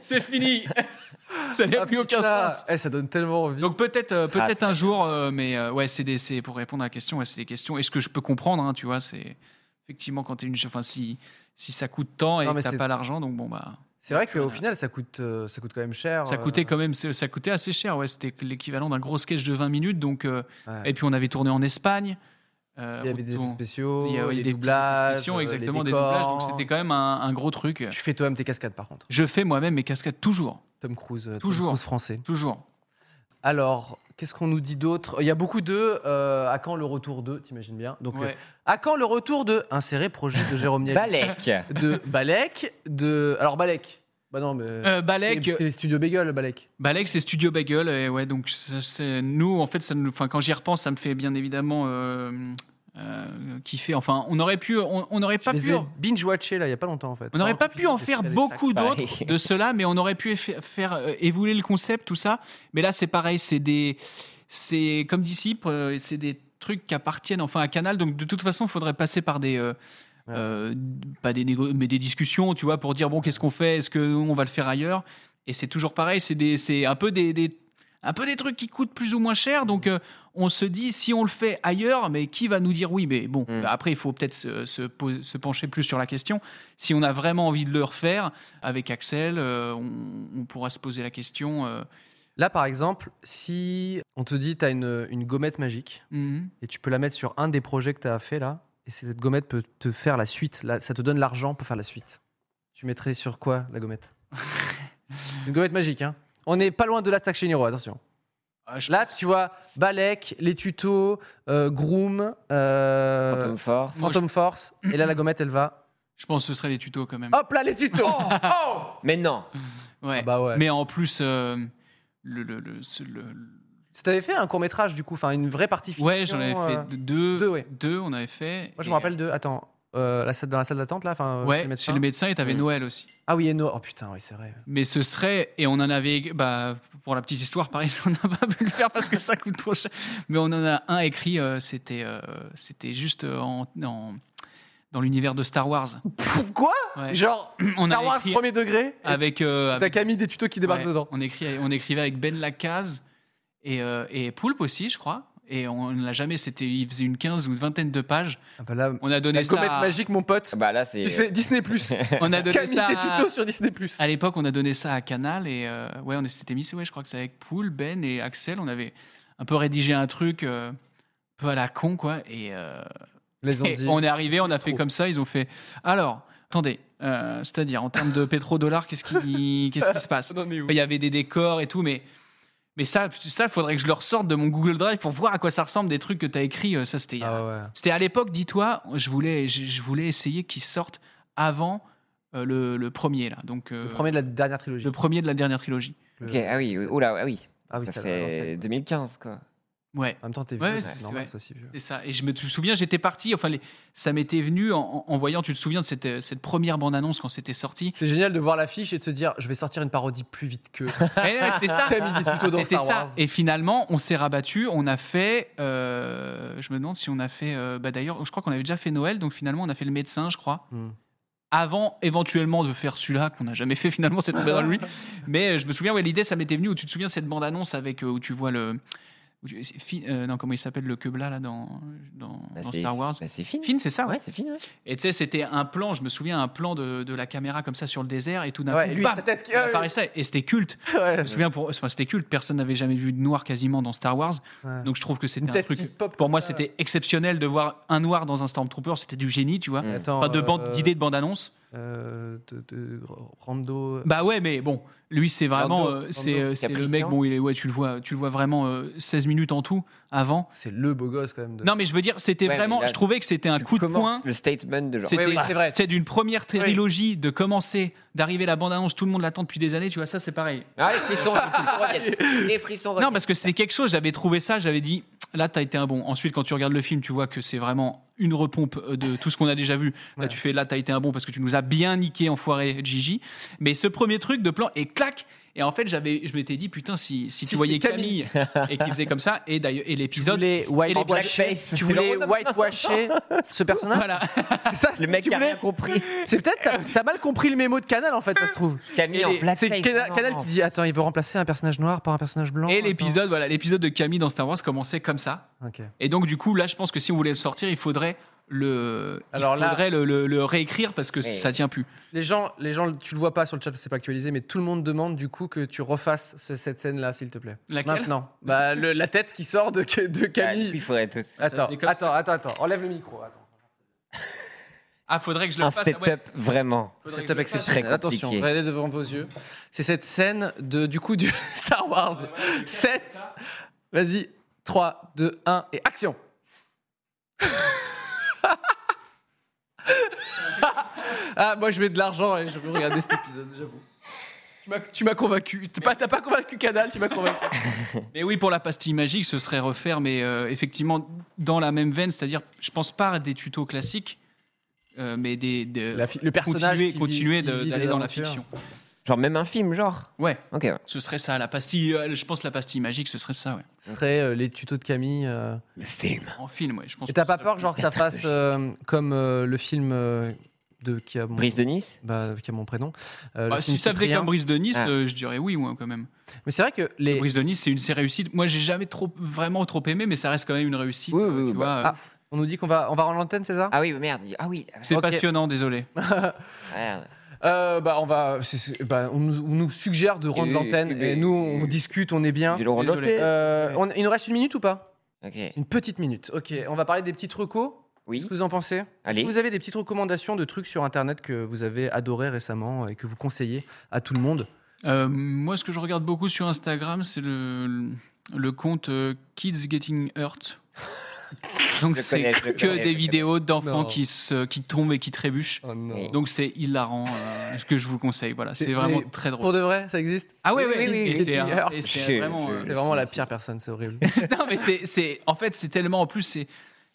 Speaker 3: C'est fini Ça n'a
Speaker 1: Ah,
Speaker 3: plus aucun
Speaker 1: putain.
Speaker 3: sens
Speaker 1: Eh, ça donne tellement envie.
Speaker 3: donc peut-être euh, peut-être
Speaker 2: Ah,
Speaker 3: un jour, euh, mais euh, ouais, c'est des- c'est pour répondre à la question, ouais, c'est des questions. Et ce que je peux comprendre, hein, tu vois, c'est effectivement quand t'es une, enfin si si ça coûte tant et
Speaker 1: Non,
Speaker 3: que
Speaker 1: mais
Speaker 3: t'as
Speaker 1: c'est-
Speaker 3: pas l'argent, donc bon bah
Speaker 1: c'est vrai qu'au final ça coûte, euh, ça coûte quand même cher.
Speaker 3: ça
Speaker 1: euh,
Speaker 3: coûtait quand même, c'est- ça coûtait assez cher. Ouais, c'était l'équivalent d'un gros sketch de 20 minutes. Donc euh,
Speaker 1: ouais.
Speaker 3: et puis on avait tourné en Espagne. euh,
Speaker 1: Il y avait
Speaker 3: on
Speaker 1: des
Speaker 3: tourne-
Speaker 1: effets spéciaux,
Speaker 3: il y avait
Speaker 1: des,
Speaker 3: des petites
Speaker 1: doublages,
Speaker 3: expressions,
Speaker 1: euh, les
Speaker 3: exactement des
Speaker 1: décors.
Speaker 3: doublages. Donc c'était quand même un, un gros truc.
Speaker 1: Tu fais toi-même tes cascades par contre.
Speaker 3: Je fais moi-même mes cascades toujours,
Speaker 1: Tom Cruise, euh, Tom
Speaker 3: Toujours.
Speaker 1: Cruise français.
Speaker 3: toujours.
Speaker 1: Alors, qu'est-ce qu'on nous dit d'autre Il y a beaucoup de euh, à quand le retour de, t'imagines bien. Donc
Speaker 3: Ouais.
Speaker 1: euh, à quand le retour de insérer projet de Jérôme Niel
Speaker 2: Balek.
Speaker 1: de Balek, de alors Balek. Bah non mais
Speaker 3: Euh, Balek,
Speaker 1: c'est Studio Bagel Balek.
Speaker 3: Bah Alex, c'est Studio Bagel, et ouais, donc ça, c'est- nous, en fait, ça nous, enfin, quand j'y repense, ça me fait bien évidemment euh, euh, kiffer. Enfin, on aurait pu, on on n'aurait pas
Speaker 1: Je les
Speaker 3: pu,
Speaker 1: ai binge watché là il y a pas longtemps en fait.
Speaker 3: on n'aurait pas pu en
Speaker 1: j'ai
Speaker 3: faire
Speaker 1: fait des
Speaker 3: beaucoup
Speaker 2: sacs,
Speaker 3: d'autres
Speaker 2: pareil.
Speaker 3: de cela, mais on aurait pu effa- faire euh, évoluer le concept, tout ça. Mais là, c'est pareil, c'est des, c'est comme disciples, euh, c'est des trucs qui appartiennent enfin à Canal, donc de toute façon, il faudrait passer par des euh,
Speaker 1: Ouais.
Speaker 3: euh, pas des négo- mais des discussions, tu vois, pour dire bon, qu'est-ce qu'on fait Est-ce qu'on va le faire ailleurs Et c'est toujours pareil, c'est des- c'est un peu des, des- un peu des trucs qui coûtent plus ou moins cher. Donc euh, on se dit si on le fait ailleurs, mais qui va nous dire oui Mais bon,
Speaker 2: Mm.
Speaker 3: bah, après il faut peut-être se, se pos- se pencher plus sur la question. Si on a vraiment envie de le refaire avec Axel, euh, on, on pourra se poser la question. euh,
Speaker 1: Là par exemple, si on te dit t'as une une gommette magique
Speaker 3: mhm.
Speaker 1: et tu peux la mettre sur un des projets que t'as fait là et cette gommette peut te faire la suite, là, ça te donne
Speaker 3: <laughs>
Speaker 1: l'argent pour faire la suite. Tu mettrais sur quoi la gommette C'est Une gommette magique hein. On n'est pas loin de l'attaque chez Niro, attention.
Speaker 3: Ah, je
Speaker 1: Là, tu vois, Balek, les tutos, euh, Groom, euh,
Speaker 2: Phantom Force.
Speaker 3: Moi,
Speaker 1: Phantom Force. Et là, la gommette, elle
Speaker 3: <laughs>
Speaker 1: va.
Speaker 3: Je pense que ce serait les tutos quand même.
Speaker 1: Hop là, les tutos Oh, oh
Speaker 2: Mais non.
Speaker 3: Ouais.
Speaker 1: Ah bah ouais.
Speaker 3: Mais en plus, euh, le, le- le- ce- le- le-
Speaker 1: Tu t'avais fait un court métrage, du coup, enfin une vraie partie fiction.
Speaker 3: Ouais, j'en avais fait
Speaker 1: euh,
Speaker 3: deux.
Speaker 1: deux, ouais.
Speaker 3: on avait fait.
Speaker 1: Moi, je
Speaker 3: Et,
Speaker 1: me rappelle de. Attends, euh, la salle, dans la salle d'attente, là enfin,
Speaker 3: euh,
Speaker 1: euh,
Speaker 3: Ouais,
Speaker 1: chez le médecin.
Speaker 3: chez le médecin, et t'avais
Speaker 2: Mm.
Speaker 3: Noël aussi.
Speaker 1: Ah oui, et no... Oh putain, oui, c'est vrai.
Speaker 3: Mais ce serait, et on en avait, bah, pour la petite histoire, pareil, <laughs> on n'a pas pu le faire parce que ça coûte trop cher. Mais on en a un écrit, euh, c'était, euh, c'était juste euh, en, en- dans l'univers de Star Wars.
Speaker 1: Quoi
Speaker 3: Ouais.
Speaker 1: Genre,
Speaker 3: on
Speaker 1: Star
Speaker 3: avait
Speaker 1: Wars,
Speaker 3: écrit
Speaker 1: premier degré, et
Speaker 3: avec, euh,
Speaker 1: t'as
Speaker 3: avec-
Speaker 1: Camille des tutos qui débarquent
Speaker 3: ouais,
Speaker 1: dedans.
Speaker 3: On, écrit, on écrivait avec Ben Lacaze et, euh, et Poulpe aussi, je crois. Et on ne l'a jamais, c'était, il faisait une quinzaine ou une vingtaine de pages.
Speaker 1: Ah bah là,
Speaker 3: On a donné
Speaker 1: la
Speaker 3: ça.
Speaker 1: comète
Speaker 3: à-
Speaker 1: magique, mon pote.
Speaker 2: Bah là, c'est.
Speaker 1: Tu sais, Disney.
Speaker 3: <laughs> On a donné
Speaker 1: Camille
Speaker 3: ça. Ah,
Speaker 1: des
Speaker 3: à-
Speaker 1: tutos sur Disney.
Speaker 3: À l'époque, on a donné ça à Canal et euh, ouais, on s'était mis, ouais, je crois que c'est avec Poul, Ben et Axel, on avait un peu rédigé un truc euh, un peu à la con quoi. Et, euh,
Speaker 1: Les ont
Speaker 3: et
Speaker 1: dit.
Speaker 3: on est arrivé, on a fait
Speaker 1: trop.
Speaker 3: comme ça, ils ont fait. Alors, attendez, euh, c'est-à-dire en termes de pétrodollar, qu'est-ce qui, qu'est-ce qui se passe Il y avait des décors et tout, mais mais ça, ça, faudrait que je le ressorte de mon Google Drive pour voir à quoi ça ressemble des trucs que t'as écrit. euh, Ça, c'était. il y a-
Speaker 1: Ah ouais.
Speaker 3: c'était à l'époque, dis-toi, je voulais, je, je voulais essayer qu'ils sortent avant euh, le, le premier, là. Donc, euh,
Speaker 1: Le premier de la dernière trilogie.
Speaker 3: le premier de la dernière trilogie.
Speaker 1: Le-
Speaker 2: Ok, ah oui, oui, oula, ah oui.
Speaker 1: Ah oui,
Speaker 2: ça
Speaker 1: c'était à
Speaker 2: fait
Speaker 1: l'ancienne.
Speaker 2: 2015, quoi.
Speaker 3: Ouais.
Speaker 1: En même temps, t'es
Speaker 3: Ouais,
Speaker 1: vieux,
Speaker 3: c'est-
Speaker 1: c'est
Speaker 3: c'est
Speaker 1: normal,
Speaker 3: vrai.
Speaker 1: c'est aussi vieux.
Speaker 3: C'est ça. Et je me souviens, j'étais parti, enfin, les- ça m'était venu en, en- en voyant, tu te souviens de cette, euh, cette première bande-annonce quand c'était sorti
Speaker 1: C'est génial de voir l'affiche et de se dire, je vais sortir une parodie plus vite que.
Speaker 3: Eh non, C'était ça
Speaker 1: T'as mis des tutos dans
Speaker 3: C'était
Speaker 1: Star
Speaker 3: ça.
Speaker 1: Wars.
Speaker 3: Et finalement, on s'est rabattu, on a fait, euh, je me demande si on a fait, euh, bah d'ailleurs, je crois qu'on avait déjà fait Noël, donc finalement, on a fait le médecin, je crois.
Speaker 1: Hmm.
Speaker 3: avant éventuellement de faire celui-là qu'on n'a jamais fait finalement c'est tombé dans lui
Speaker 1: <laughs>
Speaker 3: mais euh, je me souviens ouais l'idée ça m'était venu où tu te souviens de cette bande annonce avec euh, où tu vois le où tu- c'est Fi- euh, non comment il s'appelle le quebla là dans dans,
Speaker 2: Bah,
Speaker 3: dans
Speaker 2: c'est-
Speaker 3: Star Wars
Speaker 2: bah, c'est fini.
Speaker 3: Finn c'est ça ouais.
Speaker 2: Ouais, c'est fini. ouais.
Speaker 3: et tu sais c'était un plan je me souviens un plan de, de la caméra comme ça sur le désert et tout d'un
Speaker 1: Ouais,
Speaker 3: coup
Speaker 1: et lui,
Speaker 3: bam,
Speaker 1: sa tête qui-
Speaker 3: il apparaissait et c'était culte je me souviens pour enfin, c'était culte personne n'avait jamais vu de noir quasiment dans Star Wars
Speaker 1: Ouais.
Speaker 3: donc je trouve que c'était
Speaker 1: Une
Speaker 3: un
Speaker 1: tête
Speaker 3: truc
Speaker 1: qui pop.
Speaker 3: pour
Speaker 1: comme
Speaker 3: moi
Speaker 1: ça.
Speaker 3: c'était exceptionnel de voir un noir dans un Stormtrooper c'était du génie tu vois
Speaker 2: Mm.
Speaker 1: Attends,
Speaker 3: pas de bande
Speaker 1: euh,
Speaker 3: d'idées de bande annonce
Speaker 1: euh, de, de Rando.
Speaker 3: Bah ouais, mais bon, lui c'est vraiment
Speaker 1: Lando,
Speaker 3: euh,
Speaker 1: Lando
Speaker 3: c'est euh, c'est le mec
Speaker 2: Caprician.
Speaker 3: bon, il est ouais, tu le vois, tu le vois vraiment euh, 16 minutes en tout avant.
Speaker 1: C'est le beau gosse quand même. De...
Speaker 3: Non mais je veux dire, c'était
Speaker 2: Ouais,
Speaker 3: vraiment
Speaker 2: mais là,
Speaker 3: je trouvais que c'était un
Speaker 2: Tu
Speaker 3: coup de
Speaker 2: commences
Speaker 3: poing.
Speaker 2: Le statement de genre.
Speaker 3: C'était
Speaker 1: oui, c'est vrai.
Speaker 3: c'est d'une première trilogie de commencer, d'arriver la bande-annonce, tout le monde l'attend depuis des années, tu vois, ça c'est pareil.
Speaker 2: Ah, les frissons, les frissons reviennent. Les frissons
Speaker 3: Non,
Speaker 2: reviennent.
Speaker 3: parce que c'était quelque chose, j'avais trouvé ça, j'avais dit, là, t'as été un bon. Ensuite, quand tu regardes le film, tu vois que c'est vraiment une repompe euh, de tout ce qu'on a déjà vu. Là,
Speaker 1: Ouais.
Speaker 3: tu fais, là, t'as été un bon parce que tu nous as bien niqué, enfoiré, Gigi. Mais ce premier truc de plan, et clac Et en fait, j'avais, je m'étais dit, putain, si, si tu
Speaker 1: Si
Speaker 3: voyais
Speaker 1: c'est Camille.
Speaker 3: Camille, <laughs> et qu'il faisait comme ça, et d'ailleurs, et
Speaker 1: Tu
Speaker 3: l'épisode.
Speaker 1: voulais white-
Speaker 3: et les
Speaker 2: blackface.
Speaker 1: Tu voulais whitewasher ce personnage
Speaker 3: Voilà.
Speaker 1: C'est ça
Speaker 2: Le
Speaker 1: c'est-
Speaker 2: mec
Speaker 1: tu
Speaker 2: qui a
Speaker 1: voulais-
Speaker 2: rien compris.
Speaker 1: C'est peut-être t'as- t'as mal compris le mémo de Canal en fait, ça se trouve.
Speaker 2: Camille en blackface.
Speaker 1: C'est Cana-
Speaker 2: non.
Speaker 1: Canal qui dit attends, il veut remplacer un personnage noir par un personnage blanc.
Speaker 3: Et
Speaker 1: attends.
Speaker 3: l'épisode, voilà, l'épisode de Camille dans Star Wars commençait comme ça.
Speaker 1: Ok.
Speaker 3: Et donc, du coup, là, je pense que si on voulait le sortir, il faudrait le,
Speaker 1: Alors
Speaker 3: il
Speaker 1: là-
Speaker 3: faudrait le, le- le réécrire parce que
Speaker 2: Mais-
Speaker 3: ça tient plus.
Speaker 1: Les gens, les gens, tu le vois pas sur le chat, c'est pas actualisé, mais tout le monde demande du coup que tu refasses ce- cette scène là, s'il te plaît.
Speaker 3: Laquelle
Speaker 1: Maintenant. Bah le- la tête qui sort de, de
Speaker 2: Bah, du coup,
Speaker 1: Camille.
Speaker 2: Il faudrait tout.
Speaker 1: Attends,
Speaker 3: faisait comme
Speaker 1: attends, attends, attends. Enlève le micro. Attends.
Speaker 3: Ah, faudrait que je le
Speaker 2: Un
Speaker 3: fasse. ah ouais,
Speaker 2: setup vraiment.
Speaker 1: C'est
Speaker 3: faudrait que je le
Speaker 1: top
Speaker 3: fasse.
Speaker 1: exceptionnel.
Speaker 2: Très compliqué.
Speaker 1: Attention, regardez devant vos yeux. C'est cette scène de, du <laughs> coup du Star Wars 7. Vas-y, 3, 2, 1 et action <laughs> Ah, moi je mets de l'argent et je veux regarder cet épisode, j'avoue. Tu m'as- Tu m'as convaincu. T'as pas, t'as pas convaincu Canal, tu m'as convaincu.
Speaker 3: Mais oui, pour la pastille magique, ce serait refaire, mais euh, effectivement, dans la même veine, c'est-à-dire, je pense pas à des tutos classiques, euh, mais des. des-
Speaker 1: La fi- le personnage
Speaker 3: continuer,
Speaker 1: qui vit-
Speaker 3: continuer
Speaker 1: qui
Speaker 3: de-
Speaker 1: vit des
Speaker 3: d'aller dans la
Speaker 1: aventures.
Speaker 3: fiction.
Speaker 2: Genre même un film, genre.
Speaker 3: Ouais,
Speaker 2: Ok. ouais.
Speaker 3: ce serait ça. La pastille, euh, je pense la pastille magique, ce serait ça, ouais.
Speaker 1: Ce serait euh, les tutos de Camille. euh.
Speaker 2: Le film.
Speaker 3: En film, ouais, je pense.
Speaker 1: Et
Speaker 3: que
Speaker 1: t'as
Speaker 3: ce
Speaker 1: pas
Speaker 3: serait-
Speaker 1: peur, genre, que ça <laughs> fasse euh, comme euh, le film euh, de qui a mon,
Speaker 2: Brise de Nice.
Speaker 1: bah, qui a mon prénom euh, le
Speaker 3: Bah,
Speaker 1: film
Speaker 3: si ça faisait
Speaker 1: Cyprien.
Speaker 3: comme Brise de Nice,
Speaker 2: Ah.
Speaker 3: euh, je dirais oui, moi, quand même.
Speaker 1: Mais c'est vrai que les,
Speaker 3: Brise de Nice, c'est une série réussite. Moi, j'ai jamais trop, vraiment trop aimé, mais ça reste quand même une réussite.
Speaker 2: Oui,
Speaker 3: euh,
Speaker 2: oui,
Speaker 3: tu
Speaker 2: bah,
Speaker 3: vois, euh,
Speaker 1: On nous dit qu'on va, on va rendre l'antenne, c'est ça
Speaker 2: Ah oui, merde. Ah oui. ah,
Speaker 3: C'est
Speaker 1: ah, ok.
Speaker 3: passionnant, désolé.
Speaker 2: merde.
Speaker 1: Euh, Bah on va, c'est- c'est- bah, on, nous, on nous suggère de rendre
Speaker 2: Et-
Speaker 1: l'antenne
Speaker 2: et-
Speaker 1: et nous on
Speaker 2: et-
Speaker 1: discute, on est bien.
Speaker 2: Du Laurent
Speaker 3: Désolé.
Speaker 2: Lopez.
Speaker 1: Ah, Euh, on- il nous reste une minute ou pas
Speaker 2: Ok.
Speaker 1: Une petite minute. Ok, on va parler des petits recos. Qu'est-ce
Speaker 2: Oui.
Speaker 1: que vous en pensez Est-ce que
Speaker 2: Allez.
Speaker 1: vous avez des petites recommandations de trucs sur Internet que vous avez adoré récemment et que vous conseillez à tout le monde
Speaker 3: Euh, moi, ce que je regarde beaucoup sur Instagram, c'est le, le compte euh, Kids Getting
Speaker 2: <laughs>
Speaker 3: Hurt. Donc,
Speaker 2: Je
Speaker 3: c'est
Speaker 2: connais, je
Speaker 3: que
Speaker 2: connais, je
Speaker 3: des
Speaker 2: connais.
Speaker 3: vidéos d'enfants
Speaker 1: Non.
Speaker 3: qui, se, qui tombent et qui trébuchent.
Speaker 1: Oh non.
Speaker 2: Oui.
Speaker 3: Donc, c'est hilarant, euh, ce que je vous conseille. Voilà,
Speaker 1: C'est-
Speaker 3: c'est vraiment
Speaker 1: mais
Speaker 3: très drôle.
Speaker 1: Pour de vrai, ça existe
Speaker 3: Ah ouais,
Speaker 2: Oui,
Speaker 3: ouais,
Speaker 2: oui,
Speaker 3: et
Speaker 2: oui,
Speaker 3: c'est
Speaker 1: Getting
Speaker 3: un-
Speaker 1: Hurt.
Speaker 3: et c'est
Speaker 2: Je-
Speaker 3: vraiment.
Speaker 2: je-
Speaker 3: euh,
Speaker 1: C'est vraiment la pire personne, c'est horrible.
Speaker 3: <laughs> non, mais c'est, c'est- en fait, c'est tellement, en plus, c'est,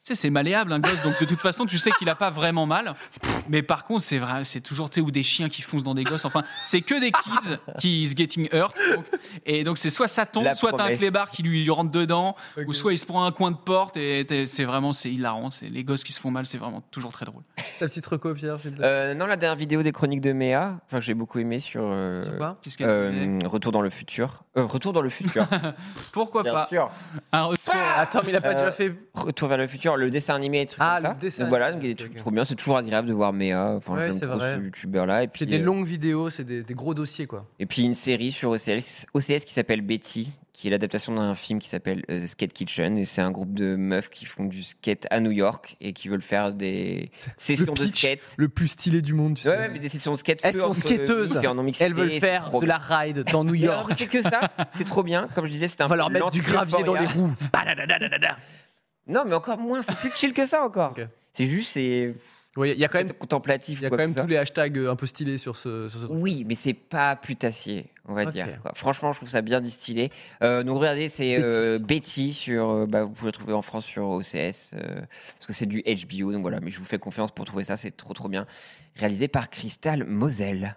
Speaker 3: tu sais, c'est malléable, un gosse. Donc, de toute façon, tu sais qu'il a pas vraiment mal. Mais par contre, c'est vrai, c'est toujours, tu sais, ou des chiens qui foncent dans des gosses. Enfin, c'est que des kids qui is getting hurt. Donc- et donc, c'est soit ça tombe,
Speaker 2: La
Speaker 3: soit t'as un
Speaker 2: promesse.
Speaker 3: clébard qui lui rentre dedans,
Speaker 1: <laughs> Ok.
Speaker 3: ou soit il se prend un coin de porte. Et t'es- c'est vraiment, c'est hilarant. C'est, les gosses qui se font mal, c'est vraiment toujours très drôle.
Speaker 1: Ta petite reco, Pierre, s'il te plaît.
Speaker 2: Euh, non, la dernière vidéo des chroniques de Méa, enfin, que j'ai beaucoup aimé sur. euh,
Speaker 1: Sur quoi
Speaker 3: Qu'est-ce qu'elle disait
Speaker 2: euh, Retour dans le futur. Euh, Retour dans
Speaker 1: <laughs>
Speaker 2: le futur.
Speaker 3: Pourquoi
Speaker 2: Bien
Speaker 3: pas
Speaker 2: sûr.
Speaker 3: un retour
Speaker 1: Attends, mais il a pas
Speaker 2: Euh,
Speaker 1: déjà fait.
Speaker 2: Retour vers le futur, le dessin animé et trucs
Speaker 1: Ah,
Speaker 2: comme ça.
Speaker 1: le dessin
Speaker 2: donc voilà,
Speaker 1: animé,
Speaker 2: donc il y a des
Speaker 1: ok, ok.
Speaker 2: trucs trop bien. C'est toujours agréable de voir Méa. Enfin,
Speaker 1: Ouais,
Speaker 2: j'aime
Speaker 1: c'est
Speaker 2: trop
Speaker 1: vrai.
Speaker 2: ce youtubeur là. Et
Speaker 1: C'est
Speaker 2: puis,
Speaker 1: des
Speaker 2: euh,
Speaker 1: longues vidéos, c'est des, des gros dossiers, quoi.
Speaker 2: et puis une série sur OCS, OCS qui s'appelle Betty, qui est l'adaptation d'un film qui s'appelle euh, Skate Kitchen. Et c'est un groupe de meufs qui font du skate à New York et qui veulent faire des sessions de
Speaker 1: pitch.
Speaker 2: skate.
Speaker 1: Le plus stylé du monde, tu
Speaker 2: Ouais, ouais, mais des sessions de skate.
Speaker 1: Elles
Speaker 2: que
Speaker 1: sont
Speaker 2: entre
Speaker 1: skateuses.
Speaker 2: filles et en non mixité,
Speaker 1: Elles veulent
Speaker 2: c'est
Speaker 1: faire
Speaker 2: trop
Speaker 1: de
Speaker 2: bien.
Speaker 1: la ride dans
Speaker 2: <laughs>
Speaker 1: New
Speaker 2: Et alors,
Speaker 1: York.
Speaker 2: c'est que ça, c'est trop bien. Comme je disais, c'est un
Speaker 1: On va leur
Speaker 2: peu
Speaker 1: mettre du gravier dans les
Speaker 2: l'anti-euphoria.
Speaker 1: roues.
Speaker 2: Non, mais encore moins, c'est plus chill que ça encore.
Speaker 1: Ok.
Speaker 2: C'est juste, c'est
Speaker 1: Il y a quand même,
Speaker 2: contemplatif.
Speaker 1: y a
Speaker 2: quoi
Speaker 1: quand même
Speaker 2: que ce
Speaker 1: tous les hashtags euh, un peu stylés sur ce, sur ce truc.
Speaker 2: Oui, mais c'est pas putassier, on va
Speaker 1: Ok.
Speaker 2: dire. quoi. Franchement, je trouve ça bien distillé. Euh, donc regardez, c'est euh, Betty sur, euh, bah, vous pouvez le trouver en France sur OCS euh, parce que c'est du HBO. Donc voilà, mais je vous fais confiance pour trouver ça, c'est trop trop bien. Réalisé par Crystal Moselle.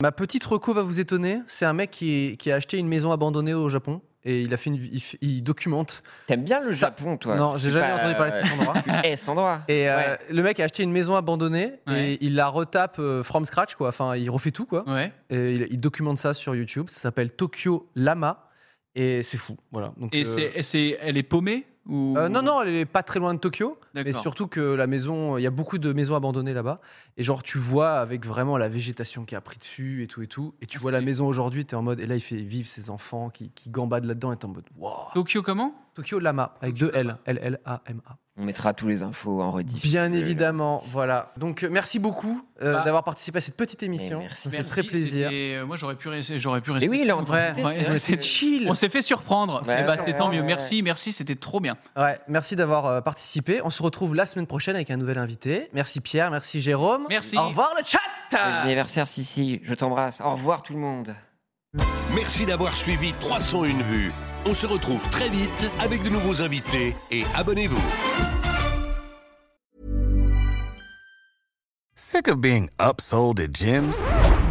Speaker 1: Ma petite reco va vous étonner. C'est un mec qui, qui a acheté une maison abandonnée au Japon et il a fait une, il, f- il documente.
Speaker 2: T'aimes bien le
Speaker 1: Ça-
Speaker 2: Japon, toi
Speaker 1: non, j'ai
Speaker 2: C'est
Speaker 1: jamais
Speaker 2: pas,
Speaker 1: entendu parler de
Speaker 2: euh,
Speaker 1: cet endroit.
Speaker 2: <laughs> eh, cet endroit.
Speaker 1: Et euh,
Speaker 2: Ouais.
Speaker 1: le mec a acheté une maison abandonnée
Speaker 3: Ouais.
Speaker 1: et il la retape euh, from scratch, quoi. Enfin, il refait tout, quoi.
Speaker 3: Ouais.
Speaker 1: Et il, il documente ça sur YouTube. Ça s'appelle Tokyo Lama et c'est fou. Voilà. Donc,
Speaker 3: Et
Speaker 1: euh,
Speaker 3: c'est, et c'est- elle est paumée ou...
Speaker 1: euh, non, non, elle est pas très loin de Tokyo. Mais
Speaker 3: D'accord.
Speaker 1: surtout que la maison, il y a beaucoup de maisons abandonnées là-bas. Et genre, tu vois avec vraiment la végétation qui a pris dessus et tout et tout. Et tu
Speaker 3: Ah,
Speaker 1: vois
Speaker 3: c'est-
Speaker 1: la maison aujourd'hui, tu es en mode. Et là, il fait vivre ses enfants qui, qui gambadent là-dedans et t'es en mode. Wow.
Speaker 3: Tokyo comment
Speaker 1: Tokyo Lama, avec deux L. L-L-A-M-A.
Speaker 2: On mettra tous les infos en rediff.
Speaker 1: Bien
Speaker 2: Euh,
Speaker 1: évidemment, voilà. Donc, euh, merci beaucoup euh,
Speaker 3: Bah.
Speaker 1: d'avoir participé à cette petite émission.
Speaker 2: Eh, merci.
Speaker 1: Ça fait
Speaker 3: Merci,
Speaker 1: très plaisir.
Speaker 3: c'était- euh, moi, j'aurais pu, rester- j'aurais pu
Speaker 2: Mais
Speaker 3: rester.
Speaker 2: oui, là, on
Speaker 3: Ouais,
Speaker 2: discutait,
Speaker 3: ouais,
Speaker 2: c'est vrai
Speaker 3: c'était
Speaker 2: que-
Speaker 1: chill.
Speaker 3: On s'est fait surprendre.
Speaker 2: Ouais,
Speaker 3: Eh ben,
Speaker 2: ouais,
Speaker 3: c'est tant
Speaker 2: ouais,
Speaker 3: mieux.
Speaker 2: ouais.
Speaker 3: Merci, merci, c'était trop bien.
Speaker 1: Ouais, merci d'avoir euh, participé. On se retrouve la semaine prochaine avec un nouvel invité. Merci Pierre, merci Jérôme.
Speaker 3: Merci.
Speaker 1: Au revoir le chat.
Speaker 2: Joyeux anniversaire, Sissi. Je t'embrasse. Au revoir, tout le monde.
Speaker 4: Merci d'avoir suivi 301 vues. On se retrouve très vite avec de nouveaux invités et abonnez-vous.
Speaker 8: Sick of being upsold at gyms?